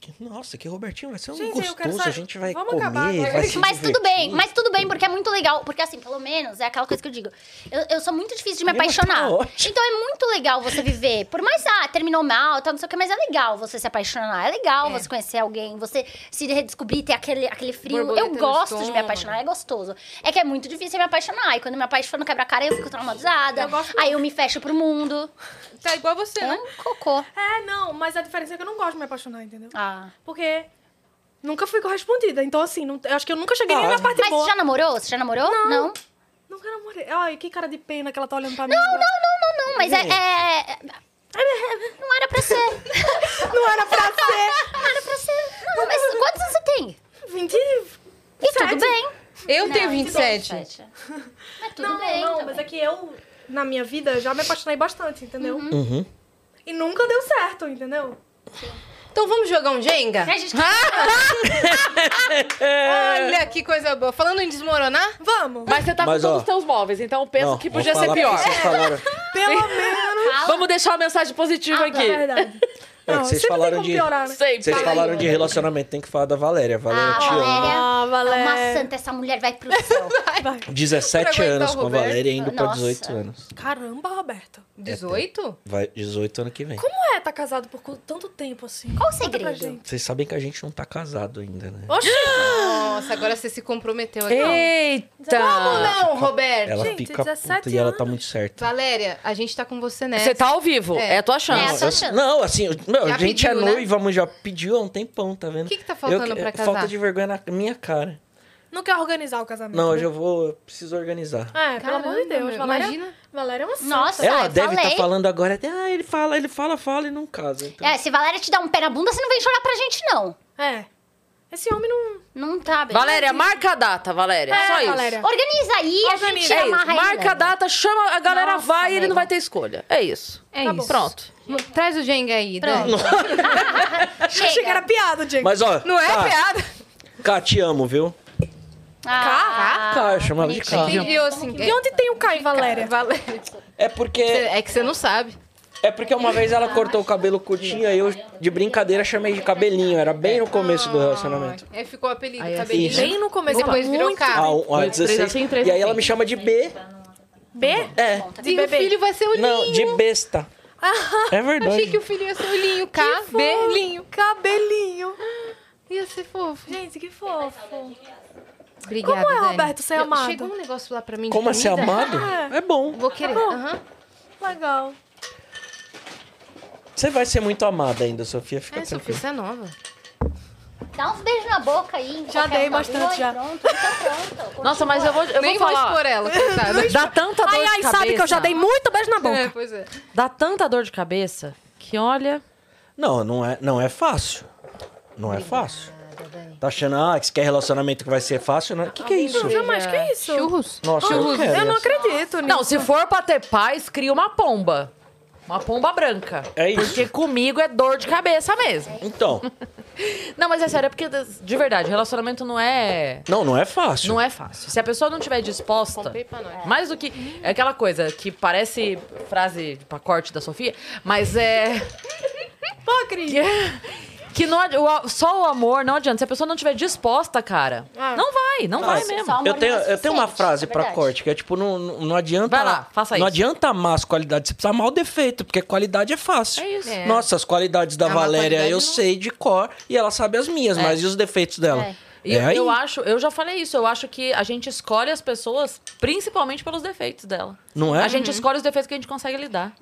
S3: Que- Nossa, que Robertinho vai ser um
S5: Gente, eu quero
S3: gostoso.
S5: saber-
S3: A gente vai
S5: Vamos
S3: comer,
S5: acabar agora.
S3: vai se
S4: Mas tudo
S3: divertir.
S4: bem, mas tudo bem, porque é muito legal. Porque assim, pelo menos, é aquela coisa que eu digo. Eu, eu sou muito difícil de me
S3: Meu, mas tá
S4: apaixonar.
S3: ótimo.
S4: Então é muito legal você viver. Por mais, ah, terminou mal, tal, não sei o que, mas é legal você se apaixonar. É legal você conhecer alguém, você se redescobrir, ter aquele, aquele frio.
S1: Borboleta
S4: eu
S1: no
S4: gosto de me
S1: estômago.
S4: apaixonar, é gostoso. É que é muito difícil me apaixonar. E quando me apaixono, quebra a cara, eu fico traumatizada.
S5: Eu gosto
S4: aí eu me fecho pro mundo.
S1: tá igual você,
S4: É
S1: né?
S4: um cocô.
S5: É, não, mas a diferença é que eu não gosto de me apaixonar, entendeu?
S4: Ah.
S5: Porque nunca fui correspondida. Então, assim, não- eu acho que eu nunca cheguei nem
S3: Ah.
S5: na parte
S4: Mas
S5: boa.
S4: você já namorou? Você já namorou? Não. Não,
S5: Nunca namorei. Ai, que cara de pena que ela tá olhando pra mim. Não, não.
S4: não, mas é- é... Não era pra ser.
S5: Não era pra ser.
S4: Não era pra ser. Não, mas quantos anos você tem?
S5: 20...
S4: E tudo bem.
S1: Eu
S4: Não,
S1: tenho
S4: de
S1: 27.
S4: Mas tudo
S5: não,
S4: bem.
S5: não,
S4: também.
S5: mas é que eu, na minha vida, já me apaixonei bastante, entendeu?
S4: Uhum.
S3: Uhum.
S5: E nunca deu certo, entendeu?
S1: Então vamos jogar um Jenga?
S4: A gente-
S1: Olha que coisa boa. Falando em desmoronar,
S5: Vamos.
S2: Mas você tá
S3: Mas,
S2: com
S3: ó.
S2: todos os teus móveis, então eu penso
S3: Não,
S2: que
S3: vou
S2: podia ser
S3: falar pra
S2: pior.
S3: Vocês falaram,
S5: Pelo menos.
S2: Vamos deixar uma mensagem positiva
S5: É
S2: aqui.
S5: verdade.
S3: É que
S5: Não,
S3: vocês
S5: sempre
S3: falaram
S5: tem como
S3: de-
S5: piorar, né?
S2: Sempre.
S3: vocês
S2: fala aí.
S3: falaram de relacionamento, tem que falar da Valéria. Valéria,
S4: Ah,
S3: te amo.
S4: Valéria.
S5: Ah,
S4: É uma
S5: Valéria.
S4: santa, essa mulher vai pro céu.
S3: 17
S1: Pra aguentar
S3: anos
S1: o
S3: com a
S1: Roberto.
S3: Valéria, indo pra
S4: Nossa.
S3: 18 anos.
S5: Caramba, Roberto.
S1: 18?
S3: Vai 18 ano que vem.
S5: Como é tá casado por cu- tanto tempo assim?
S4: Qual o
S5: Conta pra
S4: segredo?
S5: gente.
S3: Vocês sabem que a gente não tá casado ainda, né?
S5: Oxi,
S4: É.
S1: Nossa, agora você se comprometeu aqui.
S2: Eita!
S1: Como não, Roberto?
S3: Ela
S5: gente,
S3: fica
S5: 17
S3: puta e ela tá
S5: anos.
S3: muito certa.
S1: Valéria, a gente tá com você nessa.
S2: Você tá ao vivo,
S1: É. um
S2: é, a tua
S4: É
S2: chance.
S4: a sua chance.
S3: Não, assim, meu,
S1: Já
S3: a gente é
S1: pediu, né?
S3: noiva, mas já pediu há um tempão, tá vendo?
S1: O que que tá faltando pra casar?
S3: Falta de vergonha na minha cara.
S5: não quer organizar o casamento?
S3: Não,
S1: Uhum.
S5: né?
S3: hoje eu vou, eu preciso organizar.
S5: É, pelo amor de
S1: Caramba,
S5: Deus.
S1: meu,
S5: Valéria,
S1: imagina.
S5: Valéria é uma santa.
S4: Nossa,
S3: Ela
S4: eu
S3: deve estar
S4: falei.
S3: falando agora, ah, ele fala, ele fala, fala e não casa. Então.
S4: É, se Valéria te dá um pé na bunda, você não vem chorar pra gente, não.
S5: É. Esse homem não...
S4: Não tá bem.
S2: Valéria, marca a data, Valéria.
S5: É,
S2: Só isso.
S5: Valéria.
S4: Organiza aí, a gente
S5: Organiza.
S2: É
S4: amarra
S2: isso.
S4: aí,
S2: Marca a
S4: Leandro.
S2: data, chama, a galera
S4: Nossa,
S2: vai e ele
S4: amigo.
S2: não vai ter escolha. É isso.
S1: É
S2: Tá
S1: isso.
S2: bom. Pronto.
S1: Traz o Jenga aí,
S4: Pronto.
S1: Dani.
S5: Achei que
S4: Chega.
S5: era piada, Diego.
S3: Mas ó,
S1: Não é
S3: Ká,
S1: piada?
S3: Ká, te amo, viu?
S4: Ah,
S3: Ká, eu chamo ela de Ká.
S1: Entendi, eu, assim,
S4: é?
S5: De onde tem o Caio, Valéria?
S1: Valéria.
S3: É porque,
S1: É que você não sabe.
S3: é porque uma vez ela cortou o cabelo curtinho, aí eu de brincadeira chamei de cabelinho, era bem no começo do relacionamento.
S1: Aí É, ficou o apelido,
S2: Aí,
S1: cabelinho.
S3: assim,
S5: Bem no
S1: Mas
S5: começo.
S1: depois virou
S5: muito...
S1: carro.
S3: Ah, um- ah, 16.
S2: assim, três
S3: E aí ela
S2: assim.
S3: me chama de B.
S5: B? Ah,
S3: É.
S1: E o
S5: bebê.
S1: filho vai ser o Linho.
S3: Não, de besta. É
S1: Achei que
S3: verdade.
S1: o filho ia ser o Linho. Cabelinho.
S5: Cabelinho. Cabelinho.
S1: Ia ser fofo.
S5: Gente, que fofo.
S1: Obrigada,
S5: Como é,
S1: Dani.
S5: Roberto, ser
S1: Eu-
S5: amado?
S1: Chega um negócio lá pra mim. de
S3: Como é ser
S1: comida.
S3: amado? É bom.
S1: Vou querer.
S5: bom.
S1: aham.
S5: Legal.
S3: Você vai ser muito amada ainda, Sofia. Fica
S1: É, Sofia,
S3: tranquila.
S1: você é nova.
S4: Dá uns beijos na boca aí. em
S5: Já
S4: qualquer
S5: dei
S4: um da
S5: bastante,
S4: rua e
S5: já.
S4: Pronto, tá pronto.
S2: Nossa, mas eu vou, eu
S1: Nem
S2: vou
S1: vou
S2: falar.
S1: expor ela, coitada.
S2: Dá tanta dor Tá
S5: Ai,
S2: de
S5: ai,
S2: cabeça.
S5: sabe que eu já dei muito beijo na
S1: É,
S5: boca.
S1: pois é.
S2: Dá tanta dor de cabeça que olha.
S3: Não, não é, não é fácil. Não é fácil. Tá achando, ah, que você quer relacionamento que vai ser fácil? O que, que é isso?
S5: Não, jamais, que isso?
S1: Churros?
S3: Nossa, eu não quero
S5: Eu não
S3: essa.
S5: acredito nisso.
S2: Não, se for pra ter paz, cria uma pomba. Uma pomba branca.
S3: É isso.
S2: Porque comigo é dor de cabeça mesmo.
S3: Então,
S2: Não, mas é sério, é porque, de verdade, relacionamento não é.
S3: não, não é fácil.
S2: Não é fácil. Se a pessoa não tiver disposta,
S1: Comprei pra nós.
S2: mais do que. É aquela coisa que parece frase de pacote da Sofia, mas é.
S5: Pô, Cris.
S2: Que, Que não adi- o a- só o amor não adianta. Se a pessoa não estiver disposta, cara,
S5: Ah.
S2: não vai, não vai
S4: Nossa,
S2: mesmo.
S4: só amor
S3: Eu tenho,
S4: não é
S3: eu tenho uma
S4: suficiente,
S3: frase
S4: é
S3: pra
S4: verdade.
S3: corte, que é tipo, não, não não adianta.
S2: Vai lá, faça isso.
S3: Não adianta amar as qualidades, você precisa amar o defeito, porque qualidade é fácil.
S2: É isso.
S1: É.
S3: Nossa, as qualidades da
S1: Amar a
S3: Valéria
S1: qualidade
S3: eu
S1: não-
S3: sei de cor e ela sabe as minhas, mas e os defeitos dela?
S4: É.
S2: E
S3: É
S2: É. eu,
S3: aí.
S2: eu acho, eu já falei isso, eu acho que a gente escolhe as pessoas principalmente pelos defeitos dela.
S3: Não é?
S2: A gente escolhe os defeitos que a gente consegue lidar.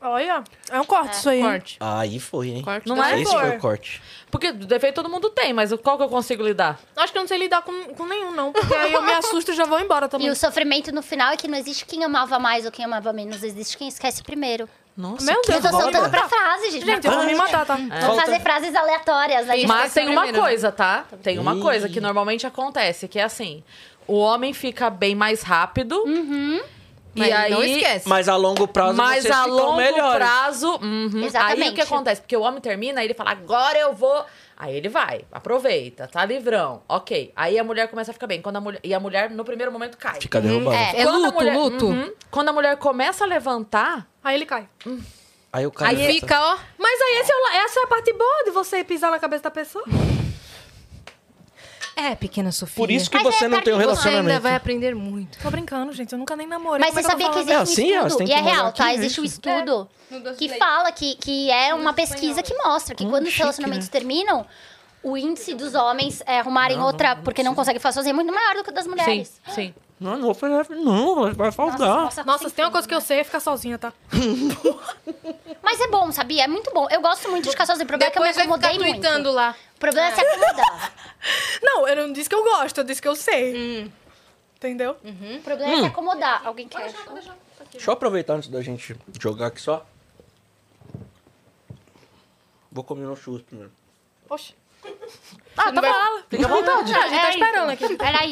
S5: Olha, é um corte isso aí. hein?
S1: Corte.
S3: Aí foi, hein?
S1: Corte
S2: Não
S1: da-
S2: é?
S3: Esse
S5: Amor.
S3: foi o corte.
S2: Porque defeito todo mundo tem, mas qual que eu consigo lidar?
S5: Acho que eu não sei lidar com, com nenhum, não. Porque aí eu me assusto e já vou embora também.
S4: E o sofrimento no final é que não existe quem amava mais ou quem amava menos, existe quem esquece primeiro.
S3: Nossa,
S5: Meu
S3: que
S5: Deus,
S4: Eu tô
S5: Foda.
S1: né?
S4: soltando pra frase, gente.
S5: Gente, eu vou
S3: Ah,
S5: me matar, tá?
S4: Vamos fazer frases aleatórias. Né?
S1: Isso.
S2: Mas tem uma
S1: primeiro, né?
S2: coisa, tá? Tem uma
S3: Ih.
S2: coisa que normalmente acontece, que é assim: o homem fica bem mais rápido. E
S1: Mas
S2: aí,
S1: não esquece.
S3: Mas a longo prazo
S2: Mas
S3: vocês
S2: a
S3: ficam
S2: longo
S3: melhores.
S2: prazo. uhum. Aí o
S4: Exatamente.
S2: que acontece? Porque o homem termina, aí ele fala, agora eu vou. Aí ele vai, aproveita, tá livrão. Ok. Aí a mulher começa a ficar bem. Quando a mulher, e a mulher, no primeiro momento, cai.
S3: Fica derrubado.
S4: É.
S1: É
S2: Quando a
S1: luto,
S2: mulher-
S1: luto.
S2: Uhum. Quando a mulher começa a levantar.
S5: Aí ele cai.
S3: Aí o cara
S1: Aí
S3: fica-
S1: fica, ó.
S5: Mas aí esse é o la- essa é a parte boa de você pisar na cabeça da pessoa.
S1: É, pequena Sofia.
S3: Por isso que
S4: Mas
S3: você
S4: é
S3: não tem um
S4: parte de
S1: você ainda
S3: relacionamento.
S1: vai aprender muito.
S5: Tô brincando, gente. Eu nunca nem namorei.
S4: Mas
S5: Como
S4: você
S5: é eu
S4: sabia
S5: vou
S4: que
S5: falar?
S4: existe
S3: É
S4: um
S3: assim, ó, você
S4: estudo,
S3: tem
S4: e é
S3: que mandar
S4: real,
S3: aqui,
S4: tá?
S3: gente.
S4: Existe um estudo
S1: No doce
S4: que
S1: de leite.
S4: fala, que, que é uma pesquisa que mostra que quando os relacionamentos terminam, o índice dos homens é, arrumarem outra porque não conseguem falar sozinho é muito maior do que o das mulheres.
S2: Sim, sim.
S3: Não, não, foi- não, vai faltar.
S5: Nossa, se tem uma coisa que eu sei é ficar sozinha, tá?
S4: Mas é bom, sabia? É muito bom. Eu gosto muito de ficar sozinha. O problema é
S1: Depois
S4: que eu
S1: vai
S4: me
S1: ficar
S4: acomodei
S1: tweetando
S4: muito.
S1: lá.
S4: O problema é, se acomodar.
S5: Não, eu não disse que eu gosto, eu disse que eu sei. Entendeu?
S4: O problema é se acomodar. Alguém quer?
S3: Deixa eu aproveitar antes da gente jogar aqui só. Vou comer meu churros primeiro.
S5: Oxe.
S2: Ah, tá bala. Fica à vontade.
S5: Ah, a gente tá
S4: É
S5: esperando
S4: isso.
S5: aqui.
S4: Era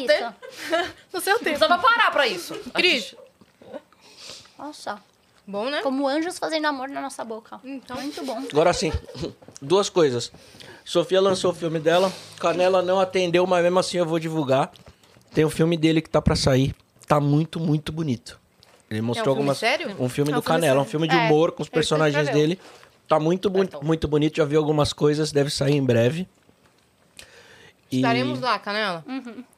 S4: isso.
S5: No seu tempo.
S2: Precisava parar pra isso.
S1: Cris.
S4: Nossa,
S1: Bom, né?
S4: como anjos fazendo amor na nossa boca.
S1: Então,
S4: Muito bom.
S3: Agora sim, duas coisas. Sofia lançou o filme dela, Canela não atendeu, mas mesmo assim eu vou divulgar. Tem o filme dele que tá pra sair. Tá muito, muito bonito. Ele mostrou
S1: filme
S3: algumas.
S1: sério?
S3: Um filme
S5: É um
S3: do
S5: filme
S3: Canela,
S5: sério.
S3: um filme de
S4: É,
S3: humor com os
S1: ele
S3: personagens
S1: escreveu.
S3: dele. Tá muito, bu- muito bonito, já vi algumas coisas, deve sair em breve. E-
S1: estaremos lá, Canela.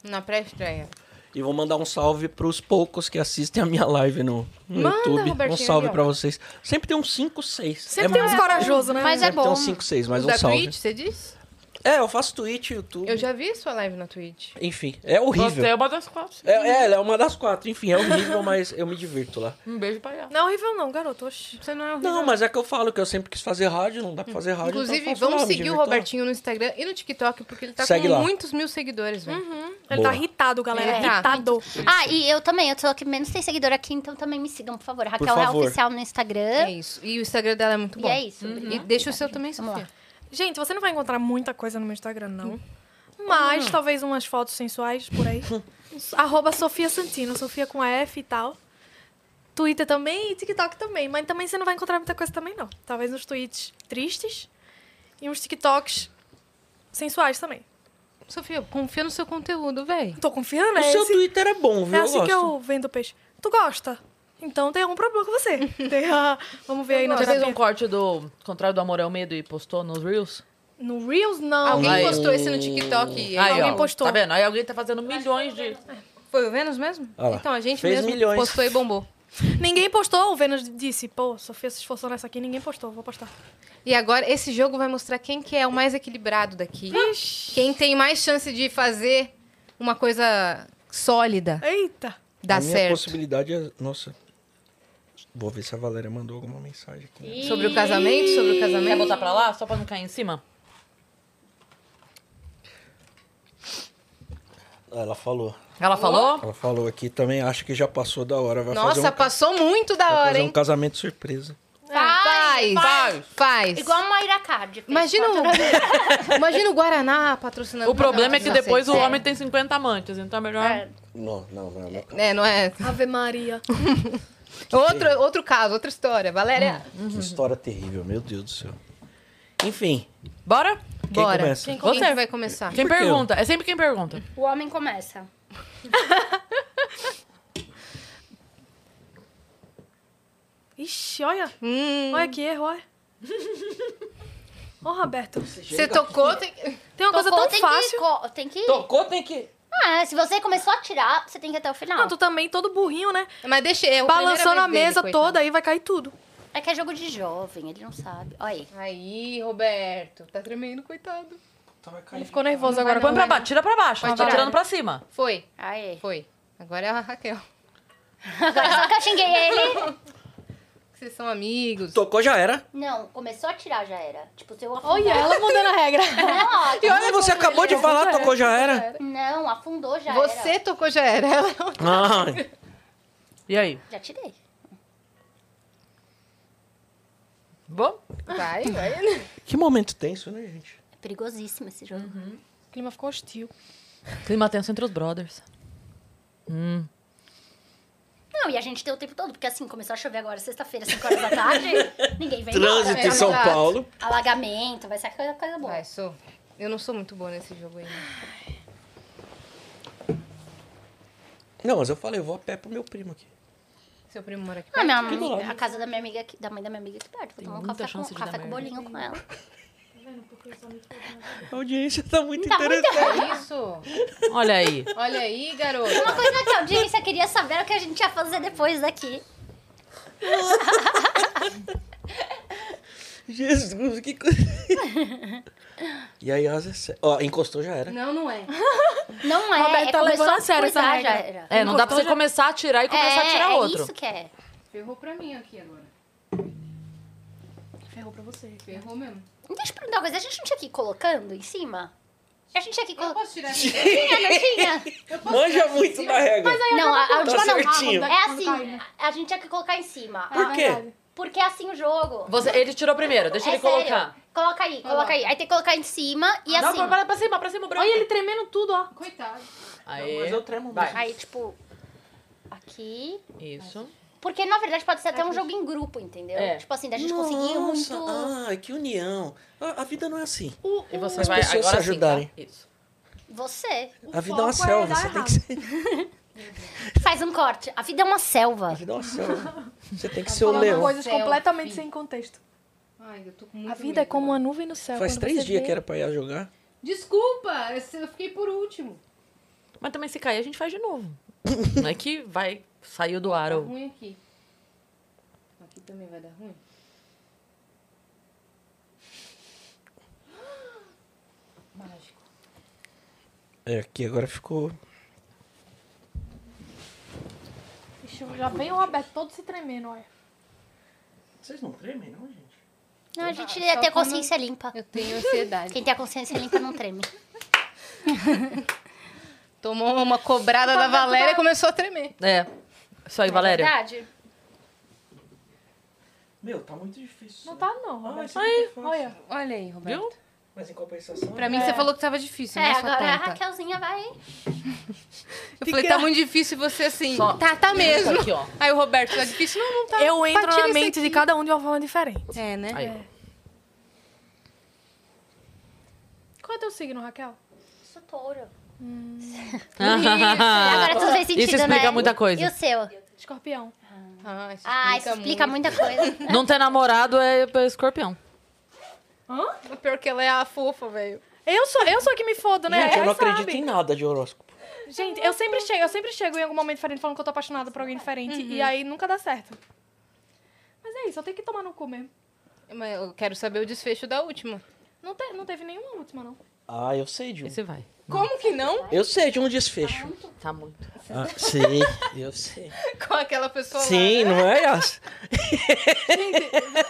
S1: Na pré-estreia.
S3: E vou mandar um salve pros poucos que assistem a minha live no, no
S1: Manda,
S3: YouTube. Um
S1: Robertinho,
S3: salve
S1: aí, ó.
S3: pra vocês. Sempre tem um uns 5, 6.
S5: Sempre tem uns corajosos, né?
S4: Mas é
S3: Sempre tem
S4: bom.
S3: uns 5, 6, mas um
S1: da
S3: salve.
S1: Twitch, você disse?
S3: É, eu faço Twitch, YouTube.
S1: Eu já vi sua live na Twitch.
S3: Enfim, é horrível.
S2: Você é uma das quatro.
S3: É, é, ela é uma das quatro. Enfim, é horrível, mas eu me divirto lá.
S2: Um beijo pra ela.
S5: Não é horrível não, garoto. Oxi.
S1: Você não é horrível.
S3: Não, mas é que eu falo que eu sempre quis fazer rádio, não dá pra fazer rádio. então
S1: Inclusive,
S3: eu faço lá,
S1: vamos
S3: me
S1: seguir o
S3: divirto lá.
S1: Robertinho no Instagram e no TikTok, porque ele tá
S3: Segue
S1: com
S3: lá.
S1: muitos mil seguidores, velho.
S4: Uhum.
S5: Ele
S3: Boa.
S5: tá irritado, galera.
S1: É.
S5: Irritado.
S4: Ah, e eu também. Eu sou a que menos tem seguidor aqui, então também me sigam, por favor. Raquel Real
S3: favor.
S4: Oficial no Instagram.
S1: É isso. E o Instagram dela é muito
S4: E
S1: bom.
S4: é isso.
S1: E deixa o seu também,
S4: Vamos
S1: Sofia.
S5: Gente, você não vai encontrar muita coisa no meu Instagram,
S3: Hum.
S5: não. Mas
S3: Ah.
S5: talvez umas fotos sensuais por aí. Arroba Sofia Santino, Sofia com F e tal. Twitter também e TikTok também. Mas também você não vai encontrar muita coisa também, não. Talvez uns tweets tristes e uns TikToks sensuais também.
S1: Sofia, confia no seu conteúdo, velho.
S5: Tô confiando,
S3: O
S5: né?
S3: seu
S5: Esse-
S3: Twitter é bom, viu?
S5: É assim
S3: eu
S5: que
S3: gosto.
S5: eu vendo peixe. Tu gosta? Então tem algum problema com você. Tem a- Vamos ver aí na
S2: Você fez um
S5: terapia.
S2: corte do Contrário do Amor é o Medo e postou nos Reels?
S5: No Reels, não.
S1: Alguém
S2: Aí.
S1: postou esse no TikTok.
S2: Aí,
S5: Alguém
S2: ó,
S5: postou.
S2: Tá vendo? Aí alguém tá fazendo milhões de.
S1: Foi o Vênus mesmo?
S3: Olha lá.
S1: Então, a gente
S3: Fez
S1: mesmo
S3: milhões.
S1: postou e bombou.
S5: Ninguém postou, o Vênus disse, pô, Sofia se esforçou nessa aqui, ninguém postou, vou postar.
S1: E agora, esse jogo vai mostrar quem que é o mais equilibrado daqui. Quem tem mais chance de fazer uma coisa sólida
S5: Eita!
S3: a
S1: dar
S3: minha
S1: certo.
S3: possibilidade é. Nossa. Vou ver se a Valéria mandou alguma mensagem aqui.
S1: Sobre o casamento, sobre o
S2: Quer
S1: casamento.
S2: botar pra lá? Só pra não cair em cima?
S3: Ela falou.
S2: Ela falou?
S3: Ela falou aqui também, acho que já passou da hora. Vai fazer um,
S1: Nossa, passou muito da
S3: vai
S1: hora,
S3: fazer
S1: hein?
S3: um casamento surpresa.
S1: Faz,
S2: faz.
S1: faz, faz.
S4: Igual a Mayra Card. fez
S1: Imagina
S4: quatro-
S1: o, imagina o Guaraná patrocinando.
S2: O problema é que
S1: Não,
S2: depois o
S1: é.
S2: homem tem 50 amantes, então é melhor.
S4: É.
S3: Não, não, não. não.
S1: É, não é.
S5: Ave Maria.
S3: é?
S1: Outro, outro caso, outra história. Valéria,
S3: Que história terrível, meu Deus do céu. Enfim,
S2: Bora?
S3: quem
S1: bora.
S3: começa?
S1: Quem,
S2: Você.
S1: que vai começar?
S2: Quem
S3: Por quê?
S2: pergunta? É sempre quem pergunta.
S4: O homem começa.
S5: Ixi, olha,
S1: Hum,
S5: Hum. olha que erro, olha. Ô, Roberto,
S1: Você tocou, tem...
S5: tem uma coisa
S4: Tocou,
S5: tão
S4: tem
S5: fácil.
S4: Que, co- tem que ir.
S3: Tocou, tem que.
S4: Ah, se você começou a tirar, você tem que ir até o final.
S5: Ah, tu também, todo burrinho, né?
S1: Mas deixa eu.
S5: Balançou na mesa
S1: coitado.
S5: toda, aí vai cair tudo.
S4: É que é jogo de jovem, ele não sabe. Olha aí.
S1: Aí, Roberto. Tá tremendo, coitado.
S5: Ele ficou nervoso
S1: Não vai
S5: agora.
S2: Então Põe
S1: não,
S2: pra
S1: vai
S2: baixo, tira pra baixo.
S1: Pode
S2: tá
S1: tirar.
S2: tirando pra cima.
S1: Foi,
S4: Aí.
S1: foi. Agora é a Raquel.
S4: Agora só que eu xinguei ele.
S1: Vocês são amigos.
S3: Tocou, já era.
S4: Não, começou a tirar já era. Tipo, se eu
S5: Olha, ela mudando a regra.
S4: Não,
S3: E olha, você acabou de falar, tocou, já era.
S4: não, afundou já
S1: Você
S4: era.
S1: tocou, já era. Ela não
S3: Ai,
S2: E aí?
S4: Já tirei.
S2: Bom?
S1: Vai, vai.
S3: que momento tenso, né, gente?
S4: É perigosíssimo esse jogo.
S5: O clima ficou hostil.
S2: Clima tenso entre os brothers. Hum.
S4: Não, e a gente tem o tempo todo, porque assim, começou a chover agora sexta-feira, 5 horas da tarde, ninguém vem
S3: Trânsito
S4: embora.
S3: em São
S1: Exato.
S3: Paulo.
S4: Alagamento, vai ser coisa, coisa boa.
S1: Vai, sou. Eu não sou muito boa nesse jogo ainda.
S3: Não, mas eu falei, eu vou a pé pro meu primo aqui.
S1: Seu primo mora aqui.
S4: Ah, minha
S3: do
S4: mãe-
S3: lado.
S4: a casa da minha amiga aqui, da mãe da minha amiga aqui perto. Vou tomar um
S2: muita
S4: café
S2: chance
S4: com,
S2: de
S4: café
S2: dar
S4: com
S2: merda.
S4: bolinho com ela.
S3: A audiência tá muito
S4: Tá muito-
S3: interessante.
S1: É isso.
S2: Olha aí.
S1: Olha aí, garoto.
S4: Uma coisa que a audiência queria saber era o que a gente ia fazer depois daqui.
S3: Jesus, que coisa. e aí, Asa, é sé- ó, encostou, já era.
S1: Não, não é.
S4: Não é,
S5: Roberto,
S4: é
S5: tá
S4: começou
S5: levando
S4: a
S5: a sério essa
S4: coisar, já
S5: regra.
S4: era.
S2: É, não dá pra você começar a tirar e começar a tirar
S4: é
S2: outro.
S4: isso que é.
S1: Ferrou pra mim aqui agora.
S5: Ferrou pra você.
S1: Ferrou mesmo.
S4: Deixa eu perguntar uma coisa, a gente não tinha que ir colocando em cima? A gente tinha que ir
S1: Eu
S4: colocando...
S1: posso tirar aqui.
S4: Tinha, não tinha?
S3: Manja muito na regra. Tá
S4: Não, a,
S2: Tá
S4: a última não.
S3: certinho.
S4: É assim, a gente tinha que colocar em cima.
S3: Por quê?
S4: Porque é assim o jogo.
S2: Você, ele tirou primeiro, deixa
S4: É
S2: ele
S4: sério.
S2: colocar.
S4: Coloca aí, coloca aí. Aí tem que colocar em cima e
S2: Não,
S4: assim.
S2: pra, pra cima, pra cima, branco.
S5: Olha ele tremendo tudo, ó.
S1: Coitado.
S2: Aê.
S3: Mas eu tremo
S2: Vai.
S4: Aí, tipo, aqui.
S2: Isso.
S4: Porque, na verdade, pode ser até um jogo em grupo, entendeu?
S2: É.
S4: Tipo assim, da gente conseguir
S3: Nossa,
S4: muito.
S3: Ai, que união. A, a vida não é assim.
S2: E você
S3: As
S2: vai
S3: pessoas
S2: agora
S3: se ajudarem.
S2: Sim, tá? Isso.
S4: Você.
S3: a vida é uma
S5: foco é
S3: selva,
S5: dar
S3: você tem que ser.
S4: Faz um corte. A vida é uma
S3: A
S4: selva.
S3: vida é uma selva. Você tem que ser o
S5: Falando
S3: leão.
S5: coisas
S1: Selfie.
S5: completamente sem contexto.
S1: Ai, eu tô com muito
S5: A vida é
S1: medo
S5: como uma
S1: agora.
S5: nuvem no céu.
S3: Faz
S5: quando
S3: três
S5: você
S3: dias
S5: vê-
S3: que era pra ir a jogar.
S1: Desculpa, eu fiquei por último. Tá
S2: Mas também se cair, a gente faz de novo. não é que vai, saiu do ar.
S1: Tá
S2: ou-
S1: ruim aqui. Aqui também vai dar ruim. Mágico.
S3: É, aqui agora ficou.
S5: Ixi, já vem o Roberto todo se tremendo, olha.
S3: Vocês não tremem, não, gente?
S4: Não, a gente
S1: só
S4: ia ter a
S1: quando-
S4: consciência limpa.
S1: Eu tenho ansiedade.
S4: Quem tem a consciência limpa não treme.
S1: Tomou uma cobrada da Valéria e começou a tremer.
S2: É. Isso aí, Valéria.
S4: Verdade.
S3: Meu, tá muito difícil.
S5: Não tá, não,
S3: Ah,
S5: Roberto.
S3: isso aqui é fácil.
S5: Olha.
S1: Olha aí, Roberto.
S2: Viu?
S3: Mas em compensação. né?
S1: Pra mim, você falou que tava difícil,
S4: É,
S1: né, sua
S4: agora a
S1: tonta?
S4: Raquelzinha vai.
S1: Eu falei, tá muito difícil e você assim.
S2: Só-
S1: Tá, tá mesmo.
S2: Isso aqui, ó.
S1: Aí o Roberto, tá difícil? Não, não tá.
S5: Eu
S1: Tá,
S5: entro
S1: tira
S5: na
S1: isso
S5: mente de
S1: aqui.
S5: cada um de uma forma diferente.
S1: É, né?
S2: Aí,
S5: É. Qual é teu signo, Raquel?
S4: Sou touro.
S2: ó.
S4: agora tudo fez sentido,
S2: Ah, Isso explica
S4: né?
S2: muita coisa.
S4: E o seu?
S5: Escorpião.
S1: Ah, isso
S4: Ah, isso explica muita coisa.
S2: Não ter namorado é escorpião.
S1: muito. O pior que ela é a fofa, velho.
S5: Eu sou, eu sou que me fodo, né?
S3: Gente, eu não
S5: Ela sabe.
S3: acredito em nada de horóscopo.
S5: Gente, eu sempre chego, eu sempre chego em algum momento diferente falando que eu tô apaixonada por alguém diferente. E aí nunca dá certo. Uhum. Mas é isso, eu tenho que tomar no cu mesmo.
S1: Mas eu quero saber o desfecho da última.
S5: Não, te- não teve nenhuma última, não.
S3: Ah, eu sei de um.
S2: Esse vai.
S1: Como que não?
S3: Eu sei de um desfecho.
S2: Tá muito.
S3: Ah, sei, eu sei.
S1: Com aquela pessoa
S3: Sim, não é essa?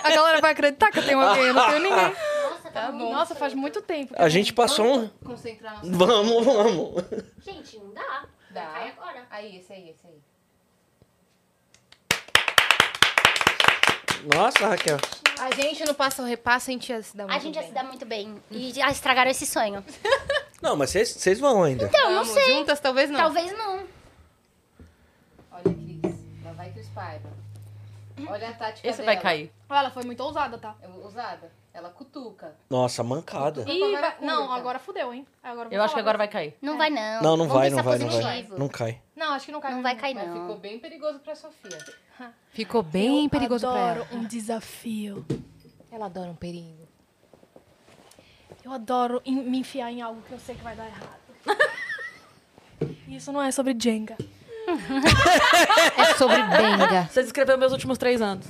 S5: A galera vai acreditar que eu tenho alguém, eu não tenho ninguém.
S4: Nossa, tá, bom.
S5: Nossa, faz muito tempo. que
S3: A
S5: eu
S3: gente passou um.
S1: lá. Concentrar na sua-
S3: Vamos, vamos.
S4: Gente, não dá.
S1: Dá.
S4: Vai agora.
S1: Aí, esse aí, esse aí.
S3: Nossa, Raquel.
S1: A gente não passa o repasso, a gente ia se dar muito
S4: A gente ia
S1: bem.
S4: se dar muito bem. E já estragaram esse sonho.
S3: Não, mas vocês- vocês vão ainda.
S4: Então, não
S1: Vamos,
S4: sei.
S1: Juntas, talvez não.
S4: Talvez não.
S1: Olha, Cris. Lá vai Cris Paiva. Olha a tática
S2: Esse
S1: dela.
S2: vai cair.
S5: tenho. Ela foi muito ousada, tá?
S1: É Usada. Ela cutuca.
S3: Nossa, mancada.
S5: Ih,
S1: conversa
S5: vai- não,
S1: curta.
S5: agora fudeu, hein? Agora vou
S2: Eu acho que
S5: falar.
S2: agora vai cair.
S4: Não vai, não.
S3: Não, não
S4: Vamos
S3: vai, não
S4: pensar
S3: vai, não vai.
S4: positivo.
S3: Não cai.
S5: Não, acho que não cai.
S4: Não
S5: mesmo.
S4: vai cair,
S1: Mas ficou
S4: não.
S1: bem perigoso pra Sofia. Ficou bem
S5: Eu
S1: perigoso
S5: adoro
S1: pra ela.
S5: um desafio.
S1: Ela adora um perigo.
S5: Eu adoro em- me enfiar em algo que eu sei que vai dar errado. E Isso não é sobre Jenga.
S1: É sobre benga.
S2: Você descreveu meus últimos três anos.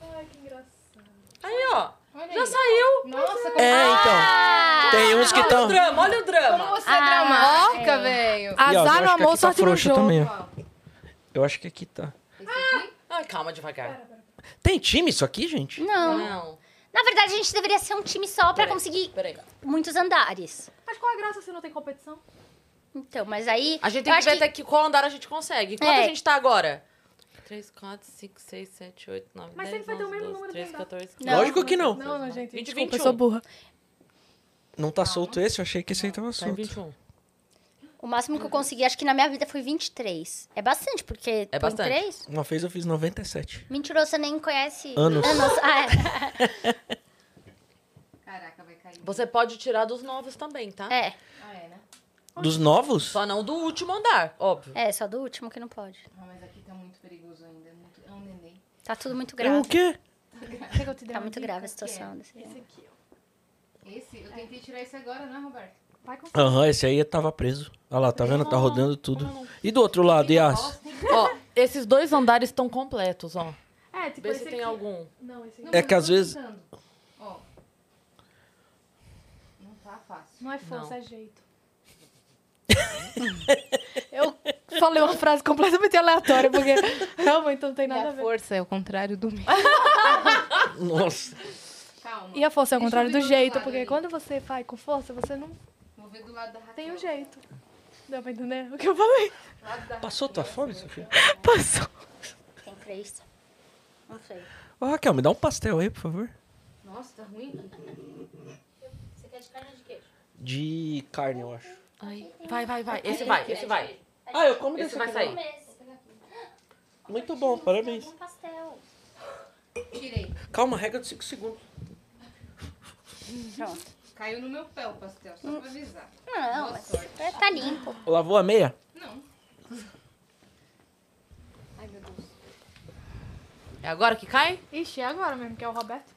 S5: Ai, que engraçado.
S2: Aí, ó.
S1: Olha
S2: Já
S1: aí.
S2: saiu.
S1: Nossa, como
S3: É, então. Tem uns que
S2: Olha o
S3: estão.
S2: drama, olha o drama.
S1: você é dramática, velho.
S5: Azar no
S3: tá
S5: amor, sorte no jogo.
S3: Eu acho que aqui tá.
S2: Ai, calma devagar.
S3: Tem time isso aqui, gente?
S4: Não.
S2: Não.
S4: Na verdade, a gente deveria ser um time só pra
S2: Peraí,
S4: conseguir
S2: Peraí.
S4: muitos andares.
S5: Mas qual a graça se não tem competição?
S4: Então, mas aí.
S2: A gente
S4: eu
S2: tem que
S4: acho
S2: ver até que qual andar a gente consegue. Quanto
S4: É.
S2: a gente tá agora? 3, 4, 5, 6, 7, 8, 9,
S5: Mas
S2: 10,
S5: sempre vai ter o
S2: 11,
S5: mesmo
S2: 12,
S5: número de
S2: 13,
S5: andar.
S2: 14,
S4: Não.
S3: Lógico que não.
S5: Não, não, gente.
S2: 20,
S5: desculpa,
S2: 21.
S5: eu sou burra.
S3: Não tá solto esse? Eu achei que esse aí tava
S2: Tá em
S3: solto.
S2: 21.
S4: O máximo que eu consegui, acho que na minha vida foi 23. É bastante, porque põe
S2: bastante.
S4: três?
S3: Uma vez eu fiz 97.
S4: Mentiroso, você nem conhece.
S3: Anos.
S4: Ah, é.
S1: Caraca, vai cair.
S2: Você pode tirar dos novos também, tá?
S4: é.
S1: Ah, é, né?
S3: Dos novos?
S2: Só não do último andar, óbvio.
S4: É, só do último que não pode.
S1: Ah, mas aqui tá muito perigoso ainda. É, muito... é um neném.
S4: Tá tudo muito
S3: É
S4: grave.
S3: o quê?
S5: Quer um que eu te dê
S4: Tá
S5: uma
S4: muito
S5: dica?
S4: grave a situação. desse-
S5: Esse aqui, ó.
S1: Esse, eu tentei tirar esse agora, não é, Roberto?
S5: Vai com
S3: Aham, esse aí tava preso. Olha lá, tá vendo? Tá rodando tudo. E do outro lado, Yas?
S2: ó, esses dois andares estão completos, ó.
S5: É, tipo
S2: Vê
S5: esse
S2: se
S5: aqui.
S2: tem algum.
S5: Não, esse aqui.
S1: Não,
S3: É
S1: mas
S3: que
S1: eu
S3: às
S1: tô
S3: vezes-
S1: tentando. Ó. Não tá fácil.
S5: Não é força,
S2: Não.
S5: é jeito. eu falei uma frase completamente aleatória, porque realmente não tem nada a ver.
S1: força é o contrário do medo.
S3: Nossa.
S1: Calma.
S5: E a força é ao
S1: Deixa
S5: contrário
S1: eu
S5: do
S1: ver do outro
S5: jeito,
S1: lado
S5: porque
S1: ali.
S5: quando você faz com força, você não
S1: Vou ver do lado da Raquel.
S5: tem o jeito. Deu pra entender o que eu falei?
S3: Passou tua fome, Sofia?
S5: Passou.
S4: Tem três. Não sei.
S3: Ô, Raquel, me dá um pastel aí, por favor.
S1: Nossa, tá ruim aqui.
S4: Você quer de carne de queijo?
S3: De carne, eu acho.
S2: Ai, vai, vai, vai. Esse vai, esse vai.
S3: Ah, eu como
S2: Esse
S3: desse
S2: vai
S3: aqui.
S2: sair.
S3: Muito bom, parabéns.
S4: Um pastel.
S1: Tirei.
S3: Calma, regra de 5 segundos.
S1: Caiu no meu pé o pastel, só pra avisar.
S4: Não, mas é, tá limpo.
S3: Lavou a meia?
S1: Não. Ai, meu Deus.
S2: É agora que cai?
S5: Ixi, é agora mesmo, que é o Roberto.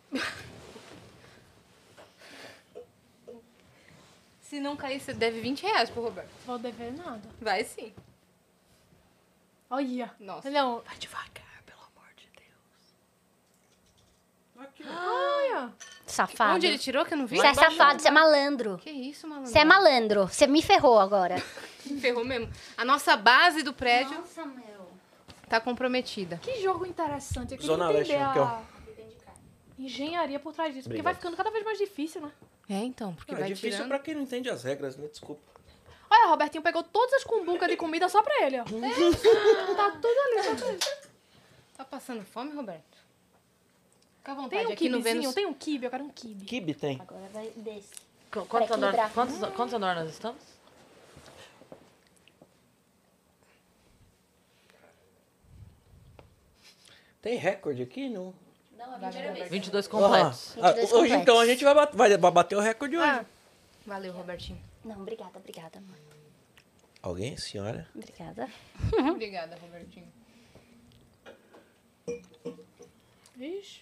S1: Se não cair, você deve 20 reais pro Roberto.
S5: Vou dever nada.
S1: Vai sim.
S5: Olha.
S1: Nossa.
S5: Não. Vai devagar, pelo amor de Deus. Olha.
S4: Safado.
S1: Onde ele tirou que eu não vi?
S4: Você é safado, você é malandro.
S1: Que isso, malandro.
S4: Você é malandro. Você me ferrou agora.
S1: Ferrou mesmo. A nossa base do prédio
S4: meu.
S1: tá comprometida.
S5: Que jogo interessante. Eu queria
S3: Zona
S5: entender
S3: Leste,
S5: a...
S3: aqui, ó.
S5: engenharia por trás disso. Porque vai ficando cada vez mais difícil, né?
S1: É, então, porque
S3: é
S1: vai
S3: difícil
S1: tirando.
S3: pra quem não entende as regras, né? Desculpa.
S5: Olha, o Robertinho pegou todas as cumbucas de comida só pra ele, ó. tá tudo ali, só pra ele.
S1: Tá passando fome, Roberto? Fica à vontade
S5: Tem um
S1: aqui no
S5: kibizinho,
S1: Vênus.
S5: tem um kibe, eu quero um kibe.
S3: Kibe tem.
S4: Agora vai desse.
S2: Qu-
S4: Pra
S2: Quantos andar,
S4: equilibrar.
S2: quantos, quantos andar nós estamos?
S3: Tem recorde aqui? Não.
S2: 22 completos.
S3: Ah, ah,
S4: 22
S3: hoje
S4: completos.
S3: então a gente vai bater, vai bater o recorde hoje.
S1: Valeu, Robertinho.
S4: Não, obrigada, obrigada, mãe.
S3: Alguém? Senhora?
S4: Obrigada.
S1: Obrigada, Robertinho.
S5: Vixe.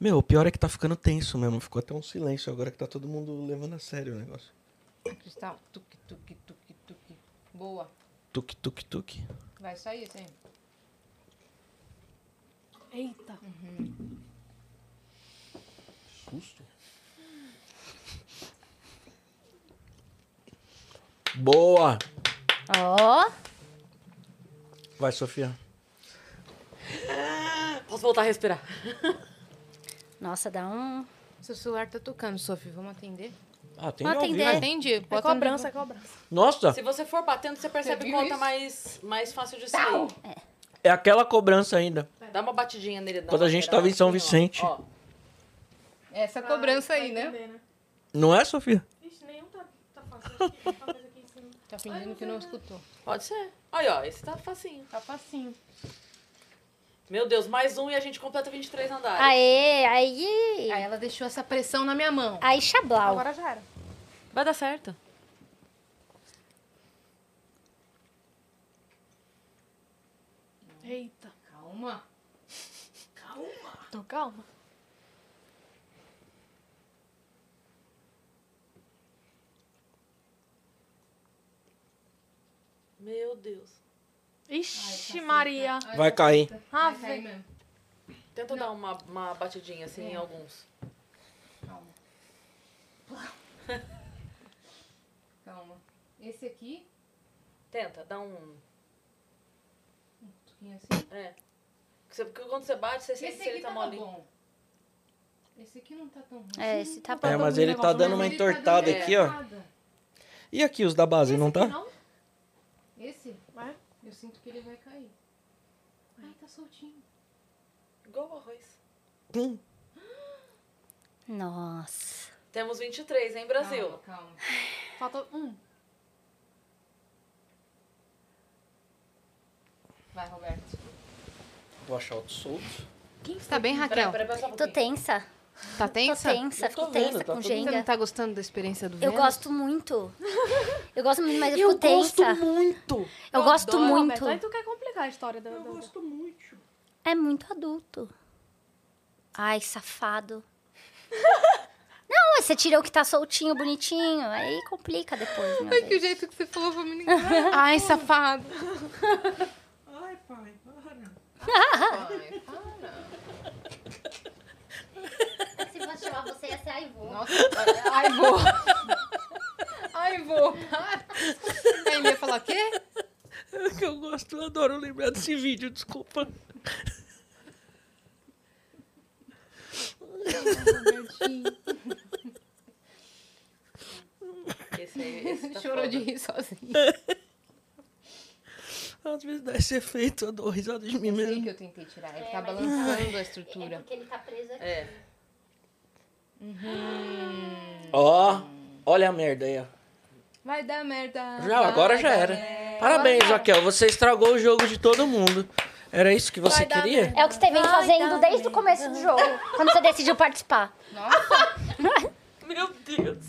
S3: Meu, o pior é que tá ficando tenso mesmo. Ficou até um silêncio agora que tá todo mundo levando a sério o negócio.
S1: Cristal, tuque, tuque, tuque, tuque. Boa.
S3: Tuk, tuk, tuk.
S1: Vai sair, sim.
S5: Eita. É
S3: Susto. Boa!
S4: Ó.
S3: Vai, Sofia.
S2: Posso voltar a respirar?
S4: Nossa, dá um.
S1: Seu celular tá tocando, Sophie. Vamos atender?
S3: Ah, tem
S4: Ah,
S3: ao
S4: tem
S3: vivo.
S4: É. dez.
S1: Atendi.
S5: É
S1: Bota um no-
S5: cobrança, é cobrança.
S3: Nossa,
S2: Se você for batendo, você percebe
S1: Você
S2: que
S1: viu
S2: conta
S1: isso?
S2: mais, mais fácil de sair.
S3: é aquela cobrança ainda.
S2: Dá uma batidinha nele. dá
S3: Quando
S2: uma
S3: a gente
S2: lateral,
S3: tava em São
S2: assim, ó.
S3: Vicente.
S2: Ó,
S1: Essa cobrança aí,
S5: Vai
S1: né?
S5: entender,
S3: Não é, Sofia?
S5: Vixe, nenhum tá, tá fácil. Acho que talvez aqui em cima.
S1: Tá fingindo que não escutou.
S2: Pode ser. Aí, ó, esse tá facinho.
S5: Tá facinho.
S2: Meu Deus, mais um e a gente completa 23 andares.
S4: Aê, aí.
S1: Aí ela deixou essa pressão na minha mão.
S4: Aí, xablau.
S5: Agora já era.
S2: Vai dar certo.
S5: Eita. Então,
S1: Calma.
S5: Tô calma.
S2: Meu Deus.
S1: tá
S5: Ixi, Maria.
S3: Vai cair.
S5: Ah,
S1: Vai
S5: velho.
S1: mesmo.
S2: Tenta dar uma, uma batidinha, assim, em alguns.
S1: Calma. Esse aqui,
S2: Tenta, dá um...
S1: um pouquinho assim.
S2: É. Porque você- porque quando você bate, você sente se
S1: Esse
S2: ele
S1: aqui
S2: tá
S1: tá
S2: molinho.
S1: bom. Esse aqui não tá tão ruim.
S4: É, esse tá bom.
S3: É, mas ele tá dando uma
S1: Ele tá dando
S3: entortada
S1: uma
S3: aqui, ó.
S1: entortada.
S3: E aqui, os da base, não
S5: Esse aqui
S3: tá?
S1: Esse,
S5: Vai.
S1: eu sinto que ele vai cair. Ai, tá soltinho.
S2: Igual o arroz.
S3: Hum.
S4: Nossa.
S2: Temos 23, hein, Brasil?
S1: Calma, calma.
S5: Falta um.
S1: Vai, Roberto.
S3: Vou achar outro solto.
S1: Tá bem, Raquel?
S2: peraí, só um
S4: Tô
S2: pouquinho.
S4: tensa.
S1: Tá
S4: Tô
S1: tensa?
S4: tensa.
S3: Eu tô
S4: Fico tensa
S3: vendo, tá
S4: com
S3: tudo
S1: Você
S3: bem.
S1: não
S4: Jenga.
S1: tá gostando da experiência do
S4: Eu
S1: Vênus?
S4: gosto muito. Eu gosto muito, mas eu,
S2: Eu
S4: fico tensa.
S2: gosto muito.
S4: Eu gosto
S5: adoro,
S4: muito.
S5: Roberto. Aí tu quer complicar a história da. da-
S3: muito.
S4: É muito adulto. Ai, safado. Não, você tirou o que tá soltinho, bonitinho. Aí complica depois, meu
S1: Ai, que o
S4: Deus.
S1: jeito que você falou foi me Ai, safado.
S3: Ai, pai, para.
S1: Ai, para.
S4: Se fosse chamar você, ia ser a Ivô.
S1: Nossa, ai, vou. Ai, vou. Para. Aí ele ia falar o quê?
S3: É que eu gosto, eu adoro lembrar desse vídeo, desculpa.
S2: Esse aí, esse tá
S1: Chorou
S2: foda.
S1: de rir sozinho.
S3: Às vezes dá esse efeito, eu dou risada de mim
S1: Sei
S3: mesmo.
S1: que eu tentei tirar. Ele
S4: É,
S1: tá
S4: mas-
S1: balançando a estrutura.
S4: ele tá preso aqui.
S2: É.
S3: Ó, olha a merda aí, ó.
S1: Vai dar merda.
S3: Já,
S4: Ah,
S3: agora já era.
S4: é.
S3: Parabéns, Raquel, você estragou o jogo de todo mundo. Era isso que você queria?
S4: É o que você vem fazendo desde o começo do jogo, quando você decidiu participar.
S1: Nossa,
S2: Meu Deus.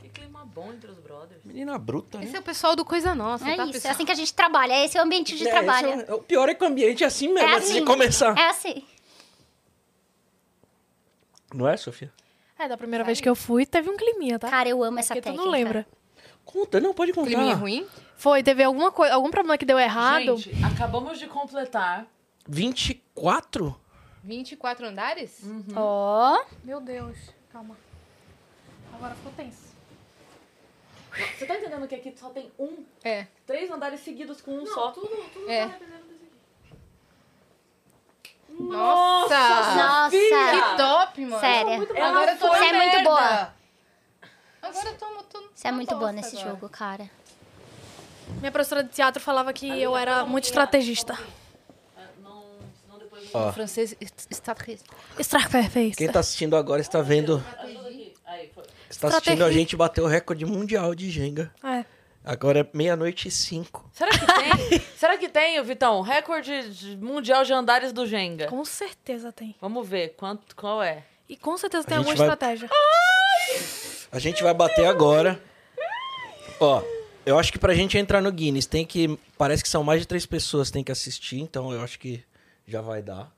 S2: que clima bom entre os brothers.
S3: Menina bruta, né?
S1: esse é o pessoal do Coisa Nossa,
S4: é
S1: tá,
S4: isso, é
S1: pessoal?
S4: assim que a gente trabalha, é esse o ambiente de
S3: É,
S4: trabalho.
S3: esse é o- o pior é que o ambiente é assim mesmo,
S4: É
S3: antes
S4: assim.
S3: de começar.
S4: É assim.
S3: Não é, Sofia?
S5: É, da primeira vez que eu fui, teve um climinha, tá?
S4: Cara, eu amo essa
S5: Porque tu
S4: técnica.
S5: não lembra.
S3: Conta, não, pode contar.
S1: Climinha ruim?
S5: Foi, teve alguma coisa, algum problema que deu errado.
S2: Gente, acabamos de completar.
S3: 24?
S1: 24 andares?
S3: Hum.
S4: Ó,
S5: Meu Deus, calma. Agora ficou tenso.
S2: Você tá entendendo que aqui só tem um,
S1: É,
S2: três andares seguidos com um só?
S1: é.
S2: Nossa,
S1: Nossa!
S4: nossa.
S1: Que top, Ah. mano.
S4: Séria.
S1: Agora eu tô
S4: Você
S1: na
S4: é muito
S1: merda.
S4: boa.
S1: Agora eu tô, tô
S4: Você é
S1: na
S4: muito boa
S1: bosta
S4: nesse
S1: agora.
S4: jogo, cara.
S5: Minha professora de teatro falava que eu era muito estrategista.
S2: É, Não, senão depois...
S3: Ó.
S1: O francês est- está
S5: Estrategista.
S1: é
S3: Quem tá assistindo agora está vendo,
S2: Ajuda aqui. Aí, foi.
S3: está tá assistindo a gente bater o recorde mundial de Jenga.
S5: É.
S3: Agora é meia-noite e cinco.
S2: Será que tem? Será que tem, Vitão? Recorde de- mundial de andares do Jenga.
S5: Com certeza tem.
S2: Vamos ver quanto, qual é.
S5: E com certeza tem
S3: A gente
S5: alguma
S3: vai-
S5: estratégia.
S3: A gente vai bater agora. Ó, eu acho que pra gente entrar no Guinness tem que. Parece que são mais de três pessoas que tem que assistir, então eu acho que já vai dar.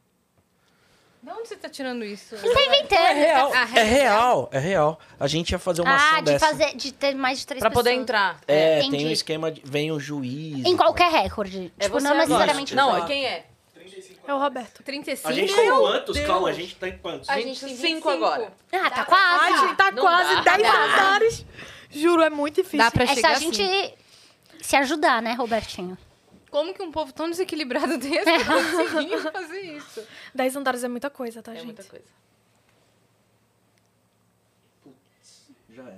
S1: De onde você tá tirando isso?
S4: Tá
S3: É
S4: inventando.
S3: real,
S1: Ah,
S3: é real, é real. A gente ia fazer uma
S4: Ah,
S3: ação
S4: de
S3: dessa.
S4: fazer, de ter mais de três
S2: Pra
S4: pessoas.
S2: poder entrar.
S3: É, tem
S4: Entendi.
S3: um esquema de. Vem o juiz.
S4: Em qualquer recorde.
S2: É
S4: tipo,
S2: você
S4: não
S2: agora.
S4: necessariamente
S2: Não,
S4: só.
S2: é quem é?
S5: É o Roberto.
S1: 35?
S3: A gente tem quantos? Calma, a gente tá em quantos?
S1: A
S2: Gente,
S1: gente tem
S2: cinco
S1: 25
S2: agora.
S4: Ah, tá
S5: Ai,
S4: quase.
S5: gente, tá
S2: Não
S5: quase
S2: dá.
S5: 10 andares. Juro, é muito difícil.
S1: Dá pra
S4: É só
S1: chegar
S4: a gente se ajudar, né, Robertinho?
S1: Como que um povo tão desequilibrado desse conseguiu fazer isso?
S5: 10 andares é muita coisa, tá,
S2: É
S5: gente?
S2: muita coisa.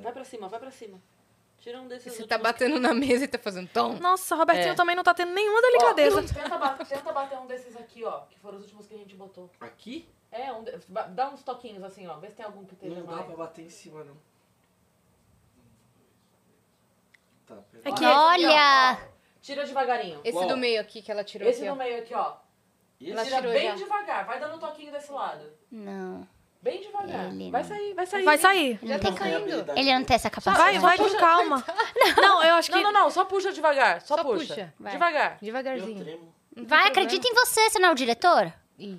S2: Vai pra cima, vai pra cima. Tira um desses
S1: Você
S2: últimos
S1: tá batendo na mesa e tá fazendo tom?
S5: Nossa, o Robertinho
S2: É.
S5: também não tá tendo nenhuma delicadeza.
S2: Ó, tenta, ba- tenta bater um desses aqui, ó, que foram os últimos que a gente botou.
S3: Aqui?
S2: É, um de- ba- dá uns toquinhos assim, ó, vê se tem algum que esteja mais.
S3: bater em cima, não. Tá,
S5: É que
S4: Olha!
S2: Tira devagarinho.
S1: Esse
S3: Qual?
S1: do meio aqui que ela tirou
S2: Esse
S1: aqui,
S2: no
S1: ó.
S2: meio aqui, ó.
S1: Ela
S2: Tira
S1: tirou
S2: bem
S1: já.
S2: devagar, vai dando um toquinho desse lado.
S4: Não.
S2: Bem devagar.
S4: Ele
S2: Vai
S4: não.
S2: sair, vai sair.
S5: vai sair.
S1: Já tá
S7: é
S1: caindo.
S4: Ele não tem essa
S5: Vai,
S4: capacidade.
S5: vai com calma. Não, eu acho que.
S2: Não, não, não, só puxa devagar, só,
S1: Só
S2: puxa.
S1: puxa, vai.
S2: Devagar.
S1: Devagarzinho.
S4: Vai, acredita em você, você não é o diretor?
S1: Ih.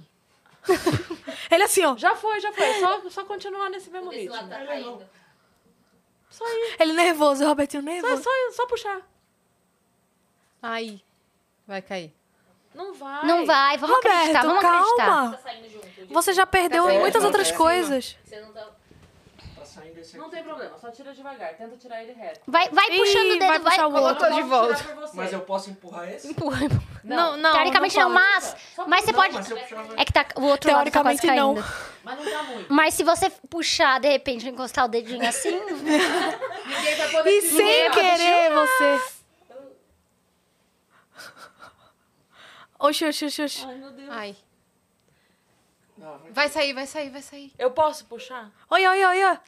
S5: Ele assim, ó.
S2: Já foi, já foi, só, só continuar nesse mesmo ritmo.
S1: tá
S4: caindo.
S2: Só ir,
S5: Ele é nervoso, o Robertinho
S2: só,
S5: nervoso.
S2: só, só puxar.
S1: Aí. Vai cair.
S2: Não vai.
S4: Não vai, vamos
S5: Roberto,
S4: acreditar, vamos acreditar.
S5: calma.
S2: saindo junto.
S5: Você já perdeu
S7: É,
S5: muitas
S7: não,
S5: outras
S7: é.
S5: coisas.
S2: Você não tá...
S7: Tá saindo esse
S2: Não tem problema, só tira devagar. Tenta tirar ele reto.
S4: Vai, vai
S5: Ih,
S4: puxando o dedo,
S5: vai
S4: vai.
S5: puxar o
S4: coloca-
S1: outro. Tô de volta.
S7: Mas eu posso empurrar esse?
S1: Empurra.
S5: Não, não.
S4: Teoricamente não,
S5: pode.
S4: mas, mas você pode.
S7: Mas eu puxava...
S4: É que tá, o outro lado tá quase
S5: Teoricamente, não.
S4: caindo.
S2: Mas não tá muito.
S4: Mas se você puxar, de repente, encostar o dedinho assim,
S2: Ninguém vai poder
S5: E
S2: te
S5: sem
S2: segurar.
S5: querer você. Oxi, oxi, oxi, oxi.
S2: Ai, meu Deus.
S1: Ai.
S7: Não, vai-
S1: Vai sair, vai sair, vai sair.
S2: Eu posso puxar?
S5: Oi, oi, oi, oi.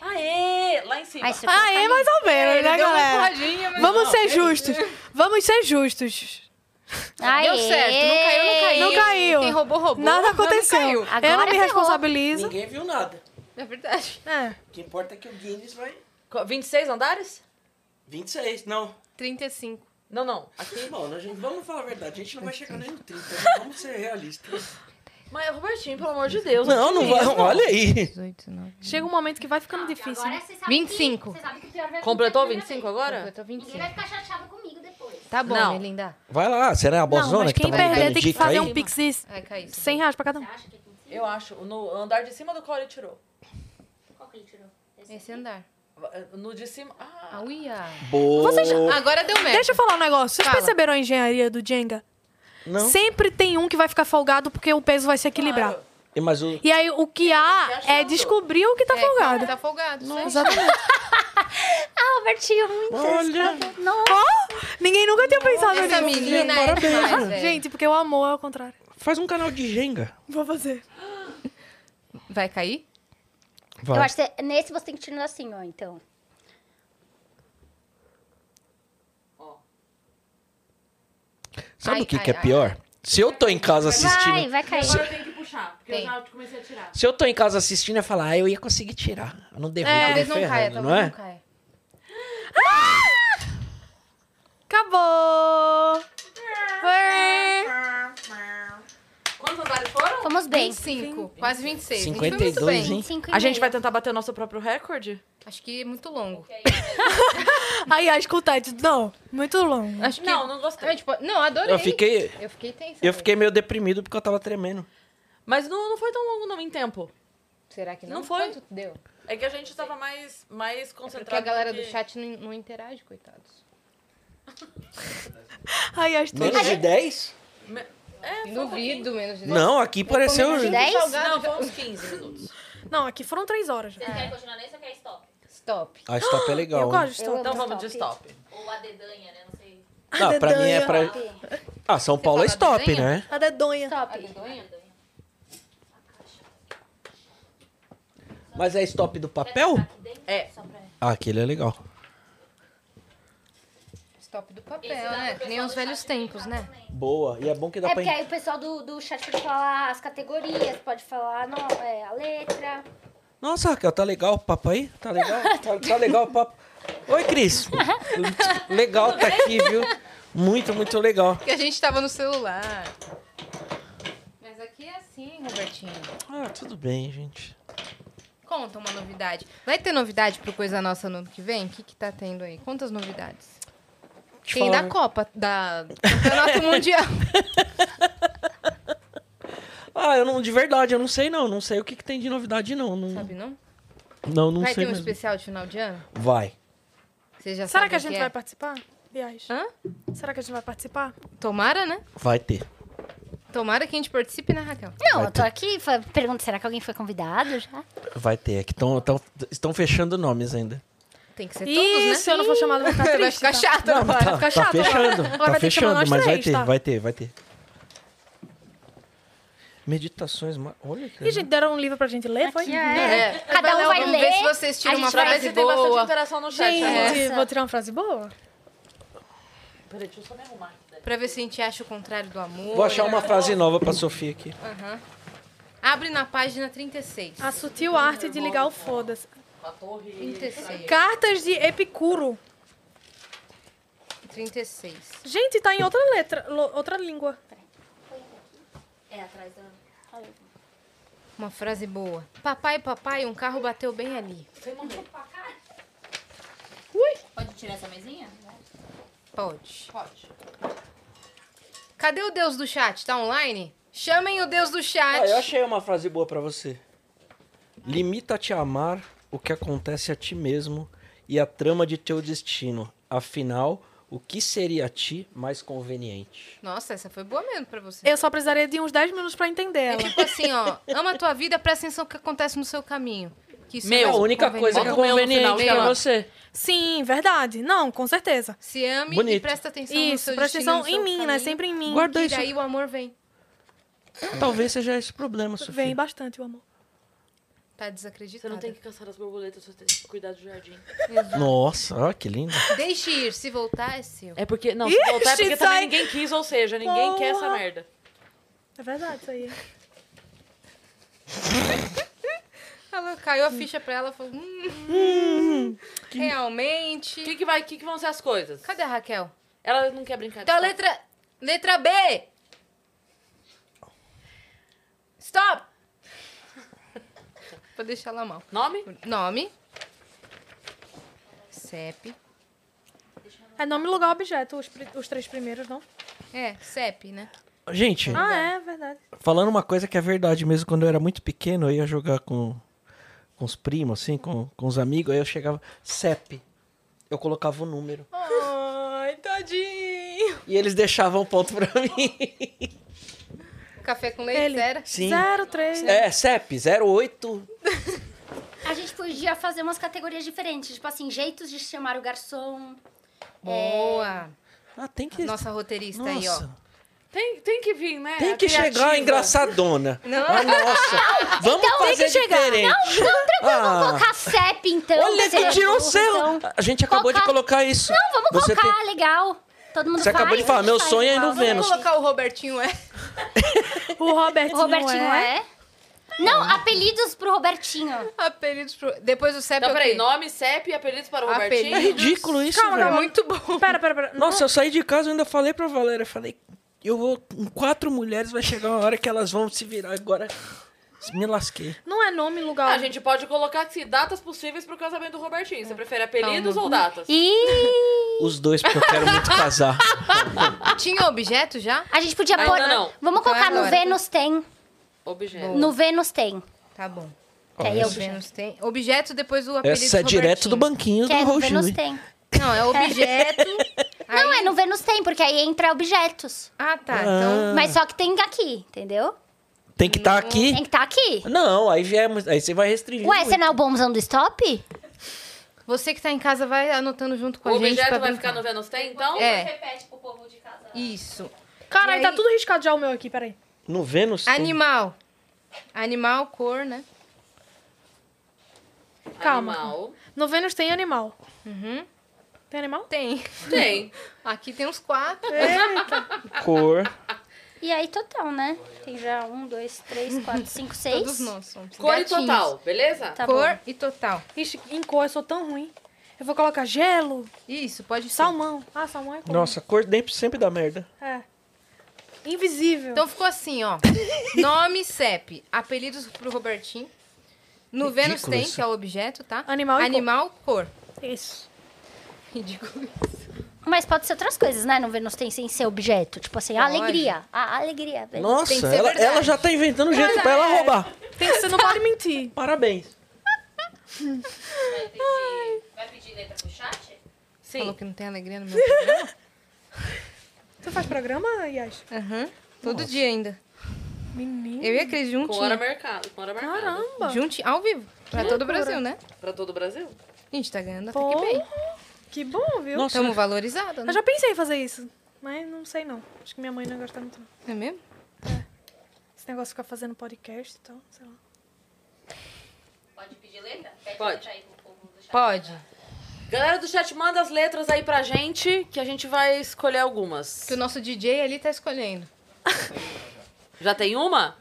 S2: Aê! Lá em cima.
S4: aí você
S5: Ah,
S4: coloca
S5: é
S4: ali.
S5: mais ou menos, né,
S1: deu uma
S5: galera?
S1: empurradinha, mas...
S5: Vamos ser justos. Vamos ser justos.
S1: Deu
S4: Aê!
S1: certo. Não caiu, não caiu.
S5: Não caiu.
S1: Quem roubou, roubou.
S5: Nada é
S1: mas não
S5: aconteceu.
S1: caiu.
S4: Agora
S5: Eu não me
S4: ferrou.
S5: responsabilizo.
S7: Ninguém viu nada.
S1: É verdade.
S5: É.
S7: O que importa é que o Guinness vai...
S2: Co- 26 andares?
S7: 26, não.
S1: 35.
S2: Não, não. Aqui.
S7: Bom, a gente, vamos falar a verdade, a gente não vai chegar nem no 30, né? vamos ser realistas.
S2: Mas, Robertinho, pelo amor de Deus. assim,
S7: vai. Olha aí.
S1: 18, 9.
S5: Chega um momento que vai
S4: Tá
S5: ficando difícil.
S3: é
S4: Agora
S5: né?
S4: você sabe
S1: 25.
S4: que- você sabe que o pior vai
S2: Completou
S4: acontecer a
S2: 25
S4: primeira
S1: Eu
S2: agora?
S1: tô
S4: vez.
S1: 25.
S4: Ninguém vai ficar chateado comigo depois.
S1: Tá bom,
S2: Não.
S1: né, linda?
S3: Vai lá, será a
S5: Não,
S3: bozona
S5: mas
S3: que
S5: quem
S3: tá
S5: perder
S3: mandando
S5: tem que
S3: dica
S5: fazer
S3: aí?
S5: um pixis
S1: Vai cair. sim.
S5: 100 reais pra cada um.
S4: Você acha que é 25?
S2: Eu acho. No andar de cima do qual ele tirou.
S4: Qual que ele tirou? Esse
S1: Esse
S4: aqui?
S1: andar.
S2: No de cima. Ah,
S1: Ah, uia.
S3: Boa.
S5: Vocês-
S1: Agora deu merda.
S5: Deixa eu falar um negócio. Vocês
S1: Fala.
S5: perceberam a engenharia do Jenga?
S3: Não.
S5: Sempre tem um que vai ficar folgado porque o peso vai se equilibrar.
S3: E, um. Mas o...
S5: E aí o que há
S2: achando.
S5: é descobrir o que tá folgado.
S1: Tá folgado. isso aí.
S4: Ah, Albertinho, muito.
S3: Olha.
S4: Nossa,
S5: Ninguém nunca tinha pensado
S1: Essa
S5: nisso.
S1: menina é demais, velho.
S5: Gente, porque o amor é ao contrário.
S3: Faz um canal de Jenga.
S5: Vou fazer.
S1: Vai cair?
S3: Vai.
S4: Eu acho que você- nesse você tem que tirar assim, ó, então.
S3: Sabe
S1: Ai,
S3: o que,
S1: ai,
S3: que é
S1: ai.
S3: pior? Se eu tô em casa assistindo...
S4: Vai, vai cair.
S2: agora eu tenho que puxar, porque eu
S1: Tem.
S2: já comecei a tirar.
S3: Se eu tô em casa assistindo, eu falo, ah, eu ia conseguir tirar. Eu não derrubo,
S5: É,
S3: é,
S1: Talvez não
S3: ferrando,
S1: caia,
S3: não
S1: talvez
S3: é?
S1: não caia.
S5: Acabou!
S2: Quantos andares foram?
S4: Fomos bem.
S1: 25, quase 26.
S3: 52, hein?
S4: Cinco e
S2: A gente
S4: meio.
S2: vai tentar bater o nosso próprio recorde?
S1: Acho que é muito longo.
S5: Aí a escutar diz, não, muito longo.
S1: Acho que...
S2: Não, não gostei.
S1: Ah, tipo, não, adorei.
S3: Eu fiquei,
S1: Eu fiquei tensa.
S3: eu fiquei meio deprimido porque eu tava tremendo.
S2: Mas não, não foi tão longo não, em tempo.
S1: Será que não?
S2: Não foi?
S1: Quanto deu?
S2: É que a gente tava mais, mais
S1: É Porque
S2: concentrado.
S1: a galera
S2: que-
S1: do chat não, não interage, coitados.
S5: Aí é as
S3: Menos
S5: tuas.
S3: de 10?
S1: Duvido menos de 10.
S3: Não, aqui pareceu...
S1: menos de
S4: dez?
S1: salgado
S2: Não,
S1: já-
S2: foi uns 15 minutos.
S5: Não, aqui foram três horas. já.
S8: Quer continuar nesse ou quer stop?
S1: Stop.
S3: Ah, stop é
S5: Eu
S3: legal.
S5: gosto de
S3: hein?
S5: stop.
S2: Então vamos de stop.
S8: Ou a dedanha, né? Não sei.
S3: Não, pra mim é pra... Ah, São Paulo é
S1: Você fala
S3: stop,
S1: desenho?
S3: né?
S5: A dedonha.
S4: Top.
S3: Mas é stop do papel?
S2: É.
S3: Ah, aquele é legal.
S1: Stop do papel, né? Que nem os velhos tempos, né?
S3: Boa. E é bom que dá
S4: É
S3: pra...
S4: porque aí o pessoal do, do chat pode falar as categorias, pode falar não, é, a letra.
S3: Nossa, Raquel, tá legal o papo aí? Tá legal? Tá, tá legal o papo. Oi, Cris. legal tá aqui, viu? Muito, muito legal.
S1: Porque a gente tava no celular. Mas aqui é assim, Robertinho.
S3: Ah, tudo bem, gente.
S1: Conta uma novidade. Vai ter novidade pro Coisa Nossa no ano que vem? O que que tá tendo aí? Quantas novidades?
S3: Te
S1: Tem
S3: falar-
S1: da Copa, da do Campeonato Mundial.
S3: Ah, eu não, de verdade, eu não sei não. Não sei o que, que tem de novidade, não. Não,
S1: Sabe, não?
S3: não, não
S1: Vai
S3: sei
S1: ter um
S3: mesmo.
S1: especial de final de ano?
S3: Vai.
S1: Você já
S5: Será
S1: sabe
S5: que a
S1: o
S5: gente
S1: é?
S5: vai participar? Aliás.
S1: Hã?
S5: Será que a gente vai participar?
S1: Tomara, né?
S3: Vai ter.
S1: Tomara que a gente participe, né, Raquel?
S4: Não,
S3: Vai
S4: eu tô aqui fa- pergunto, será que alguém foi convidado já?
S3: Vai ter. É que tão, tão- estão fechando nomes ainda.
S1: Tem que ser
S5: Ih,
S1: todos,
S5: se
S1: né?
S5: eu não for chamada, vai ficar triste.
S1: Vai ficar
S5: tá?
S1: chato
S3: Não, mas
S1: agora.
S3: tá,
S5: ficar
S3: tá
S5: chato
S3: fechando.
S5: agora. Agora
S3: Tá
S5: vai ter que chamar
S3: fechando,
S5: nós
S3: mas vai
S5: três,
S3: ter,
S5: tá?
S3: vai ter, vai ter. Meditações... ma- Olha, cara.
S5: Ih, gente, deram um livro pra gente ler, foi?
S1: É.
S4: Cada um vai
S1: Vamos
S4: ler,
S1: ver se vocês tiram
S4: a
S1: uma
S4: gente vai
S2: Pra ver
S1: frase
S2: se tem bastante
S1: boa.
S2: interação no chat. né? agora.
S5: Gente,
S1: é
S4: Nossa.
S5: vou tirar uma frase boa?
S2: Peraí, deixa eu só me arrumar aqui. daí.
S1: Pra ver se a gente acha o contrário do amor.
S3: Vou achar uma frase nova pra Sofia aqui.
S1: Aham. Abre na página 36.
S5: A sutil arte de ligar o foda-se.
S2: A torre.
S1: 36.
S5: Cartas de Epicuro.
S1: 36.
S5: Gente, tá em outra letra, lo- outra língua.
S8: É, atrás da.
S1: Uma frase boa. Papai, papai, um carro bateu bem ali.
S8: Pode tirar essa mesinha?
S1: Pode. Pode. Cadê o Deus do chat? Tá online? Chamem o Deus do chat.
S3: Ah, eu achei uma frase boa pra você. Limita-te a amar o que acontece a ti mesmo e a trama de teu destino. Afinal, o que seria a ti mais conveniente?
S1: Nossa, essa foi boa mesmo pra você.
S5: Eu só precisaria de uns 10 minutos pra entender
S1: É
S5: ela.
S1: tipo assim, ó. Ama a tua vida, presta atenção no que acontece no seu caminho. Que isso
S2: Meu,
S1: é
S9: A única coisa que é
S2: Bota o meu no final,
S9: conveniente pra
S2: Leila.
S9: você.
S5: Sim, verdade. Não, com certeza.
S1: Se ame e
S3: Bonito.
S1: presta atenção no
S5: Isso,
S1: seu
S5: presta
S1: destino, no
S5: atenção em
S1: seu
S5: mim, né?
S1: caminho,
S5: Sempre em mim.
S3: Guarda
S1: E
S3: isso.
S1: daí o amor vem.
S3: Talvez seja esse o problema, Sofia.
S5: Vem bastante o amor.
S1: Tá
S2: Você
S1: desacreditada.
S2: não tem que cansar das borboletas, você tem que cuidar do jardim.
S3: Nossa, olha que lindo.
S1: Deixe ir, se voltar é seu.
S2: É porque. Não, se voltar é
S5: Ixi,
S2: porque
S5: sai.
S2: também ninguém quis, ou seja, ninguém quer essa
S5: Porra.
S2: merda.
S5: É verdade isso aí.
S1: Ela caiu a ficha pra ela, falou, hum, realmente.
S2: O que, que, vai, que, que vão ser as coisas?
S1: Cadê a Raquel?
S2: Ela não quer brincar. de
S1: Então,
S2: sol.
S1: letra, letra B. Stop. Vou deixar ela mal.
S2: Nome? Então,
S1: Nome. CEP.
S5: É nome, lugar, objeto, os, pri- os três primeiros, não?
S1: É, CEP, né?
S3: Gente,
S5: Ah, é, verdade.
S3: falando uma coisa que é verdade mesmo, quando eu era muito pequeno, eu ia jogar com, com os primos, assim, com, com os amigos, aí eu chegava, CEP. Eu colocava o número.
S5: Ai, tadinho.
S3: E eles deixavam um ponto pra mim.
S1: Café com leite,
S5: Ele.
S1: zero.
S3: Sim.
S5: Zero, três.
S3: É, CEP, 08.
S4: A gente podia fazer umas categorias diferentes, tipo assim, jeitos de chamar o garçom.
S1: Boa.
S3: Ah, tem que.
S1: Nossa roteirista aí, ó.
S3: Nossa.
S2: Tem, tem que vir, né?
S3: Tem
S2: A
S3: que
S2: criativa.
S3: chegar engraçadona.
S1: Não.
S3: Ah, nossa. Vamos fazer diferente. Ah,
S4: Então Colocar CEP, então.
S3: olha que
S4: seria
S3: tirou o
S4: justo,
S3: seu.
S4: então.
S3: A gente acabou de
S4: Colocar-
S3: colocar isso.
S4: Não, vamos
S3: Você
S4: colocar,
S3: tem-
S4: legal. Todo mundo
S3: Você acabou
S4: faz,
S3: de falar,
S4: a gente
S3: meu
S4: faz
S3: sonho é ir
S4: igual.
S3: no Vênus.
S1: Vamos colocar o Robertinho, é?
S5: O Robertinho,
S4: O Robertinho
S5: é.
S4: é? Não, apelidos pro Robertinho.
S1: Apelidos pro... Depois o CEP
S2: Então,
S1: é o quê?
S2: peraí, nome, CEP e apelidos para o Robertinho.
S3: É ridículo isso,
S5: Calma,
S3: velho.
S5: calma.
S1: Muito bom.
S5: Pera, pera, pera.
S3: Nossa, eu saí de casa e ainda falei pra Valéria. Falei, eu vou com quatro mulheres, vai chegar uma hora que elas vão se virar agora. Me lasquei.
S5: Não é nome, lugar.
S2: A gente pode colocar assim, datas possíveis pro casamento do Robertinho.
S1: É.
S2: Você prefere apelidos ou datas?
S4: E
S3: Os dois, porque eu quero muito casar.
S1: Tinha objeto já?
S4: a gente podia
S2: Ainda
S4: pôr.
S2: não.
S4: Vamos colocar no
S1: agora.
S4: Vênus tem.
S2: Objeto.
S4: No Vênus tem.
S1: Tá bom.
S4: Que aí é o Vênus.
S1: Vênus tem... Objeto, depois o apelido
S3: Essa é direto do
S1: Robertinho.
S3: banquinho
S4: Que é
S3: do
S4: no
S3: Raul
S4: Vênus
S3: Gil.
S4: tem.
S1: Não, é objeto.
S4: Não, é no Vênus tem, porque aí entra objetos.
S1: Ah, tá. Então.
S4: Mas só que tem aqui, entendeu?
S3: Tem que estar aqui.
S4: Tem que estar aqui.
S3: Não, aí viemos, aí você vai restringir.
S4: Ué,
S3: muito.
S4: você não é o bonzão do stop?
S1: Você que tá em casa vai anotando junto com
S2: o
S1: a gente.
S2: objeto
S1: pra
S2: vai
S1: brincar.
S2: ficar no Vênus tem, então?
S1: É,
S10: Repete pro povo de casa.
S1: isso.
S5: Caralho,
S1: E
S5: tá
S1: aí-
S5: tudo riscado já o meu aqui, peraí.
S3: No Vênus? tem.
S1: Animal. Animal, cor, né?
S5: Calma.
S2: Animal.
S5: No Vênus tem animal. Uhum. Tem animal?
S1: Tem.
S2: Tem.
S1: Aqui tem uns quatro.
S3: Cor.
S4: E aí, total, né? Tem já um, dois, três, quatro, cinco, seis.
S1: Todos nós somos.
S2: Cor e
S1: gatinhos.
S2: total, beleza?
S4: Tá
S1: cor
S4: bom.
S1: e total.
S5: Ixi, em cor, eu sou tão ruim. Eu vou colocar gelo,
S1: Isso, pode ser.
S5: salmão. Ah, salmão é cor.
S3: Nossa, cor sempre, sempre dá merda.
S5: É. Invisível.
S1: Então ficou assim, ó. Nome, CEP. Apelidos pro Robertinho. No Vênus tem,
S3: isso.
S1: que é o objeto, tá?
S5: Animal e cor.
S1: Animal, cor.
S5: Isso.
S1: Ridículo.
S4: Mas pode ser outras coisas, né? No Vênus tem sem ser objeto. Tipo assim, a
S1: Pode.
S4: alegria. A alegria, velho.
S3: Nossa,
S1: Tem que ser
S3: ela,
S1: verdade. É.
S3: ela já tá inventando um jeito pra ela roubar.
S5: Tem, você não pode mentir.
S3: Parabéns.
S10: Vai pedir, vai pedir letra pro chat?
S2: Sim.
S1: Falou que não tem alegria no meu programa.
S5: Tu faz programa, Yas?
S1: Aham. Todo dia ainda.
S5: Menino.
S1: Eu e a Cris
S2: Com hora
S3: é
S1: juntinho.
S2: mercado. Com hora mercado.
S5: Caramba.
S1: Junte ao vivo. Pra todo o Brasil, né?
S2: Pra todo o Brasil?
S1: A gente tá ganhando até que bem.
S5: Porra. Que bom, viu?
S3: Nossa,
S1: Estamos valorizados, né?
S5: Eu já pensei em fazer isso. Mas não sei, não. Acho que minha mãe não gosta muito, não.
S1: É mesmo?
S5: Esse negócio de ficar fazendo podcast e tal, sei lá.
S10: Pode pedir letra? Pede
S2: Pode.
S10: letra aí pro povo do chat.
S1: Pode.
S2: Galera do chat, manda as letras aí pra gente, que a gente vai escolher algumas.
S1: Que o nosso DJ ali tá escolhendo.
S2: Já tem uma?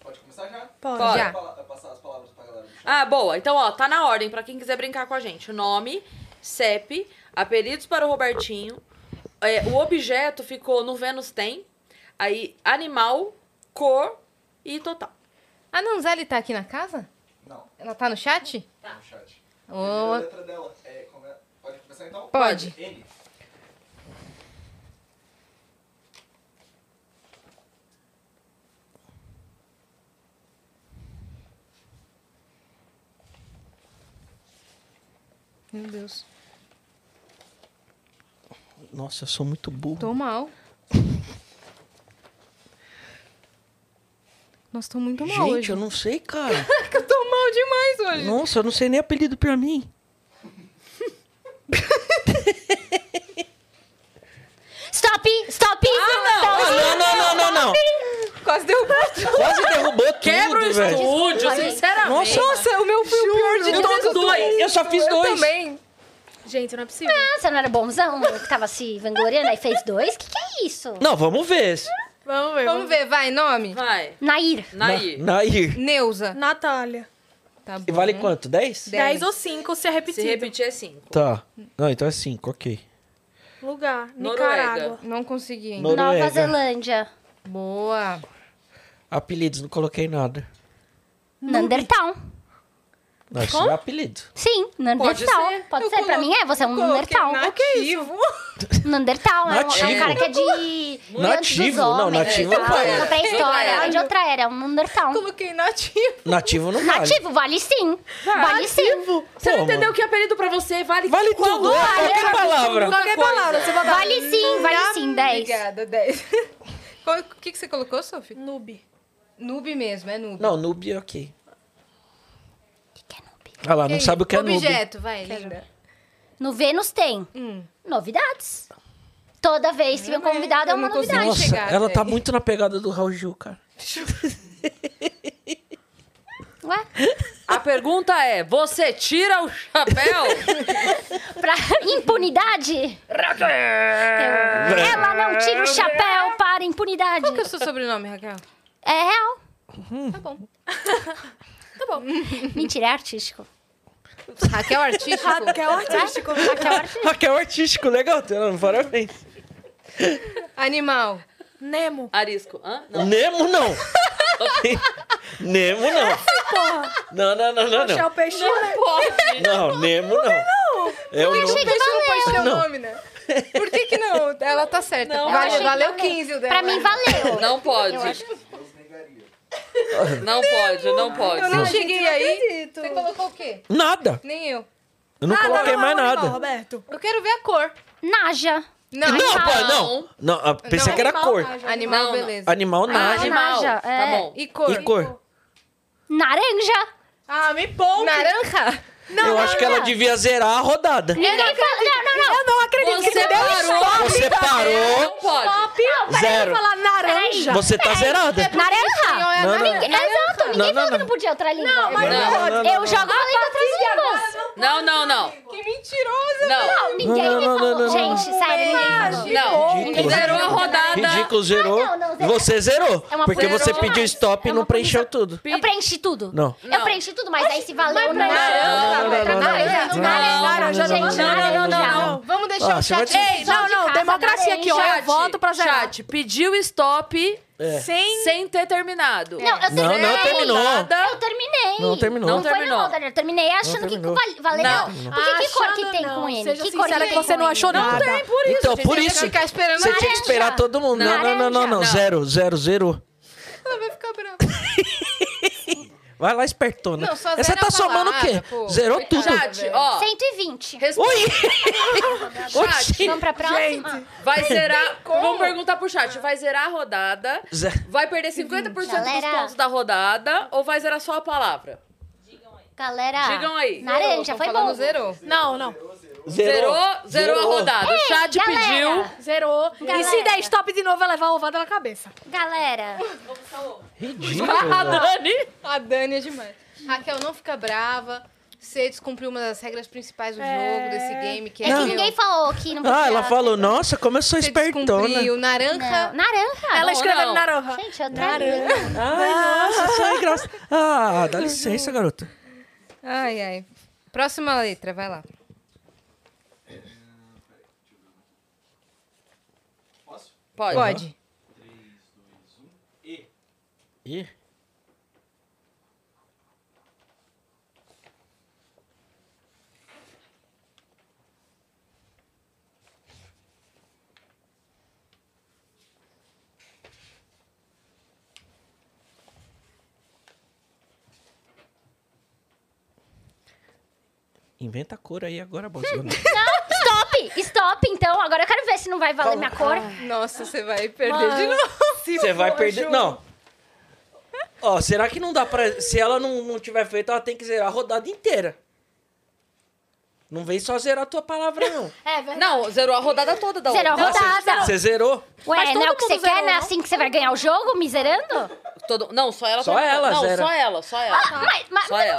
S11: Pode começar já?
S5: Pode.
S2: Pode.
S1: Já.
S11: Fala- eh, Passar as palavras pra galera.
S2: Ah, boa. Então, ó, tá na ordem pra quem quiser brincar com a gente. Nome, CEP, apelidos para o Robertinho. É, o objeto ficou no Vênus tem. Aí, animal, cor e total.
S1: A Nanzali tá aqui na casa?
S11: Não,
S1: Ela tá no chat?
S11: no chat.
S1: Ô,
S11: é? A letra dela é. come- Pode começar então?
S1: Pode.
S11: N.
S1: Meu Deus.
S3: Nossa, eu sou muito burro.
S1: Tô mal. Nossa, tô muito mal
S3: Gente,
S1: hoje.
S3: eu não sei, cara.
S1: Eu tô mal demais hoje.
S3: Nossa, eu não sei nem apelido pra mim.
S4: Stop! Stop!
S3: Ah, não, não, não, não, não.
S1: Quase deu
S3: Quase derrubou tudo,
S2: Quebra o
S3: velho.
S2: estúdio,
S1: Nossa,
S2: sinceramente.
S1: Nossa, o meu foi o pior de
S2: eu
S1: todos.
S2: fiz dois.
S3: Eu só fiz dois.
S1: Também. Gente, não é possível.
S4: Ah, você não era bonzão? Que tava se vangloriando aí fez dois? Que que é isso?
S3: Não, vamos ver.
S5: Vamos ver.
S1: Vamos ver, vai, nome?
S2: Vai,
S4: Nair.
S2: Nair.
S3: Nair.
S1: Neuza.
S5: Natália.
S1: Tá
S3: E
S1: bom.
S3: vale quanto?
S1: Dez.
S3: 10?
S5: 10 ou 5 se é
S2: Se
S5: repetido.
S2: repetir é cinco.
S3: Tá. Não, então é 5, ok.
S5: Lugar.
S2: Noruega.
S5: Nicarágua.
S1: Não consegui ainda.
S3: Noruega.
S4: Nova Zelândia.
S1: Boa.
S3: Apelidos, não coloquei nada.
S4: Nandertown.
S3: Não, isso não é apelido.
S4: Sim,
S1: Pode
S4: Nandertown. Pode
S1: ser.
S4: ser.
S1: Eu
S4: Pra
S1: colo-
S4: mim é, você é um
S1: Coloquei
S4: Nandertown.
S1: Nativo.
S4: Nandertal é um, é
S3: Nativo.
S4: um cara que é de. antes dos
S3: Nativo, não,
S4: homens Então, e
S3: nativo
S4: tal,
S3: vai.
S4: Da pré-história,
S2: Vai.
S4: é de outra era, é um Nandertal.
S1: Coloquei nativo.
S3: Nativo não vale.
S4: Nativo, vale sim. Vale sim.
S2: Você não
S3: Pô,
S2: entendeu que apelido pra você vale
S3: Vale
S2: qual
S3: tudo, É
S2: lugar?
S3: qualquer
S2: Qualquer
S3: palavra.
S5: Qualquer
S2: coisa.
S5: palavra, você vai dar.
S4: Vale sim, vale sim, 10.
S1: Obrigada, 10. O que, que você colocou, Sophie?
S5: Noob.
S1: Noob mesmo, é noob.
S3: Não, noob é ok.
S4: Que é noob?
S3: Ah lá, não sabe o que é noob.
S1: Objeto, vai, linda.
S4: No Vênus tem
S1: Hum.
S4: novidades. Toda vez que vem um convidado é
S1: eu
S4: uma
S1: não consigo.
S4: novidade.
S3: Nossa,
S1: chegar,
S3: ela tá
S1: velho.
S3: muito na pegada do Raul Gil, cara.
S4: Ué?
S2: A pergunta é, você tira o chapéu?
S4: Pra impunidade? Eu- Ela não tira o chapéu para impunidade.
S1: Qual que é o seu sobrenome, Raquel?
S4: É real.
S1: Tá bom.
S4: Mentira, é artístico.
S1: Raquel Artístico?
S5: Raquel artístico.
S3: Raquel Ah, é artístico, legal. Não, parabéns.
S1: Animal.
S5: Nemo.
S2: Arisco. Hã? Não.
S3: Nemo não. Nemo não. Não, não, não, não,
S5: Poxa, é
S3: não.
S5: o peixe. né?
S3: Não, Nemo não. É o
S4: Achei
S3: nome.
S4: que
S1: Não
S4: valeu.
S1: pode ter o
S3: Não.
S1: nome, né? Por que que não? Ela tá certa.
S2: Não,
S1: Vale-
S2: eu achei que
S1: valeu
S4: valeu.
S1: 15 o dela.
S4: Pra mim, valeu.
S2: Não pode. Não pode, não pode.
S1: Eu nem cheguei aí.
S5: Acredito.
S1: Você colocou o quê?
S3: Nada.
S1: Nem eu.
S3: Eu não
S5: Ah, não,
S3: coloquei
S5: não,
S3: mais
S5: não, não,
S3: nada.
S5: Roberto.
S1: Eu quero ver a cor.
S4: Naja.
S1: Não,
S3: Não,
S1: animal.
S3: pô, não. Não, ah, pensei
S1: Não,
S3: que era
S5: animal,
S3: cor.
S5: Naja.
S1: Animal,
S2: Não, não.
S1: beleza.
S3: Animal
S2: Ah,
S3: nada.
S2: animal.
S4: Naja,
S2: Tá
S4: é.
S2: bom.
S1: E cor?
S3: E cor?
S4: Naranja.
S5: Ah, me poupe.
S1: Naranja?
S3: Eu acho que ela devia zerar a rodada.
S4: Ele fala- não, não, não.
S5: Eu não acredito que
S2: Você
S5: você é deu
S2: parou.
S3: Você
S2: Não
S3: parou.
S2: pode.
S5: stop.
S3: Zero.
S5: falar naranja.
S3: Você tá zerada.
S1: Não, é
S4: Naranja.
S3: Não, não.
S1: naranja.
S4: Exato,
S3: Não, não,
S4: ninguém falou que
S3: não.
S4: não podia outra língua. Não,
S5: mas
S2: Não,
S5: não,
S3: não, não,
S4: Eu jogo além de outras línguas.
S2: Não, não, não.
S1: Que mentirosa.
S2: Não.
S4: Não, ninguém
S3: Não,
S4: me
S3: não, não,
S4: falou.
S3: não, não.
S4: Gente, sério, ninguém falou.
S2: Não.
S3: Ridículo.
S2: Zerou a rodada.
S3: Ridículo, zerou.
S4: Ah, não, não, zerou.
S3: Você zerou.
S4: É uma
S3: porque
S4: punição
S3: você
S4: demais.
S3: pediu stop
S4: É
S3: e não
S4: uma
S3: preencheu
S4: punição.
S3: tudo.
S4: Eu preenchi tudo.
S3: Não.
S4: Eu preenchi tudo, mas aí se valeu, não.
S2: Não,
S3: não, não, não,
S4: Naranja,
S3: não,
S4: naranja,
S5: não,
S4: gente,
S5: não, não,
S4: naranja.
S2: não,
S1: Vamos deixar
S3: Ah,
S1: o
S3: você
S1: chat.
S3: vai-
S1: Ei,
S5: Não, não,
S4: casa,
S5: democracia aqui, ó.
S4: naranja.
S5: Eu voto pra zerar.
S2: Chat, pediu stop
S3: É.
S5: Sem...
S2: sem ter terminado.
S4: Não, eu
S3: Não, não
S4: terminei.
S3: terminou.
S4: Eu terminei.
S3: Não terminou.
S2: Não
S4: Não foi na
S2: terminou.
S4: maldade, eu terminei achando que
S3: terminou.
S4: val- valeu.
S2: Não.
S4: Porque que cor que
S5: Achando
S4: tem
S5: não,
S4: com ele?
S5: seja
S4: Que cor
S2: é
S5: sincera
S4: tem
S5: que você
S4: com
S5: não
S4: ele?
S5: achou nada.
S3: Então, por
S1: Você
S3: isso,
S1: vai ficar esperando
S3: você tinha que
S4: Laranja.
S3: esperar todo mundo. Não, não, não, não, não.
S2: Laranja.
S3: Zero, zero, zero.
S1: Ela vai ficar brava.
S3: Vai lá, espertona.
S1: Não, só
S3: Essa
S1: zero
S3: tá
S1: a
S3: somando o quê?
S1: palavra, pô.
S3: Zerou
S1: Coitada.
S3: tudo.
S2: Chat, ó.
S4: 120.
S2: Responde.
S3: Oi! Oxi!
S4: Vamos pra próxima?
S2: Vai zerar. Vamos perguntar pro chat. Vai zerar a rodada?
S3: Ze-
S2: Vai perder 50% dos
S4: Galera.
S2: pontos da rodada? Ou vai zerar só a palavra?
S4: Galera,
S2: Digam aí.
S4: naranja,
S1: Tão
S4: foi
S1: falando
S4: bom.
S1: zerou.
S5: Não, não.
S2: Zerou, zerou, a rodada. O chat
S4: galera.
S2: pediu.
S5: Zerou. E se
S4: Galera.
S5: der stop de novo, vai levar a ovada na cabeça.
S4: Galera,
S3: Ridículo.
S2: A Dani.
S1: A Dani é demais. Raquel, não fica brava. Você descumpriu uma das regras principais do jogo, desse game, que é.
S4: é que
S1: eu.
S4: ninguém falou que não podia.
S3: Ah, ela falou, nossa, como eu sou
S1: Você
S3: espertona.
S1: descumpriu. Naranja.
S4: Não, naranja.
S5: Ela escreveu
S2: não.
S5: naranja.
S4: Gente, eu naranja.
S3: Ai, nossa, só é graça. Ah, dá licença, garota.
S1: Ai, ai. Próxima letra, vai lá.
S2: Pode.
S1: Pode.
S3: Ih. Inventa a cor aí agora, Bolsonaro.
S4: Stop! Stop, então. Agora eu quero ver se não vai valer minha cor.
S1: Nossa, você vai perder de novo.
S3: Você vai perder. Não. Ó, será que não dá pra. Se ela não, não tiver feito, ela tem que zerar a rodada inteira. Não vem só zerar a tua palavra, não.
S4: É verdade.
S2: Não, zerou a rodada toda da
S4: Zerou a
S2: outra.
S4: rodada.
S3: Você zerou?
S2: Mas
S4: Ué, não é
S2: todo
S4: o que você
S2: mundo
S4: quer,
S2: zerou,
S4: não é
S2: não?
S4: assim que você vai ganhar o jogo, miserando?
S2: Todo... Não, só ela.
S3: Só
S2: toda-
S3: ela
S2: Não,
S3: zera.
S2: só ela, só ela.
S4: Mas, mas,
S2: Só
S4: mas
S2: ela.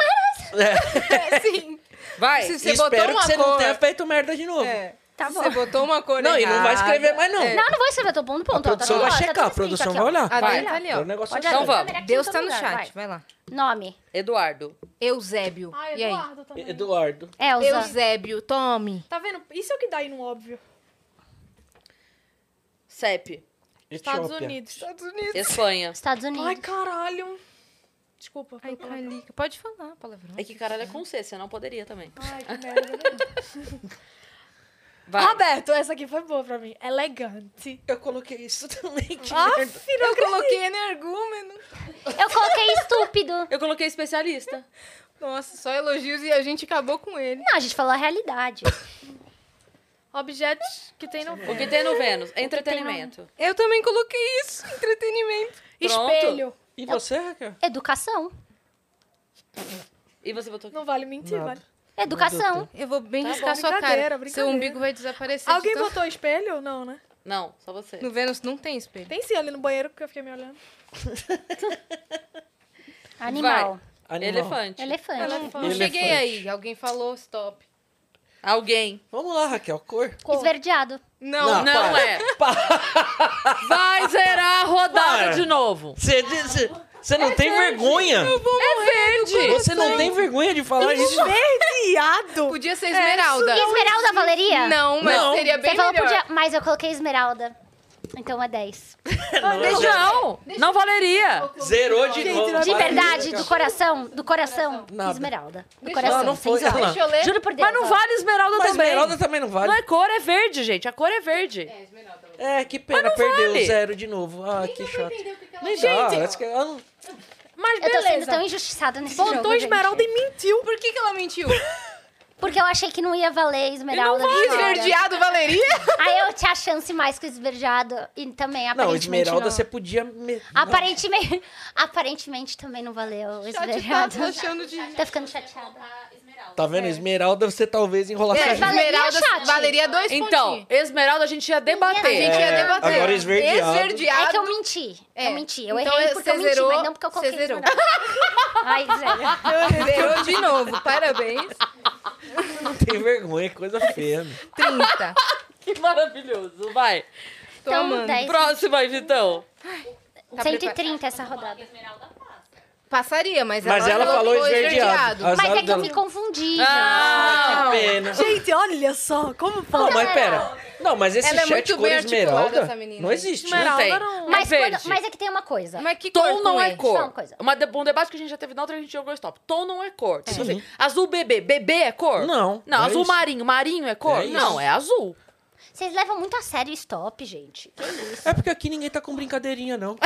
S4: não era.
S1: É, sim.
S2: Vai.
S1: Se você botou
S3: Espero que
S1: uma
S3: você
S1: cor.
S3: não tenha feito merda de novo.
S1: É.
S4: Tá
S1: Se
S4: bom.
S1: Você botou uma cor
S3: Não, e
S1: errada.
S3: não vai escrever mais, não.
S1: É.
S4: Não, não vou escrever, tô pondo ponto.
S3: A produção
S4: ó, tá
S3: vai
S4: tudo- ó, tá
S3: checar,
S4: tudo
S3: a produção
S4: escrito
S3: vai
S4: aqui,
S3: olhar.
S4: ó.
S1: A
S2: Vai.
S1: dele tá ali,
S3: É
S1: ó.
S3: um negócio
S4: Pode
S3: assim.
S2: Então
S4: abrir a
S2: vamos.
S4: câmera aqui em
S1: Deus
S4: todo
S1: tá no
S4: lugar,
S1: chat, vai
S4: vai.
S1: lá.
S4: Nome,
S2: Eduardo.
S1: Eusébio.
S5: Ah,
S1: e aí?
S5: Eduardo também.
S3: Eduardo.
S4: Elza.
S1: Eusébio, tome.
S5: Tá vendo? Isso é o que dá aí no óbvio.
S2: CEP.
S5: Estados
S3: Etiópia.
S5: Unidos.
S2: Espanha.
S4: Estados Unidos.
S5: Ai, caralho. Desculpa.
S1: Ai,
S5: pelo palavrão.
S1: Calica. Pode falar, palavrão.
S2: É que caralho é com C, você não poderia também.
S5: Ai, que merda. né?
S2: Vai.
S5: Roberto, essa aqui foi boa pra mim. Elegante.
S3: Eu coloquei isso também. que
S5: Ah,
S3: merda.
S5: filho,
S1: Eu coloquei energúmeno.
S4: Eu coloquei estúpido.
S2: Eu coloquei especialista.
S1: Nossa, só elogios e a gente acabou com ele.
S4: Não, a gente falou a realidade.
S5: Objetos que tem no
S2: O que tem no Vênus? Entretenimento.
S1: Eu também coloquei isso. Entretenimento.
S2: Pronto.
S5: espelho.
S3: E você, Raquel?
S4: Educação.
S2: E você botou
S5: Não vale mentir,
S3: Nada.
S5: vale.
S4: Educação.
S1: Eu vou bem
S2: Tá
S1: riscar
S5: bom,
S1: sua cara.
S5: brincadeira,
S1: Seu
S5: brincadeira.
S1: umbigo vai desaparecer. de
S5: Alguém
S1: tanto-
S5: botou espelho? Não, né?
S2: Não, só você.
S1: No Vênus não tem espelho.
S5: Tem sim ali no banheiro que eu fiquei me olhando.
S4: Animal.
S3: Animal.
S2: Elefante.
S4: Elefante.
S1: Não
S5: Elefante.
S1: cheguei aí. Alguém falou stop.
S2: Alguém.
S3: Vamos lá, Raquel. Cor.
S4: é Esverdeado.
S1: Não.
S3: Não.
S2: Não
S3: para.
S2: é. Vai zerar a rodada
S3: Para.
S2: de novo. É
S3: Você, você, você não tem vergonha.
S2: Verde.
S3: Você não tem vergonha de falar isso.
S5: Esverdeado.
S1: Podia ser esmeralda.
S4: Esmeralda valeria?
S1: Não, mas
S3: Não.
S1: seria
S4: Você
S1: bem
S4: falou
S1: melhor.
S4: podia, mas eu coloquei esmeralda. Então é 10.
S2: Não, não valeria.
S3: Zerou de novo.
S4: De verdade, do coração, do coração,
S3: Tá Nada.
S4: esmeralda. Do
S1: Deixa eu-
S4: coração,
S3: Não, não foi.
S4: sem zoar.
S3: Ela-
S1: Deixa eu ler.
S4: Juro por Deus.
S2: Mas não
S4: ó.
S2: vale esmeralda
S3: Mas
S2: também.
S3: esmeralda também não vale.
S2: Não é cor, é verde, gente. A cor é verde.
S3: É, que pena, perdeu
S2: vale.
S3: zero de novo. Ah, que chato. Nem dá,
S5: Gente,
S3: parece que ela não-
S5: Mas
S4: Eu tô sendo
S5: beleza.
S4: tão injustiçada nesse jogo.
S5: Botou
S4: gente.
S5: esmeralda e mentiu.
S1: Por que, que ela mentiu?
S4: Porque eu achei que não ia valer esmeralda. né? de nada.
S1: Esverdeado valeria?
S4: Aí eu tinha chance mais que o esverdeado. E também, aparentemente.
S3: Não, esmeralda
S4: não.
S3: você podia... me-
S4: Aparentemente, aparentemente também não valeu o esverdeado.
S1: tá achando de...
S4: Tá ficando chateada.
S3: Tá vendo? Esmeralda você talvez enrolasse.
S4: É,
S3: a gente.
S4: mas vale- valeria
S1: Esmeralda
S4: chat.
S1: valeria dois
S2: Então,
S1: pontinhos.
S2: esmeralda a gente ia debater.
S4: A
S1: A gente ia
S3: É,
S1: debater.
S3: agora esverdeado.
S4: É
S1: Esverdeado.
S4: que eu menti.
S1: É.
S4: Eu menti. Eu
S1: Então,
S4: errei
S1: você
S4: porque eu menti,
S1: zerou,
S4: mas não porque eu
S1: você
S4: coloquei
S1: zerou.
S4: esmeralda. Ai, zero.
S1: Zerou de novo. Parabéns.
S3: Tem vergonha, coisa feia. né? meu.
S1: 30.
S2: Que maravilhoso. Vai.
S1: Tô
S4: Então,
S1: amando.
S4: dez.
S2: Próxima, aí, Vitão.
S1: Tá
S4: 130 essa rodada.
S1: Passaria, mas,
S3: Mas ela falou
S1: colocou
S3: esverdeado. As
S4: Mas é
S3: aulas
S4: que eu
S3: dela-
S4: me confundi.
S3: Ah,
S2: Ah,
S3: que pena.
S5: Gente, olha só. Como
S3: Não,
S5: pode?
S3: mas pera. Não, mas esse
S1: Ela é
S3: chat
S1: muito
S3: cor
S1: bem articulada,
S3: esmeralda
S1: essa menina.
S3: não existe. né?
S2: não
S5: Esmeralda
S2: tem.
S5: não.
S4: Mas,
S2: é
S4: quando-
S2: verde.
S4: mas é que tem uma coisa.
S1: Mas que
S2: Tom
S1: cor
S2: não
S1: com
S2: é
S1: ele?
S2: cor.
S4: Só uma coisa.
S2: Uma de- um debate que a gente já teve na outra, a gente jogou stop. Tom não é cor. Tipo assim, azul bebê. Bebê é cor?
S3: Não,
S2: Não,
S3: não é
S2: azul
S3: isso.
S2: marinho. Marinho é cor?
S3: É isso.
S2: não, é azul.
S4: Vocês levam muito a sério o stop, gente. Que isso?
S3: É porque aqui ninguém tá com brincadeirinha, não.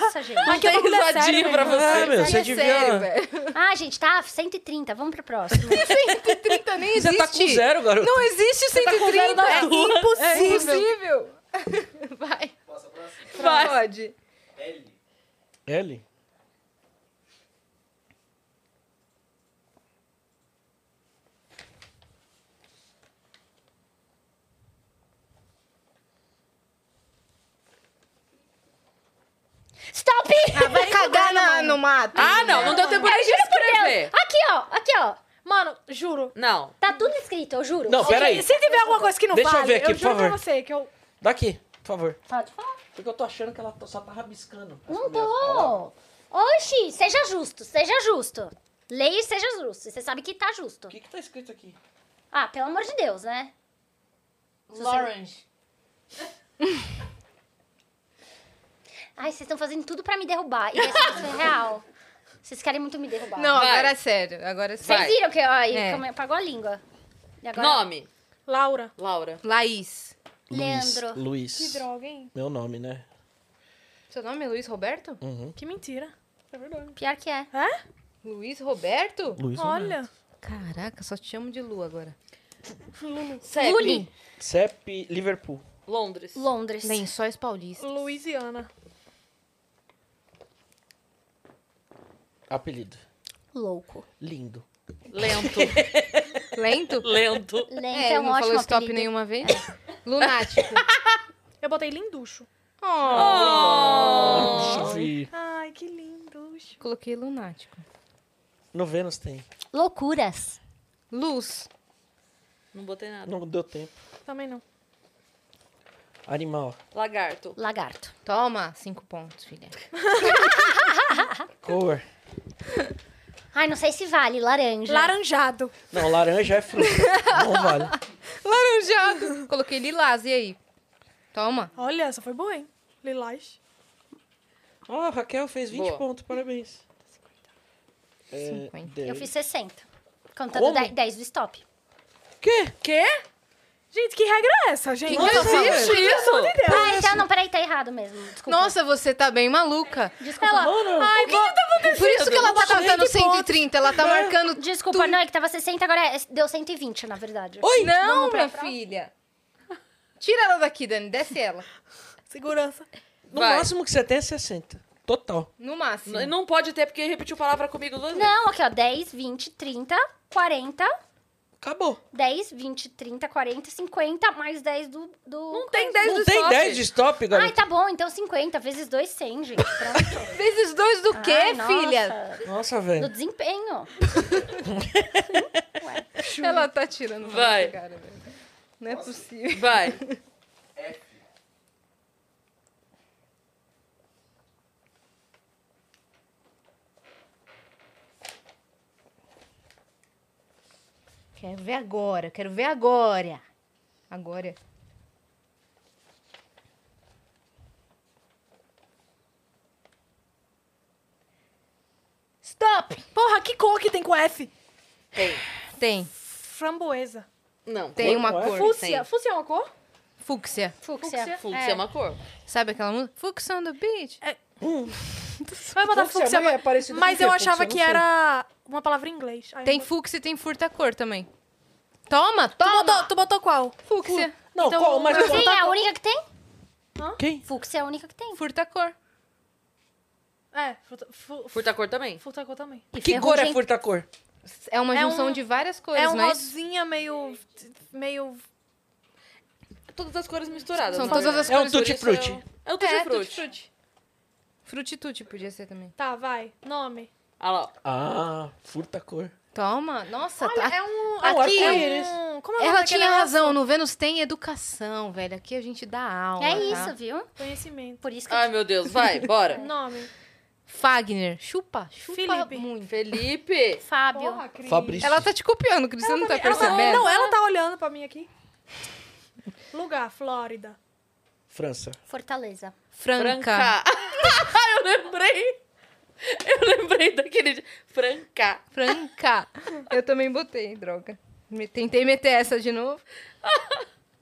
S4: Nossa, gente.
S2: Não tem
S5: bagulho é
S2: risadinha
S5: sério,
S2: um pra
S5: né?
S3: Ah,
S2: você.
S3: meu,
S1: Ele
S3: você
S1: é sério,
S3: devia...
S1: velho.
S4: Ah, gente, tá 130. Vamos pro próximo.
S1: 30 nem
S3: Você
S1: existe.
S3: tá com zero, garoto.
S1: Não existe 130. é impossível. Vai.
S12: Passa pra cima.
S2: Vai.
S1: Pode.
S12: L.
S3: L?
S4: Stop!
S1: Ah, Vai cagar na, no mato.
S2: Ah, não, não deu tempo nem de
S4: Juro por
S2: escrever.
S4: Deus. Aqui, ó. Aqui, ó.
S5: Mano, juro.
S2: Não.
S4: Tá tudo escrito, eu juro.
S3: Não, peraí.
S5: Se tiver alguma coisa que não
S3: Deixa eu
S5: vale,
S3: ver aqui, por
S5: juro pra
S3: favor.
S5: você que eu...
S3: Daqui, por favor.
S4: Pode falar.
S3: Porque eu tô achando que ela t- só tá rabiscando.
S4: Não tô. Oxi, seja justo, seja justo. Leia e seja justo. Você sabe que tá justo.
S3: O que que tá escrito aqui?
S4: Ah, pelo amor de Deus, né?
S1: Orange.
S4: Ai, vocês estão fazendo tudo pra me derrubar. E essa coisa é real. Vocês querem muito me derrubar.
S1: Não,
S2: Vai.
S1: agora é sério. Agora é
S4: Vocês
S1: sério.
S2: Vai.
S4: viram que ó, e
S1: É.
S4: como eu apagou a língua. E agora?
S2: Nome.
S5: Laura.
S2: Laura.
S1: Laís.
S4: Leandro.
S3: Luiz.
S5: Que
S3: Luiz.
S5: droga, hein?
S3: Meu nome, né?
S1: Seu nome é Luiz Roberto?
S3: Uhum.
S5: Que mentira. É verdade.
S4: Pior que é.
S5: É?
S1: Luiz Roberto?
S3: Luiz.
S5: Olha.
S1: Caraca, só te chamo de Lu agora.
S2: Sepp,
S4: Lune.
S13: CEP Liverpool.
S2: Londres.
S4: Londres.
S1: Lençóis paulistas.
S5: Louisiana.
S13: Apelido.
S4: Louco.
S13: Lindo.
S2: Lento.
S1: Lento?
S2: Lento.
S4: Lento
S1: É,
S4: é,
S1: ele
S4: um
S1: não
S4: ótimo
S1: falou stop
S4: apelido.
S1: nenhuma vez. Lunático.
S5: Eu botei linducho.
S1: Oh.
S13: Sim.
S5: Ai, que linducho.
S1: Coloquei lunático.
S13: No Vênus tem.
S4: Loucuras.
S1: Luz.
S2: Não botei nada.
S13: Não deu tempo.
S5: Também não.
S13: Animal.
S2: Lagarto.
S4: Lagarto.
S1: Toma, cinco pontos, filha.
S13: Cor.
S4: Ai, não sei se vale. Laranja.
S5: Laranjado.
S13: Não, laranja é fruta. Não vale.
S1: Laranjado. Coloquei lilás, e aí? Toma.
S5: Olha, essa foi boa, hein? Lilás.
S13: Ó, Raquel fez 20
S2: Boa.
S13: pontos, parabéns. É,
S1: 50.
S13: dez.
S4: Eu fiz 60. Contando
S13: Como?
S4: 10, 10 do stop.
S13: Quê?
S5: Quê? Gente, que regra é essa, gente?
S1: Não existe
S5: isso?
S4: Ah, então não, peraí, tá errado mesmo. Desculpa.
S1: Nossa, você tá bem maluca.
S4: desculpa. Ela...
S5: Ai, o que, que tá acontecendo?
S1: Por isso que ela tá contando
S5: pontos.
S1: 130, ela tá marcando.
S4: Desculpa, não, é que tava 60, agora é- deu 120, na verdade.
S1: Oi, não, minha filha. Tira ela daqui, Dani, desce ela.
S5: Segurança.
S13: No
S1: Vai.
S13: máximo que você tem é 60. Total.
S1: No máximo.
S2: N- Não pode ter, porque repetiu palavra comigo duas vezes.
S4: Não, aqui ó, 10, 20, 30, 40,
S13: Acabou.
S4: 10, 20, 30, 40, 50, mais 10 do... do...
S2: Não tem 10
S13: Não
S2: do
S13: tem
S2: stop.
S13: 10 de stop,
S4: Ai,
S13: galera.
S4: tá bom, então 50, vezes 2, 100, gente. Pronto.
S1: Vezes dois do quê,
S4: Ai,
S1: filha?
S4: nossa.
S13: Nossa,
S4: No
S13: velho.
S4: desempenho.
S1: Ela tá tirando. na
S2: Vai.
S1: nossa cara, velho. Não é possível.
S2: Vai.
S1: Quero ver agora, quero ver agora. Agora. Stop!
S5: Porra, que cor que tem com F?
S1: Tem,
S5: Framboesa.
S2: Não.
S1: tem uma
S13: com F?
S1: cor.
S5: Fúcsia.
S1: Tem.
S5: Fúcsia é uma cor?
S1: Fúcsia.
S4: Fúcsia.
S2: Fluxo é. uma cor.
S1: Sabe aquela música? Fúcsia on the beach.
S5: Vai
S13: Fúcsia,
S5: botar fúcsia.
S13: mas
S5: mas-
S13: é parecido
S5: mas
S13: com o
S5: eu
S13: quê?
S5: achava
S13: Fúcsia,
S5: que
S13: não sei.
S5: era uma palavra em inglês. Aí
S1: Tem
S5: eu-
S1: fúcsia e tem furta-cor também. Toma,
S5: Tu
S1: toma!
S5: botou, tu botou qual?
S1: Fúcsia.
S13: Não,
S5: Então,
S13: qual? Mas
S5: mas
S13: qual?
S4: Quem é a única que tem?
S13: Quem?
S4: Fúcsia é a única que tem.
S1: Furta-cor.
S5: É, fruta, fu,
S2: Furta cor também.
S5: fruta cor também.
S4: E
S13: Que cor é
S4: ferrugem-
S13: furta cor?
S1: É uma
S5: É
S1: junção
S5: um-
S1: de várias cores,
S5: É um
S1: não é isso?
S5: rosinha meio... meio...
S2: Todas as cores misturadas.
S1: São
S2: na
S1: todas as
S2: verdade.
S13: É um
S1: cores.
S13: tutti
S2: Por isso
S13: frutti.
S2: É o
S1: É,
S2: tutti-frutti.
S1: tutti-frutti. Frutitude podia ser também.
S5: Tá, vai. Nome.
S2: Olha lá. ó.
S13: Ah, furta cor.
S1: Toma, nossa, tá-
S5: É um...
S13: É um
S5: aqui
S13: arco-íris.
S5: é um... Como é o nome
S1: ela
S5: daquele
S1: tinha razão. No Vênus tem educação, velho. Aqui a gente dá aula.
S4: É
S1: tá?
S4: isso, viu?
S5: Conhecimento.
S4: Por isso que
S2: Ai, meu Deus. Vai, bora.
S5: Nome.
S1: Fagner, chupa, chupa
S5: Felipe.
S1: muito.
S2: Felipe.
S4: Fábio.
S5: Cris.
S13: Fabrício.
S1: Ela tá te copiando, Cris, você não tá
S5: Ela tá-
S1: percebendo?
S5: não, ela tá olhando pra mim aqui. Lugar, Flórida.
S13: França.
S4: Fortaleza.
S1: Franca.
S2: Franca. eu lembrei. Eu lembrei daquele... de- Franca.
S1: Franca. Eu também botei, droga. Me- Tentei meter essa de novo.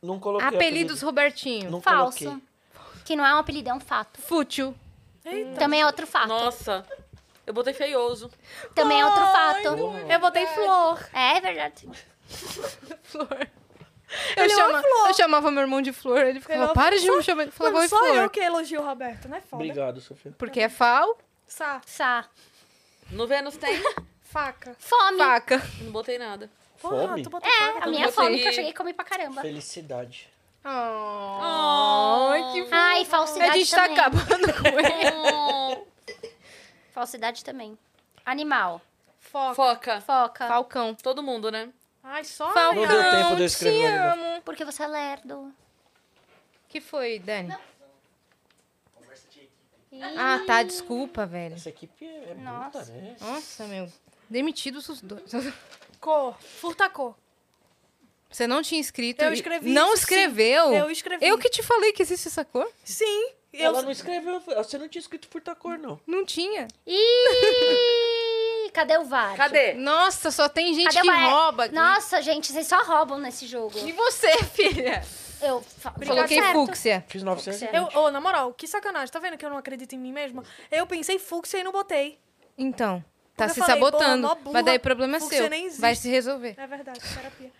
S13: Não coloquei.
S1: Apelidos
S13: apelido.
S1: Robertinho.
S13: é Não
S4: Falso.
S13: coloquei.
S4: Que não é um apelido, é um fato.
S1: Fútil.
S4: Também é outro
S1: Ah, tá.
S4: fato.
S2: Nossa. Eu botei feioso.
S4: Também é outro fato.
S5: Eu botei flor.
S4: É verdade.
S1: Eu,
S5: Ele é uma
S1: chama-
S5: flor.
S1: eu chamava meu irmão de flor, ele
S5: Ele é
S1: ficava,
S5: uma-
S1: para de
S5: só-
S1: me chamar. Ele falava,
S5: Mano,
S1: oi,
S5: só
S1: flor.
S5: eu que elogio o Roberto, não é foda.
S13: Obrigado, Sofia.
S1: Porque é fal,
S5: Sá,
S4: Sá.
S2: No Vênus tem.
S5: faca.
S4: Fome. né?
S1: faca.
S2: Não botei nada.
S5: Porra,
S13: Fome?
S5: tu botou
S1: É,
S5: faca.
S4: A minha
S2: botei.
S4: fome que eu cheguei a comer pra caramba.
S13: Felicidade.
S5: Oh.
S1: Ai,
S5: Ah,
S1: que fofo.
S4: Ai,
S1: A
S4: falsidade
S1: gente tá
S4: também.
S1: acabando com ele.
S4: Falsidade também. Animal.
S5: Foca.
S2: Foca.
S4: Foca.
S1: Falcão.
S2: Todo mundo, né?
S5: Ai, só
S1: Falcão.
S13: Não deu tempo de eu escrever né?
S1: te
S13: o negócio.
S1: amo.
S4: Porque você é lerdo.
S1: que foi, Dani?
S4: Ih,
S1: Ah, tá, desculpa, velho.
S13: Essa equipe é, é
S4: Nossa.
S13: bruta, né?
S1: Nossa, meu. Demitidos os dois.
S5: cor. Furta cor.
S1: Você não tinha escrito.
S5: Eu
S1: e
S5: escrevi
S1: Não
S5: isso, sim.
S1: escreveu?
S5: Eu escrevi.
S1: Eu que te falei que existe essa cor?
S5: Sim. Eu...
S13: Ela não escreveu. Você não tinha escrito furta cor, não.
S1: Não tinha.
S4: Ih, cadê o VAR?
S2: Cadê?
S1: Nossa, só tem gente
S4: Cadê
S1: que
S4: o VAR?
S1: rouba. aqui.
S4: Nossa, gente, vocês só roubam nesse jogo.
S1: E você, filha?
S4: Eu fa-
S1: Coloquei
S4: certo.
S1: fúcsia.
S13: Fiz 900.
S5: Eu, oh, na moral, que sacanagem. Tá vendo que eu não acredito em mim mesma? Eu pensei fúcsia e não botei.
S1: Então, Tá
S5: Eu
S1: se
S5: falei,
S1: sabotando.
S5: boa, mó burra,
S1: mas daí o problema é
S5: porque
S1: seu.
S5: você nem existe.
S1: Vai se resolver.
S5: É verdade, terapia.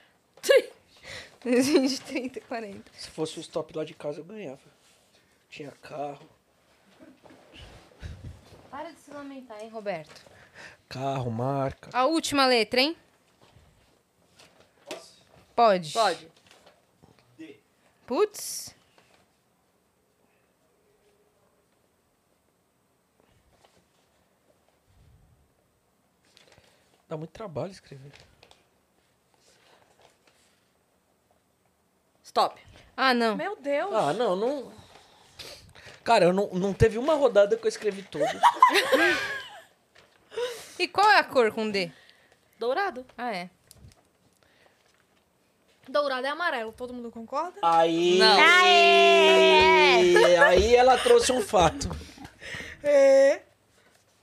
S1: Gente, 30, 40.
S3: Se fosse o stop lá de casa, eu ganhava. Tinha carro,
S14: Para de se lamentar, hein?
S1: Tá Roberto.
S3: carro, marca.
S1: A última letra, hein? Pode.
S2: Pode.
S1: Putz.
S3: Dá muito trabalho escrever.
S2: Stop.
S1: Ah, não.
S5: Meu Deus.
S3: Ah, não, não. Cara, eu não, não teve uma rodada que eu escrevi tudo.
S1: E qual é a cor com D?
S2: Dourado.
S1: Ah, é.
S5: Dourado é amarelo, todo mundo concorda?
S3: Ah. Aí.
S2: Não.
S3: Aí, aí ela trouxe um fato.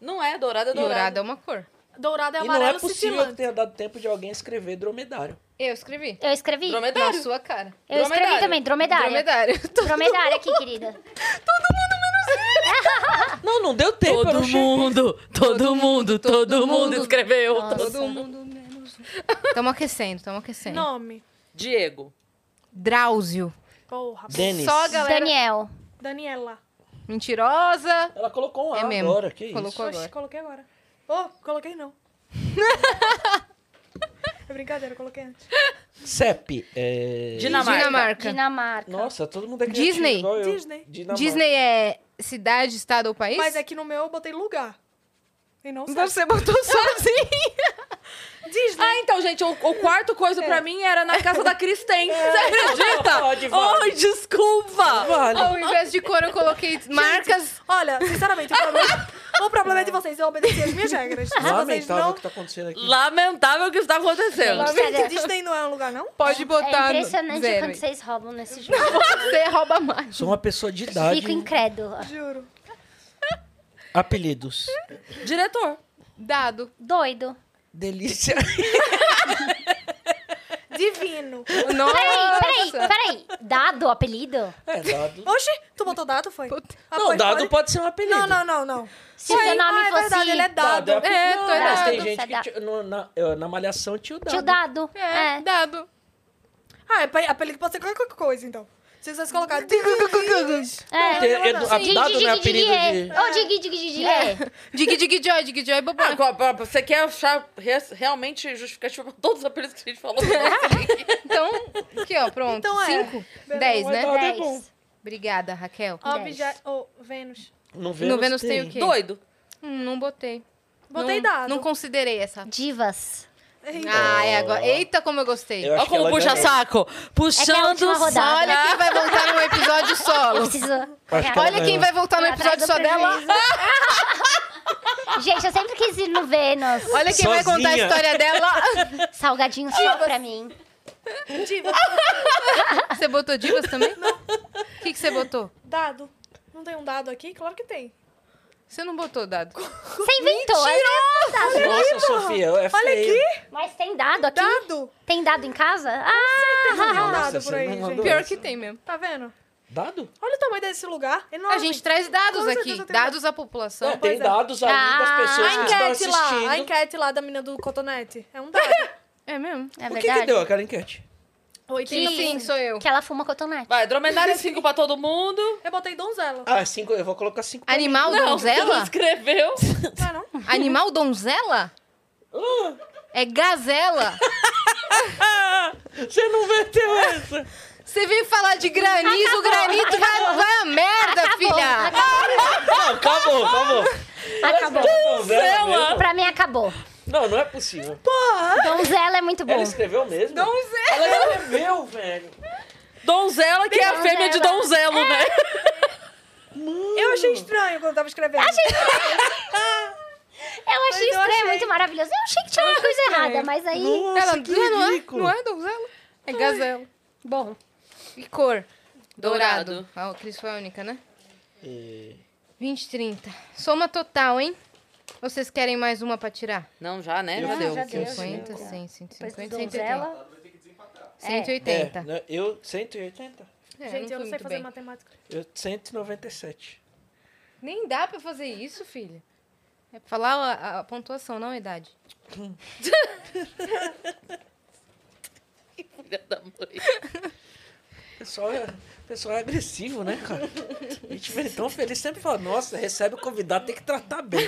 S2: Não é, dourado é dourado.
S1: Dourado é uma cor.
S5: Dourado é
S3: E não
S5: amarelo
S3: é possível que
S5: cintilante.
S3: tenha dado tempo de alguém escrever dromedário.
S1: Eu escrevi.
S4: Eu escrevi.
S1: Na
S2: Dromedário.
S1: sua cara.
S4: Eu escrevi
S2: dromedário.
S4: também,
S1: Ah, é.
S4: dromedária.
S1: Dromedário.
S4: Dromedária aqui, querida.
S3: Não, não deu tempo. eu
S2: Todo
S3: não cheguei.
S2: mundo, todo mundo, todo mundo escreveu.
S1: Todo mundo menos um. Tamo aquecendo, tamo aquecendo.
S5: Nome.
S2: Diego.
S1: Drauzio.
S5: Porra.
S3: Denis.
S1: Só a galera.
S4: Daniel.
S5: Daniela.
S1: Mentirosa.
S3: Ela colocou um A
S1: É mesmo.
S3: agora, que
S1: Colocou
S5: Oxe,
S1: agora.
S5: coloquei agora. Oh, coloquei não. é brincadeira, eu coloquei antes.
S3: isso. CEP. É...
S2: Dinamarca.
S1: Dinamarca.
S4: Dinamarca.
S3: Nossa, todo mundo é criativo,
S1: Disney.
S3: igual eu.
S5: Disney.
S3: Dinamarca.
S1: Disney é cidade, estado ou país?
S5: Mas é aqui no meu eu botei lugar. E não sabe. né?
S1: Você botou sozinho.
S5: Disney.
S2: Ah, então, gente, o, o quarto coisa pra mim era na casa da Kristen.
S5: É.
S2: Você
S3: Pode,
S2: acredita?
S3: vale.
S2: Ai, desculpa.
S3: Vale.
S1: Ao invés de cor, eu coloquei marcas.
S5: Olha, sinceramente, o problema, o problema é de vocês. Eu obedeci as minhas regras. Se vocês
S3: Lamentável o
S5: não...
S3: que tá acontecendo aqui.
S2: Lamentável o que está acontecendo.
S4: Gente,
S5: Gente,
S4: sério,
S5: Disney não é um lugar, não?
S1: Pode botar
S4: é
S1: no
S4: impressionante
S1: zero.
S4: quando vocês roubam nesse jogo.
S1: Você rouba mais.
S3: Sou uma pessoa de idade.
S4: Fico incrédula.
S5: Juro.
S3: Apelidos.
S2: Diretor.
S1: Dado.
S4: Doido.
S3: Delícia.
S5: Divino.
S1: Ah, Nossa.
S4: Peraí, peraí, peraí. Dado o apelido?
S3: É, dado.
S5: Oxi, tu botou dado, foi?
S1: Puta.
S5: Ah,
S3: não,
S5: foi,
S3: dado
S5: foi.
S3: pode ser um apelido.
S5: Não, não, não, não.
S4: Se o seu nome
S5: ah, é
S4: fosse
S5: verdade, ele é dado.
S3: Dado
S1: É,
S3: é apelido.
S1: tô
S3: Não, mas
S1: errado.
S3: tem gente que.
S4: Dado.
S3: ti- no- na, eh, na malhação tinha o dado.
S4: Tio Dado.
S1: É,
S4: É.
S1: dado.
S5: Ah, é pe- apelido pode ser qualquer coisa, então. Se vocês colocarem... Divis,
S4: É.
S3: Tem- é do- a-
S4: Digi,
S3: dado
S4: digi,
S3: não é
S4: digi,
S3: apelido
S4: é.
S3: de.
S4: Ô, digi, digi, digi, é.
S1: Dig, dig, joy, dig, joy, bobo.
S2: Ah, qual- qual- você quer achar re- realmente justificativa pra todos os apelidos que a gente falou?
S1: Então, aqui, ó, pronto.
S5: Então é.
S1: Cinco. Dez,
S3: mas
S1: né?
S3: dado é
S4: Dez.
S3: bom.
S1: Obrigada, Raquel.
S5: Objeto... Oh, Vênus.
S3: No
S1: no Vênus tem o quê?
S2: Doido.
S1: Hum, não botei.
S5: Botei
S1: não,
S5: dado.
S1: Não considerei essa.
S4: Divas.
S1: Ah, é agora. Eita, como eu gostei.
S3: Eu acho
S2: Olha
S3: que
S2: como
S3: ela
S2: puxa
S3: ganhou.
S2: saco.
S4: É
S2: Puxando
S4: última
S2: o saco.
S4: rodada.
S1: Olha quem vai voltar num episódio
S4: Eu
S1: solo.
S4: preciso...
S3: Acho que ela
S1: Olha quem vai voltar no
S4: Atrás do
S1: episódio só dela.
S4: prejuízo. Gente, eu sempre quis ir no Vênus.
S1: Olha quem vai contar a
S3: Sozinha.
S1: história dela.
S4: Salgadinho só pra mim.
S5: Divas.
S1: Você botou divas também? Não. O que, que você botou?
S5: Dado. Não tem um dado aqui? Claro que tem.
S1: Você não botou dado.
S4: Você inventou. é
S3: Nossa, Sofia, é feio.
S5: Olha aqui.
S4: Mas tem dado aqui?
S5: Dado.
S4: Tem dado em casa? Ah!
S5: Não tem um
S3: Nossa,
S5: dado
S3: você
S5: por aí,
S3: não
S5: gente.
S3: mandou.
S1: Pior que tem mesmo.
S5: Tá vendo?
S3: Dado?
S5: Olha o tamanho desse lugar. Enorme.
S1: A gente traz dados
S5: Com
S1: aqui.
S5: certeza tem um
S1: Dados à população.
S3: É, tem
S5: é.
S3: dados aí das
S4: Ah,
S3: pessoas
S5: A
S3: que estão
S5: enquete lá. A
S3: tá assistindo.
S5: enquete lá da mina do cotonete. É um dado.
S1: É mesmo?
S4: É
S3: O que, que
S4: verdade?
S3: deu aquela enquete?
S1: Quem sim sou eu.
S4: Que ela fuma cotonete.
S2: Vai, dromedário 5 pra todo mundo.
S5: Eu botei donzela.
S3: Ah, cinco, eu vou colocar cinco. pra mim.
S1: Animal
S2: Não
S1: donzela?
S2: escreveu.
S5: Não é não?
S1: Animal donzela? É gazela?
S3: Você não meteu essa.
S1: Você veio falar de granizo,
S4: Acabou.
S1: granito, vai, vai a merda,
S4: Acabou,
S1: filha!
S3: Não, acabou, acabou.
S4: Acabou.
S3: Donzela mesmo?
S4: Pra mim acabou.
S3: Não, não é possível.
S4: Donzela é muito
S3: Ela
S4: bom.
S3: escreveu mesmo? Donzela. Ela escreveu, velho.
S2: Donzela, que é a fêmea de donzelo, né?
S5: Eu achei estranho quando eu tava
S4: Eu
S5: escrevendo.
S4: achei
S5: Mas eu
S4: estranho,
S5: achei.
S4: muito maravilhoso. Eu achei que tinha uma coisa
S3: É.
S4: errada, mas aí.
S1: Ela
S3: Nossa, que
S1: não, é, não é,
S3: ridículo.
S1: não é donzela. É gazela.
S4: Bom,
S1: E cor?
S2: Dourado.
S1: Dourado. Ah, o Cris foi a única, né?
S3: É.
S1: 20, 30. Soma total, hein? Vocês querem mais uma pra tirar?
S2: Não, já, né? Já
S4: Não,
S2: deu.
S4: já deu.
S1: 50, 100,
S4: depois do
S1: 150, 180.
S4: donzela.
S3: É,
S1: 180.
S3: né, eu 180.
S1: É,
S5: Gente, eu
S1: fui
S5: não sei
S1: muito
S5: fazer
S1: bem.
S5: matemática.
S3: Eu 197.
S1: Nem dá pra fazer isso, filha. É pra falar a, a pontuação, não a idade.
S2: Filha da mãe.
S3: O pessoal é, o pessoal é agressivo, né, cara? A gente vê tão feliz, sempre fala, nossa, recebe o convidado, tem que tratar bem.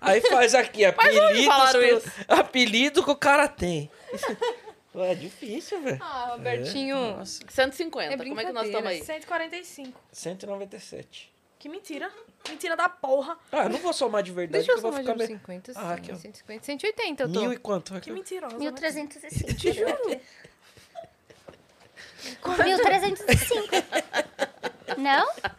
S3: Aí faz aqui, apelido,
S2: falaram isso.
S3: apelido que o cara tem. Ué, é difícil, velho.
S1: Ah, Robertinho.
S3: Nossa,
S2: 150,
S1: É
S2: como é que nós estamos aí?
S5: 145.
S3: É, 197.
S5: Que mentira. Mentira da porra.
S3: Ah, eu não vou somar de verdade,
S1: Deixa eu
S3: que eu vou
S1: somar de
S3: ficar
S1: uns
S3: meio...
S1: 50,
S3: Ah,
S1: sim,
S3: aqui, ó.
S1: 150, 180 eu tô.
S3: Mil e quanto?
S5: Que mentirosa. né?
S4: 1305. juro. 1305. Não?
S3: Você
S1: Tá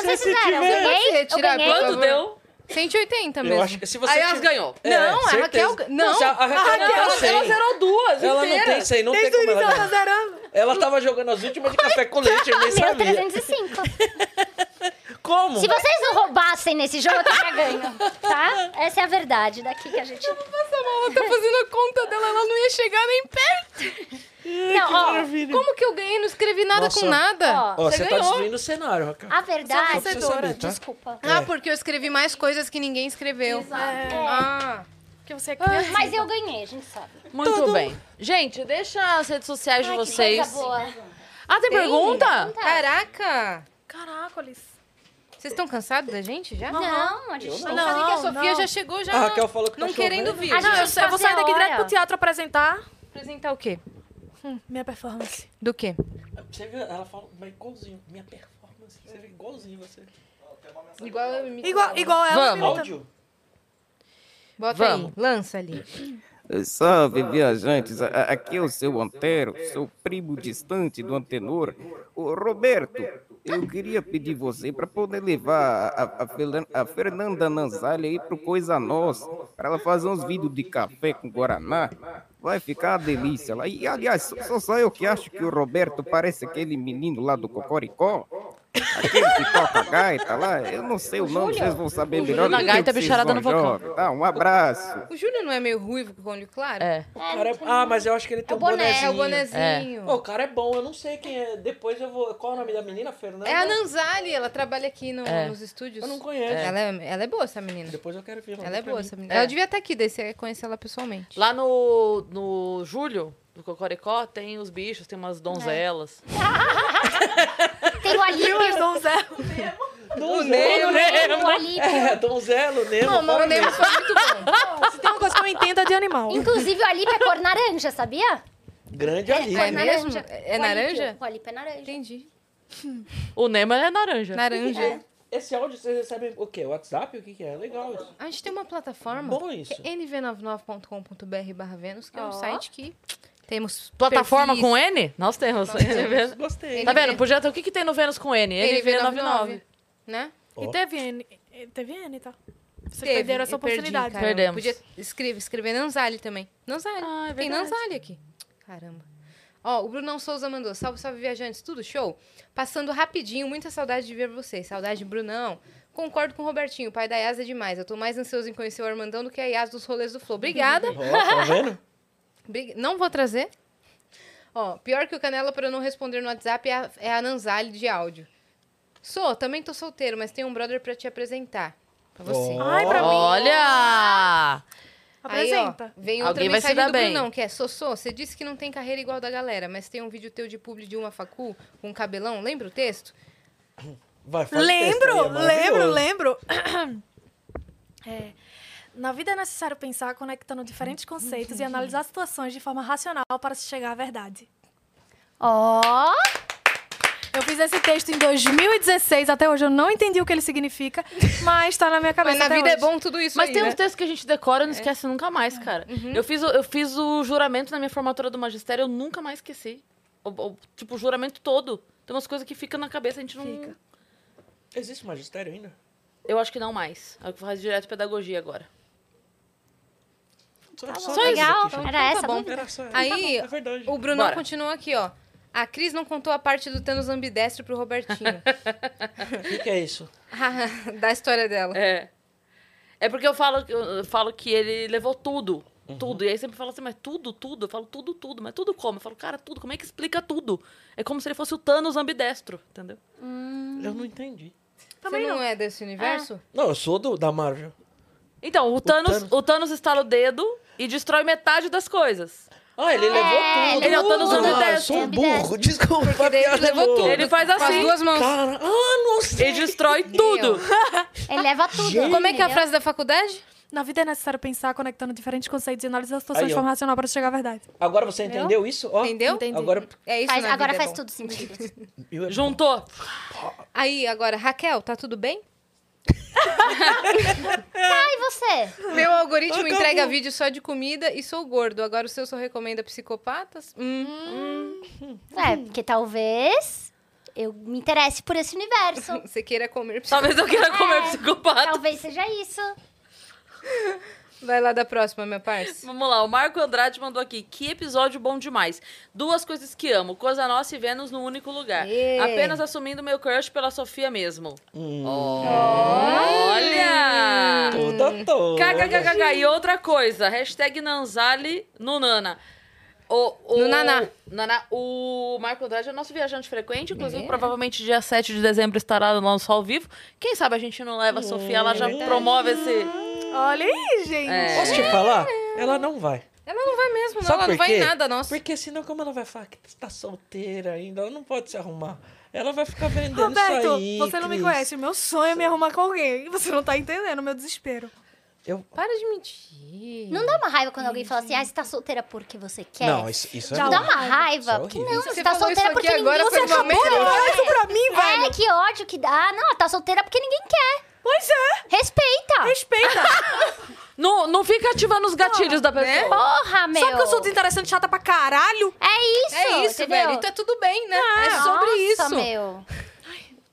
S4: Vocês
S3: se
S4: fizeram?
S3: tiver...
S4: ganhei?
S1: Você
S4: Eu
S1: tirar,
S4: ganhei?
S1: por
S2: Quanto
S1: favor.
S2: deu?
S1: 180 mesmo.
S3: Eu acho que se você
S2: Aí elas
S3: tiver-
S2: ganhou.
S3: É,
S1: Não, a
S3: certeza.
S1: Raquel... ga- Não,
S3: se a, a Raquel, não
S2: ela,
S1: tá
S3: tem cem.
S2: ela zerou duas
S3: Ela não
S2: inteiras.
S3: tem isso aí, não tem
S5: Desde o
S3: como
S5: início
S3: ela
S5: ela tá
S3: ganhar.
S5: zerando.
S3: Ela tava jogando as últimas de café com leite, eu nem
S1: tá
S4: Meu
S3: sabia.
S4: 305.
S3: Como?
S4: Se vocês não roubassem nesse jogo, eu teria ganho. Tá? Essa é a verdade daqui que a gente.
S1: essa mala tá fazendo a conta dela, ela não ia chegar nem perto.
S4: Não, ó.
S1: Como que eu ganhei? Não escrevi nada
S3: Nossa.
S1: com nada.
S4: Ó,
S3: Ó,
S1: Você
S3: você, tá
S1: ganhou.
S3: destruindo o cenário, Raquel.
S4: a verdade.
S3: Só pra você saber, tá?
S4: Desculpa.
S2: É.
S1: Ah, porque eu escrevi mais coisas que ninguém escreveu.
S4: É.
S1: Ah.
S5: Porque você é criança.
S4: Mas eu ganhei, a gente sabe.
S2: Muito bem. Gente, deixa as redes sociais de
S4: Ai, que
S2: vocês.
S4: coisa boa.
S2: Ah, tem,
S1: Tem?
S2: pergunta?
S1: Caraca!
S5: Caracoles.
S1: Vocês estão cansados da gente já?
S4: Não, a gente
S1: Não, sabe
S4: não.
S1: que a
S5: não,
S1: Sofia
S5: não.
S1: já chegou, já
S3: A
S1: não,
S3: Raquel falou que tá
S1: não querendo
S3: chovendo.
S1: vir.
S4: A
S5: Não,
S4: gente
S5: eu, eu vou sair daqui
S4: fazer
S5: direto
S4: hora.
S5: pro teatro apresentar
S1: Apresentar o quê?
S5: hum, minha performance.
S1: Do quê?
S3: Você viu? Ela fala mas igualzinho. Minha performance. Você vê igualzinho você.
S1: Igual eu me...
S5: Igual, igual ela.
S1: Vamos.
S5: pergunta-
S3: Áudio?
S1: Bota
S2: Vamos.
S1: aí, lança ali.
S11: Salve, É viajantes! A- a- Aqui é o seu Antero, seu primo distante do Antenor. Ô, Roberto, eu queria pedir você para poder levar a, a- a Felan- a Fernanda Nanzali aí pro Coisa Nossa, para ela fazer uns vídeos de café com Guaraná. Vai ficar uma delícia lá. E, aliás, só, só sou eu que acho que o Roberto parece aquele menino lá do Cocoricó. Aquele que toca a gaita lá. Eu não sei o nome, vocês vão saber melhor.
S2: Júlio.
S11: do que
S2: A gaita é
S11: vocês
S2: bicharada
S11: vão,
S2: no vulcão.
S11: jovem. Tá, um abraço.
S1: O Júlio não é meio ruivo com olho claro?
S2: É.
S3: Cara, é- Ah, mas eu acho que ele tem
S4: o
S3: um
S4: boné,
S3: bonézinho.
S1: então, É, o bonezinho.
S3: Ô, o cara é bom, eu não sei quem é. Depois eu vou. Qual é o nome da menina? Fernanda?
S1: É a Nanzali, ela trabalha aqui no-
S2: É.
S1: nos estúdios.
S3: Eu não conheço.
S1: Ela é, ela é boa, essa menina.
S3: Depois eu quero ver. manda
S1: Ela é
S3: pra
S1: boa,
S3: mim.
S1: essa menina.
S2: É.
S1: Ela devia estar aqui, daí você ia conhecer ela pessoalmente.
S2: Lá no, no Júlio, do Cocoricó, tem os bichos, tem umas donzelas.
S4: Tem o
S5: Viu,
S4: Alípio.
S5: eles dão um zero.
S3: Donzelo,
S4: O Alípio.
S3: É, Donzelo, Nemo.
S1: Não, mas o
S3: fala
S1: Nemo
S3: mesmo.
S1: foi muito bom.
S5: Se tem uma coisa que eu entendo é de animal.
S4: Inclusive, o Alípio é cor naranja, sabia?
S3: Grande ali.
S1: É
S4: Cor
S1: mesmo?
S4: naranja.
S1: É é
S4: O Alípio-
S1: naranja?
S4: O Alípio é naranja.
S1: Entendi.
S2: O Nemo é naranja.
S1: Naranja.
S3: Esse áudio vocês recebem o quê? WhatsApp? O que, que é? Legal isso.
S1: A gente tem uma plataforma.
S3: Bom isso.
S1: que é nv99.com.br barra Vênus, que é um
S4: Ó.
S1: site que temos
S2: Plataforma
S1: perfis.
S2: com N? Nós temos. é
S3: Gostei.
S2: Tá vendo? Podia ter... O que, que tem no Vênus com N? NV99.
S1: NV99, né?
S3: Ó.
S5: E teve N. e Teve N, tá? Vocês
S1: Teve,
S5: perderam essa
S1: eu perdi,
S5: oportunidade.
S1: caramba.
S2: Perdemos.
S1: né? Podia escrever, escrever Nanzali também. Nanzali.
S2: Ah, é
S1: Tem
S2: verdade.
S1: Nanzali aqui. Caramba. Ó, o Brunão Souza mandou. Salve, salve, viajantes. Tudo show? Passando rapidinho. Muita saudade de ver vocês. Saudade, Brunão. Concordo com o Robertinho. O pai da Yas é demais. Eu tô mais ansioso em conhecer o Armandão do que a Yas dos rolês do Flow. Obrigada.
S3: Ó, tá vendo?
S1: Brig- Não vou trazer. Ó, pior que o Canela para não responder no WhatsApp é a, é a Nanzali de áudio. Sou, também tô solteiro, mas tenho um brother para te apresentar. Pra você.
S3: Ó.
S5: Ai, pra mim.
S2: Olha!
S1: Aí, ó,
S5: Apresenta.
S1: vem outra
S2: Alguém vai se
S1: mensagem
S2: dar
S1: do
S2: bem.
S1: Brunão, que é Sossô, você disse que não tem carreira igual da galera, mas tem um vídeo teu de publi de uma facu com um cabelão, lembra o texto?
S3: Vai, faz o texto aí, é
S5: Lembro, lembro,
S3: maravilhoso.
S5: lembro. É, na vida é necessário pensar conectando diferentes conceitos e analisar situações de forma racional para se chegar à verdade.
S4: Ó.
S5: Eu fiz esse texto em 2016, até hoje eu não entendi o que ele significa, mas tá na minha cabeça.
S1: Mas na
S5: até
S1: vida é
S5: hoje.
S1: bom tudo isso
S2: Mas
S1: aí,
S2: tem
S1: né?
S2: uns textos que a gente decora e não esquece nunca mais, cara. Eu, fiz, o- eu fiz o juramento na minha formatura do magistério, eu nunca mais esqueci. O, o- tipo, o juramento todo. Tem umas coisas que ficam na cabeça, a gente não.
S3: Existe magistério ainda?
S2: Eu acho que não mais. Eu faço direto pedagogia agora.
S3: Só,
S4: Legal.
S3: isso aqui, gente.
S4: Era essa a
S1: Tá bom.
S4: dúvida.
S3: Era só-
S1: Aí,
S3: é verdade.
S1: O Brunão
S2: Bora.
S1: continuou aqui, ó. A Cris não contou a parte do Thanos ambidestro pro Robertinho.
S3: O que, que é isso?
S1: da história dela.
S2: É. É porque eu falo, que- eu falo que ele levou tudo. Tudo. E aí sempre fala assim, mas tudo, tudo? Eu falo tudo, tudo. Mas tudo como? Eu falo, cara, tudo. Como é que explica tudo? É como se ele fosse o Thanos ambidestro, entendeu?
S3: Eu não entendi.
S1: Você não, é desse universo?
S3: Não, eu sou do, da Marvel.
S2: Então, o Thanos, o Thanos. estala o dedo e destrói metade das coisas.
S3: Ah, ele
S4: É,
S3: levou tudo.
S2: ele é o Thanos
S3: Ah,
S2: ambidestro.
S3: eu sou um burro, desculpa. a
S1: daí ele
S3: piada
S1: levou
S3: boa.
S1: tudo.
S2: Ele faz
S1: Com as
S2: assim
S1: duas mãos.
S3: Cara, ah, não sei.
S2: e destrói tudo.
S4: Ele leva tudo.
S1: Como é que é a
S4: entendeu?
S1: frase da faculdade?
S5: Na vida é necessário pensar conectando diferentes conceitos e analisar a situação
S3: Aí, ó.
S5: informacional para chegar à verdade.
S3: Agora você entendeu isso? Ó,
S1: Entendeu?
S5: Entendi.
S3: Agora, é
S1: É isso
S4: Faz-
S1: na
S4: agora
S1: vida é
S4: faz
S1: bom.
S4: tudo sentido.
S2: Juntou.
S1: Aí, agora, Raquel, tá tudo bem?
S4: Ah, e você?
S1: Meu algoritmo
S3: Acabou.
S1: entrega vídeo só de comida e sou gordo. Agora o seu só recomenda psicopatas? Hum.
S4: É, porque talvez eu me interesse por esse universo.
S1: Você queira comer psicopatas.
S2: Talvez eu queira comer
S1: Ah,
S2: psicopata.
S4: Talvez seja isso.
S1: Vai lá da próxima, meu parça.
S2: Vamos lá, o Marco Andrade mandou aqui. Que episódio bom demais. Duas coisas que amo: Coisa Nossa e Vênus no único lugar.
S1: Ê.
S2: Apenas assumindo meu crush pela Sofia mesmo. Olha!
S3: toda toda.
S2: KKKKK. E outra coisa, hashtag Nanzali Nunana. O, o,
S1: No Naná.
S2: Naná. O Marco Andrade é nosso viajante frequente, inclusive
S1: É.
S2: provavelmente dia 7 de dezembro estará no nosso ao vivo. Quem sabe a gente não leva a Sofia, ela já
S1: É.
S2: promove esse...
S5: Olha aí, gente.
S2: É.
S3: Posso te falar? Ela não vai.
S1: Ela não vai mesmo, não.
S3: Sabe
S1: ela
S3: por
S1: não vai
S3: quê?
S1: em nada, nossa.
S3: Porque senão como ela vai falar que tá solteira ainda? Ela não pode se arrumar. Ela vai ficar vendendo isso
S5: Roberto,
S3: aí.
S5: você não me
S3: Cris.
S5: conhece. Meu sonho é me arrumar com alguém. E você não tá entendendo o meu desespero.
S3: Eu...
S1: Para de mentir.
S4: Não dá uma raiva quando alguém fala assim, ah, você tá solteira porque você quer.
S3: Não, isso, isso é
S5: Dá
S4: Não
S3: bom.
S4: Tá dá
S5: uma
S4: uma raiva.
S3: Isso é
S4: Porque
S3: horrível.
S4: não,
S1: Você
S4: você tá
S1: falou
S4: solteira
S1: isso aqui
S4: porque ninguém
S1: agora,
S4: você
S1: foi uma
S4: acabou
S1: meia
S4: de
S1: hora.
S4: falar.
S5: Isso pra mim, velho.
S4: É, que ódio que dá. Não, ela tá solteira porque ninguém quer.
S5: Pois é.
S4: Respeita.
S5: Respeita.
S4: Ah,
S2: Não, não fica ativando os gatilhos da pessoa.
S1: né?
S4: Porra, meu.
S5: Só porque eu sou desinteressante chata pra caralho.
S4: É isso,
S1: É isso,
S4: entendeu?
S1: velho. E tá tudo bem, né? é
S4: Nossa,
S1: sobre isso.
S4: meu.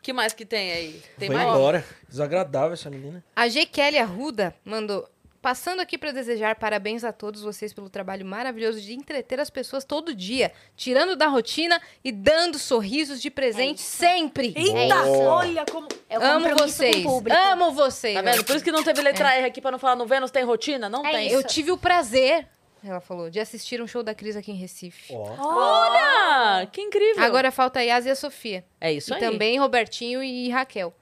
S2: que mais que tem aí? Tem
S3: Foi
S2: mais?
S3: embora. Desagradável essa menina.
S1: A G. Kelly Arruda mandou. Passando aqui para desejar parabéns a todos vocês pelo trabalho maravilhoso de entreter as pessoas todo dia, tirando da rotina e dando sorrisos de
S4: É
S1: presente sempre.
S5: Eita,
S4: isso.
S5: olha como...
S4: É o
S1: Amo
S4: compromisso
S1: vocês.
S4: com o público.
S1: Amo vocês.
S2: Tá vendo? Por isso que não teve letra R aqui pra não falar no Vênus tem rotina? Não
S4: É
S2: tem.
S4: isso.
S1: Eu tive o prazer, ela falou, de assistir um show da Cris aqui em Recife.
S2: Olha! Que incrível!
S1: Agora falta a Yas e a Sofia.
S2: é isso
S1: e
S2: aí.
S1: também Robertinho e Raquel.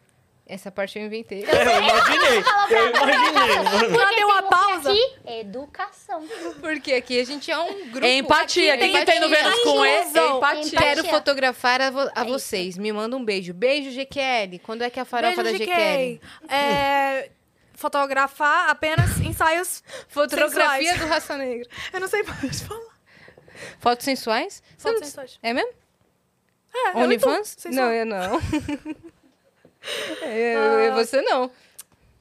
S1: Essa parte eu inventei.
S3: É, eu imaginei. Eu imaginei. mano.
S5: Ela deu uma pausa.
S4: Aqui, educação.
S1: Porque aqui a gente é um grupo.
S2: Empatia.
S1: Aqui é
S2: Quem que tem no Vênus com E?
S5: Empatia.
S2: Empatia.
S1: Quero
S4: Empatia.
S1: fotografar a, vo- a
S4: isso.
S1: vocês. Me manda um beijo. Beijo, GQL. Quando é que é a farofa
S5: Beijo,
S1: da
S5: GK.
S1: GQL?
S5: É, fotografar apenas ensaios
S1: Fotografia
S5: sensuais.
S1: do Raça Negra.
S5: Eu não sei mais falar.
S1: Fotos sensuais? Ah, Você
S5: Fotos
S1: não-
S5: sensuais.
S1: É mesmo?
S5: É, eu e tu,
S1: OnlyFans?
S5: sensual.
S1: Não, eu não. É, eu- eu- você não.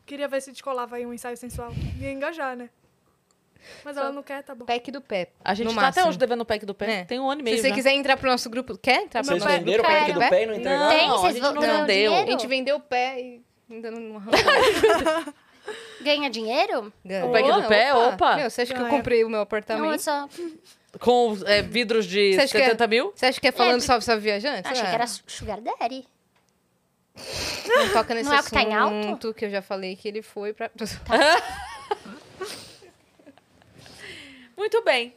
S5: Queria ver se descolava aí um ensaio sensual. Ia engajar, né? Mas ela não quer, tá bom.
S1: Pack do Pé.
S2: A gente
S1: no
S2: tá
S1: máximo.
S2: até hoje devendo o pack do pé.
S1: É.
S2: Tem um ano e meio.
S1: Se você
S2: já.
S1: quiser entrar pro nosso grupo, quer entrar pro
S3: Vocês
S1: nosso grupo?
S3: venderam o pack
S1: Quero.
S3: do pé e não
S2: Não,
S3: internaram?
S4: Tem?
S2: a
S4: Vocês
S2: gente
S4: vão-
S2: não
S4: ganham
S2: deu.
S1: A
S4: dinheiro?
S1: gente vendeu o pé e ainda não arrancou.
S4: Ganha dinheiro?
S1: Ganha.
S2: O pack do pé, opa.
S1: Meu, você acha que eu
S5: Ganha.
S1: comprei o meu
S4: Não, é
S1: apartamento?
S4: só...
S2: Com é, vidros de
S1: Você acha que é-
S2: 70 mil?
S1: Você acha que é falando
S4: É,
S1: salve, salve viajante?
S4: Achei
S1: Ah,
S4: que era su- sugar daddy.
S1: Não toca nesse
S4: Não é o que tá em alto? Tá.
S1: assunto que eu já falei que ele foi pra...
S2: Muito bem.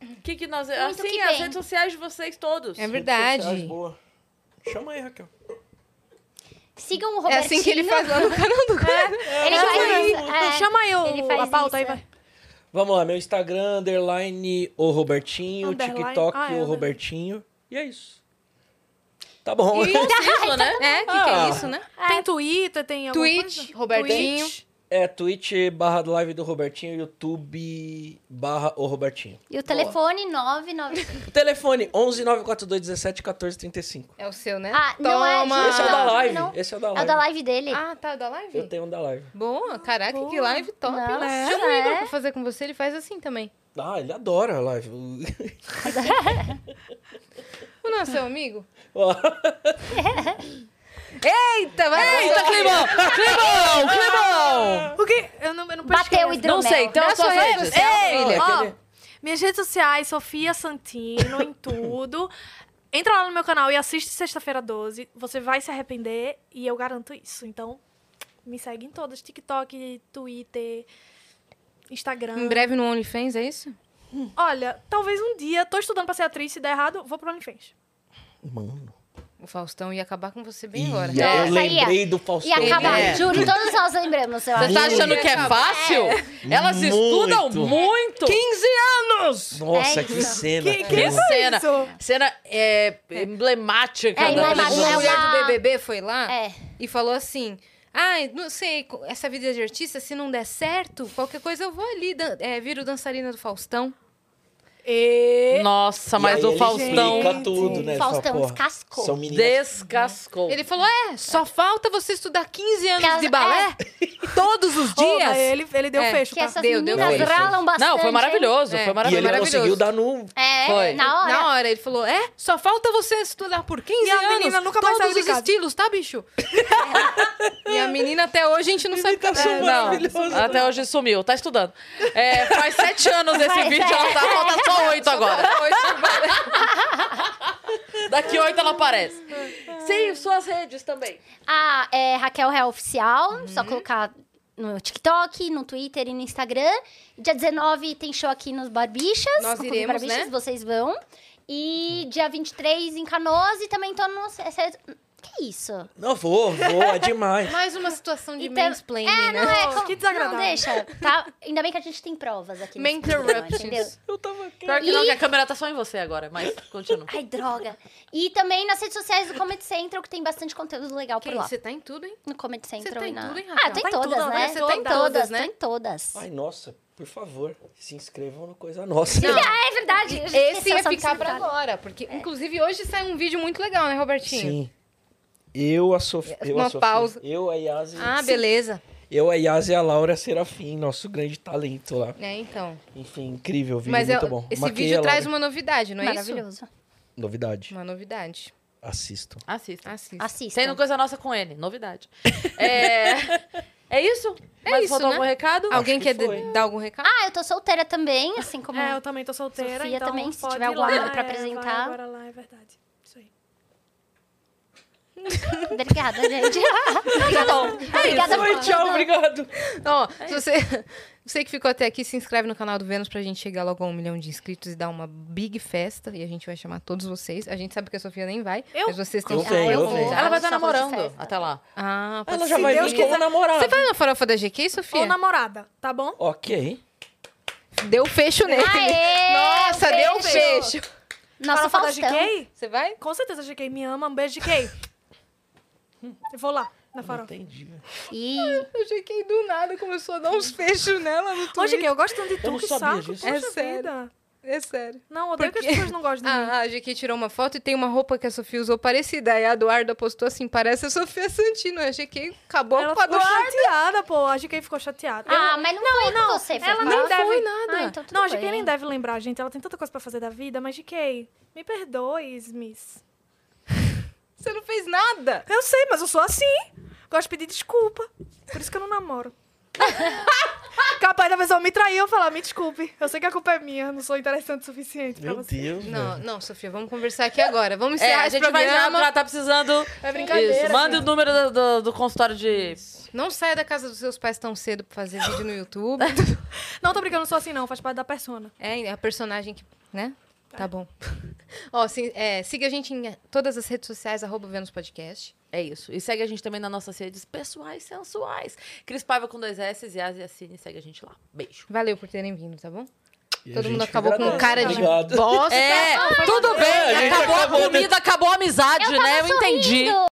S2: O que, que nós. assim,
S4: que
S2: as
S4: bem.
S2: redes sociais de vocês todos.
S1: É verdade.
S3: Sociais, boa. Chama aí, Raquel.
S4: Sigam o
S1: É
S4: Robertinho.
S1: assim que ele faz assim. lá no canal do cara.
S4: Ele faz isso. é.
S5: Chama aí o-
S4: Ele faz
S5: a pauta aí,
S4: isso,
S5: vai.
S3: Vamos lá, meu Instagram, underline o Robertinho,
S5: Underline.
S3: TikTok
S5: Ah, é,
S3: o
S5: underline.
S3: Robertinho. E é isso. Tá bom.
S2: Isso, né?
S1: É, que, que
S3: Ah.
S1: é isso, né?
S5: Tem Twitter, tem alguma
S1: Twitch,
S5: coisa?
S1: Robertinho.
S5: Twitch.
S3: É Twitch barra live do Robertinho, YouTube barra o Robertinho.
S4: E o telefone 99...
S3: O telefone 11 942 17 14 35.
S1: É o seu, né?
S4: Ah, não é,
S1: Toma.
S4: gente,
S3: Esse é o da
S4: não,
S3: live.
S4: não.
S3: Esse é o da
S4: É
S3: live.
S4: o da live dele.
S1: Ah, tá, da
S3: Eu
S1: live?
S3: tenho um da live.
S1: Boa, caraca, que
S5: boa.
S1: live top. hein?
S4: Nossa,
S1: Chama o Igor
S4: é.
S1: pra fazer com você, ele faz assim também.
S3: Ah, ele adora a live.
S1: O nosso seu amigo.
S3: Ó,
S1: Eita, vai!
S2: Eita, Climão! Climão! Climão!
S5: O que? Eu não, eu não pesquei.
S4: Bateu o hidromel.
S2: Ah, Não sei, então as
S1: Dá
S2: suas
S1: sua rede
S2: redes.
S1: social,
S2: Ei,
S1: filha.
S5: Ó, minhas redes sociais, Sofia Santino, em tudo. Entra lá no meu canal e assiste Sexta-feira 12. Você vai se arrepender e eu garanto isso. Então, me segue em todas. TikTok, Twitter, Instagram.
S1: Em breve no OnlyFans, é isso?
S5: Olha, talvez um dia, tô estudando pra ser atriz, se der errado, vou pro OnlyFans.
S3: Mano.
S1: O Faustão ia acabar com você bem agora.
S3: Ih, é. eu
S4: Nossa,
S3: lembrei
S4: ia.
S3: do Faustão. né?
S4: E acabar.
S2: É.
S4: Juro, todos nós lembramos. Eu
S2: Você
S4: acho.
S2: tá achando que é fácil? Elas
S3: Muito.
S2: estudam muito.
S1: 15 anos!
S3: Nossa,
S4: É
S3: que
S4: isso.
S3: cena.
S5: Que-
S3: cara.
S2: Que é cena.
S5: Isso.
S2: Cena é, emblemática.
S4: É,
S2: da
S1: A
S4: emblemática.
S2: televisão.
S1: mulher
S4: ela-
S1: do BBB foi lá
S4: É.
S1: e falou assim... Ai, não sei, co- essa vida de artista, se não der certo, qualquer coisa eu vou ali, dan- é, viro dançarina do Faustão.
S5: E...
S2: Nossa,
S3: E
S2: mas
S3: aí
S2: o
S3: ele
S2: Faustão
S3: explica tudo, né?
S4: Faustão
S3: Fala, pô,
S4: descascou.
S3: São meninas
S2: descascou.
S1: Ele falou, é, só falta você estudar 15 anos
S4: Que as-
S1: de balé todos os dias.
S5: ele, ele deu
S1: É,
S5: fecho,
S4: Que
S5: tá?
S4: essas
S1: Deu, deu.
S4: meninas
S3: Não, ele fez.
S4: ralam bastante.
S2: Não, foi
S4: hein?
S2: maravilhoso,
S1: É.
S2: foi
S3: E
S2: maravilhoso.
S3: ele
S1: maravilhoso.
S3: conseguiu dar no.
S4: É,
S2: Foi.
S4: na hora.
S1: Na hora, ele falou, é, só falta você estudar por 15
S5: E a
S1: anos.
S5: menina nunca
S1: todos
S5: mais saiu de
S1: os
S5: casa.
S1: estilos, tá, bicho? e a menina até hoje a gente não sabe cadê.
S3: Imitação
S1: ela.
S2: Não,
S3: tá maravilhoso.
S2: até hoje sumiu, tá estudando. É, faz sete anos esse
S4: Faz-
S2: vídeo, ela tá falta só oito agora. Daqui oito ela aparece. Sim, suas redes também.
S4: Ah, é Raquel Real Oficial. Só colocar no TikTok, no Twitter e no Instagram. Dia 19 tem show aqui nos Barbixas.
S1: Nós
S4: no Clube
S1: iremos,
S4: Barbixas,
S1: né?
S4: vocês vão. E dia 23 em Canoas e também tô no... é Que isso?
S3: Não, vou, vou, é demais.
S1: Mais uma situação de
S4: Então-
S1: mansplaining,
S4: É, não
S1: né?
S4: é... como-
S5: que desagradável.
S4: Não, deixa. Tá? Ainda bem que a gente tem provas aqui. nesse programa, entendeu?
S1: Interruptions.
S2: Pior que não, que a câmera tá só em você agora, mas continua.
S4: Ai, droga. E também nas redes sociais do Comedy Central, que tem bastante conteúdo legal por
S1: Quem?
S4: lá.
S1: Você tá em tudo, hein?
S4: No Comedy Central
S1: tá
S4: e
S1: em
S4: na...
S1: tudo, hein, Raquel?
S4: ah, tô em
S5: Tá em
S4: todas,
S5: tudo,
S4: né?
S5: né? Você
S4: Tô
S1: tá
S4: em
S1: em todas,
S4: todas,
S1: né?
S4: tô em todas.
S3: Ai, nossa, por favor, se inscrevam no Coisa Nossa.
S1: Não.
S4: Ah, é verdade. eu já
S1: Esse
S4: esqueci
S1: ia
S4: essa
S1: ficar pra
S4: possibilidade.
S1: agora, porque inclusive hoje sai um vídeo muito legal, né, Robertinho?
S3: Sim. Eu, a Sofia. eu, a
S1: Uma
S3: Sofia,
S1: pausa.
S3: Eu, a Yas.
S1: Ah, beleza.
S3: Eu, a Yas e a Laura Serafim, nosso grande talento lá.
S1: É, então.
S3: Enfim, incrível, vídeo
S1: Mas é-
S3: muito bom.
S1: esse
S3: Maquei
S1: vídeo
S3: a
S1: traz
S3: Laura.
S1: uma novidade, não é isso?
S4: Maravilhoso.
S3: né? Novidade.
S1: Uma novidade.
S3: Assistam.
S2: Assista.
S1: Assista.
S4: Assista.
S2: Sendo coisa nossa com ele, novidade. É, é isso?
S1: É
S2: mas
S1: isso,
S2: faltou
S1: né?
S2: algum recado?
S1: Alguém
S3: que
S1: quer de-
S3: foi.
S1: dar algum recado?
S4: Ah, eu tô solteira também, assim como...
S5: É, eu também tô solteira,
S4: Sofia
S5: então
S4: também, se
S5: pode
S4: tiver
S5: ir
S4: algum
S5: lá,
S4: amor pra
S5: é, vai
S4: apresentar.
S5: agora lá, é verdade. Isso aí.
S4: Obrigada, gente. Obrigada. Obrigada
S3: Oi, tchau, obrigado.
S1: Ó, se você, você que ficou até aqui, se inscreve no canal do Vênus pra gente chegar logo a um milhão de inscritos e dar uma big festa. E a gente vai chamar todos vocês. A gente sabe que a Sofia nem vai,
S5: Eu?
S1: mas vocês têm
S3: Eu
S1: que
S3: venho,
S1: ter
S3: eu
S1: vontade.
S3: venho.
S2: Ela vai estar
S4: Só falta de
S2: namorando
S4: festa.
S2: até lá.
S1: Ah, pode
S3: Ela
S1: ser.
S3: já vai
S5: Deus
S3: vir como
S5: quiser.
S1: Você
S3: namorada.
S1: vai na farofa da GQ,
S5: Ou
S1: Sofia?
S5: namorada, tá bom?
S3: Ok.
S1: Deu fecho nele.
S4: Aê,
S1: Nossa, deu
S4: beijo.
S1: fecho.
S4: Nossa,
S5: Farofa da
S4: Faustão.
S5: GK?
S1: Você vai?
S5: Com certeza, GK me ama. Um beijo, GK. Eu vou lá, na farofa.
S3: Entendi.
S1: Ah,
S4: Ih,
S1: Eu GQ do nada começou a dar uns fechos nela no
S5: Ô, GK, eu gosto tanto de
S3: não
S5: tu, que
S3: sabia
S5: saco.
S3: disso.
S5: Poxa
S1: É sério.
S5: vida.
S1: É sério.
S5: Não, odeio
S1: Por
S5: que
S1: quê?
S5: as pessoas não gostam de mim.
S1: Ah, a GQ tirou uma foto e tem uma roupa que a Sofia usou parecida. Aí a Eduarda postou assim, parece a Sofia Santino. A GQ acabou
S5: Ela
S1: com a
S5: ficou
S1: Eduarda.
S5: chateada, pô. A GK ficou chateada.
S4: Ah, mas não, foi com você, foi
S5: ela
S4: com
S5: nem
S4: ela.
S5: deve.
S1: foi nada.
S4: Ah, então tudo
S5: não, a GK
S4: bem.
S5: nem deve lembrar, gente. Ela tem tanta coisa pra fazer da vida, mas GK, me perdoe, Smith.
S1: "Ah, Você não fez nada.
S5: Eu sei, mas eu sou assim. Gosto de pedir desculpa. Por isso que eu não namoro. Capaz da pessoa me trair eu falar, me desculpe. Eu sei que a culpa é minha, não sou interessante o suficiente pra
S3: Meu
S5: você.
S3: Deus. né?
S1: Não, não, Sofia, vamos conversar aqui agora. Vamos
S2: É,
S1: encerrar
S2: a
S1: esse
S2: gente vai já,
S1: programa.
S2: porque ela tá precisando.
S5: É brincadeira,
S2: Isso, manda o número do, do- do consultório de.
S1: Não saia da casa dos seus pais tão cedo pra fazer vídeo no YouTube.
S5: Não tô brincando, não sou assim, não. Faz parte da persona.
S1: É, é a personagem que. Né? Tá bom. Ó, sim, é, siga a gente em todas as redes sociais, arroba Vênus Podcast.
S2: É isso. E segue a gente também nas nossas redes pessoais sensuais. Cris Paiva com dois S e Asi e Assine. Segue a gente lá. Beijo.
S1: Valeu por terem vindo, tá bom?
S3: E a
S1: Todo mundo
S3: gente
S1: acabou com
S3: agradece,
S1: cara de
S3: obrigado.
S1: bosta.
S2: É, tudo bem.
S3: a gente
S2: acabou a
S3: acabou, né?
S2: comida, acabou a amizade,
S4: Eu tava
S2: né? Eu entendi.
S4: sorrindo.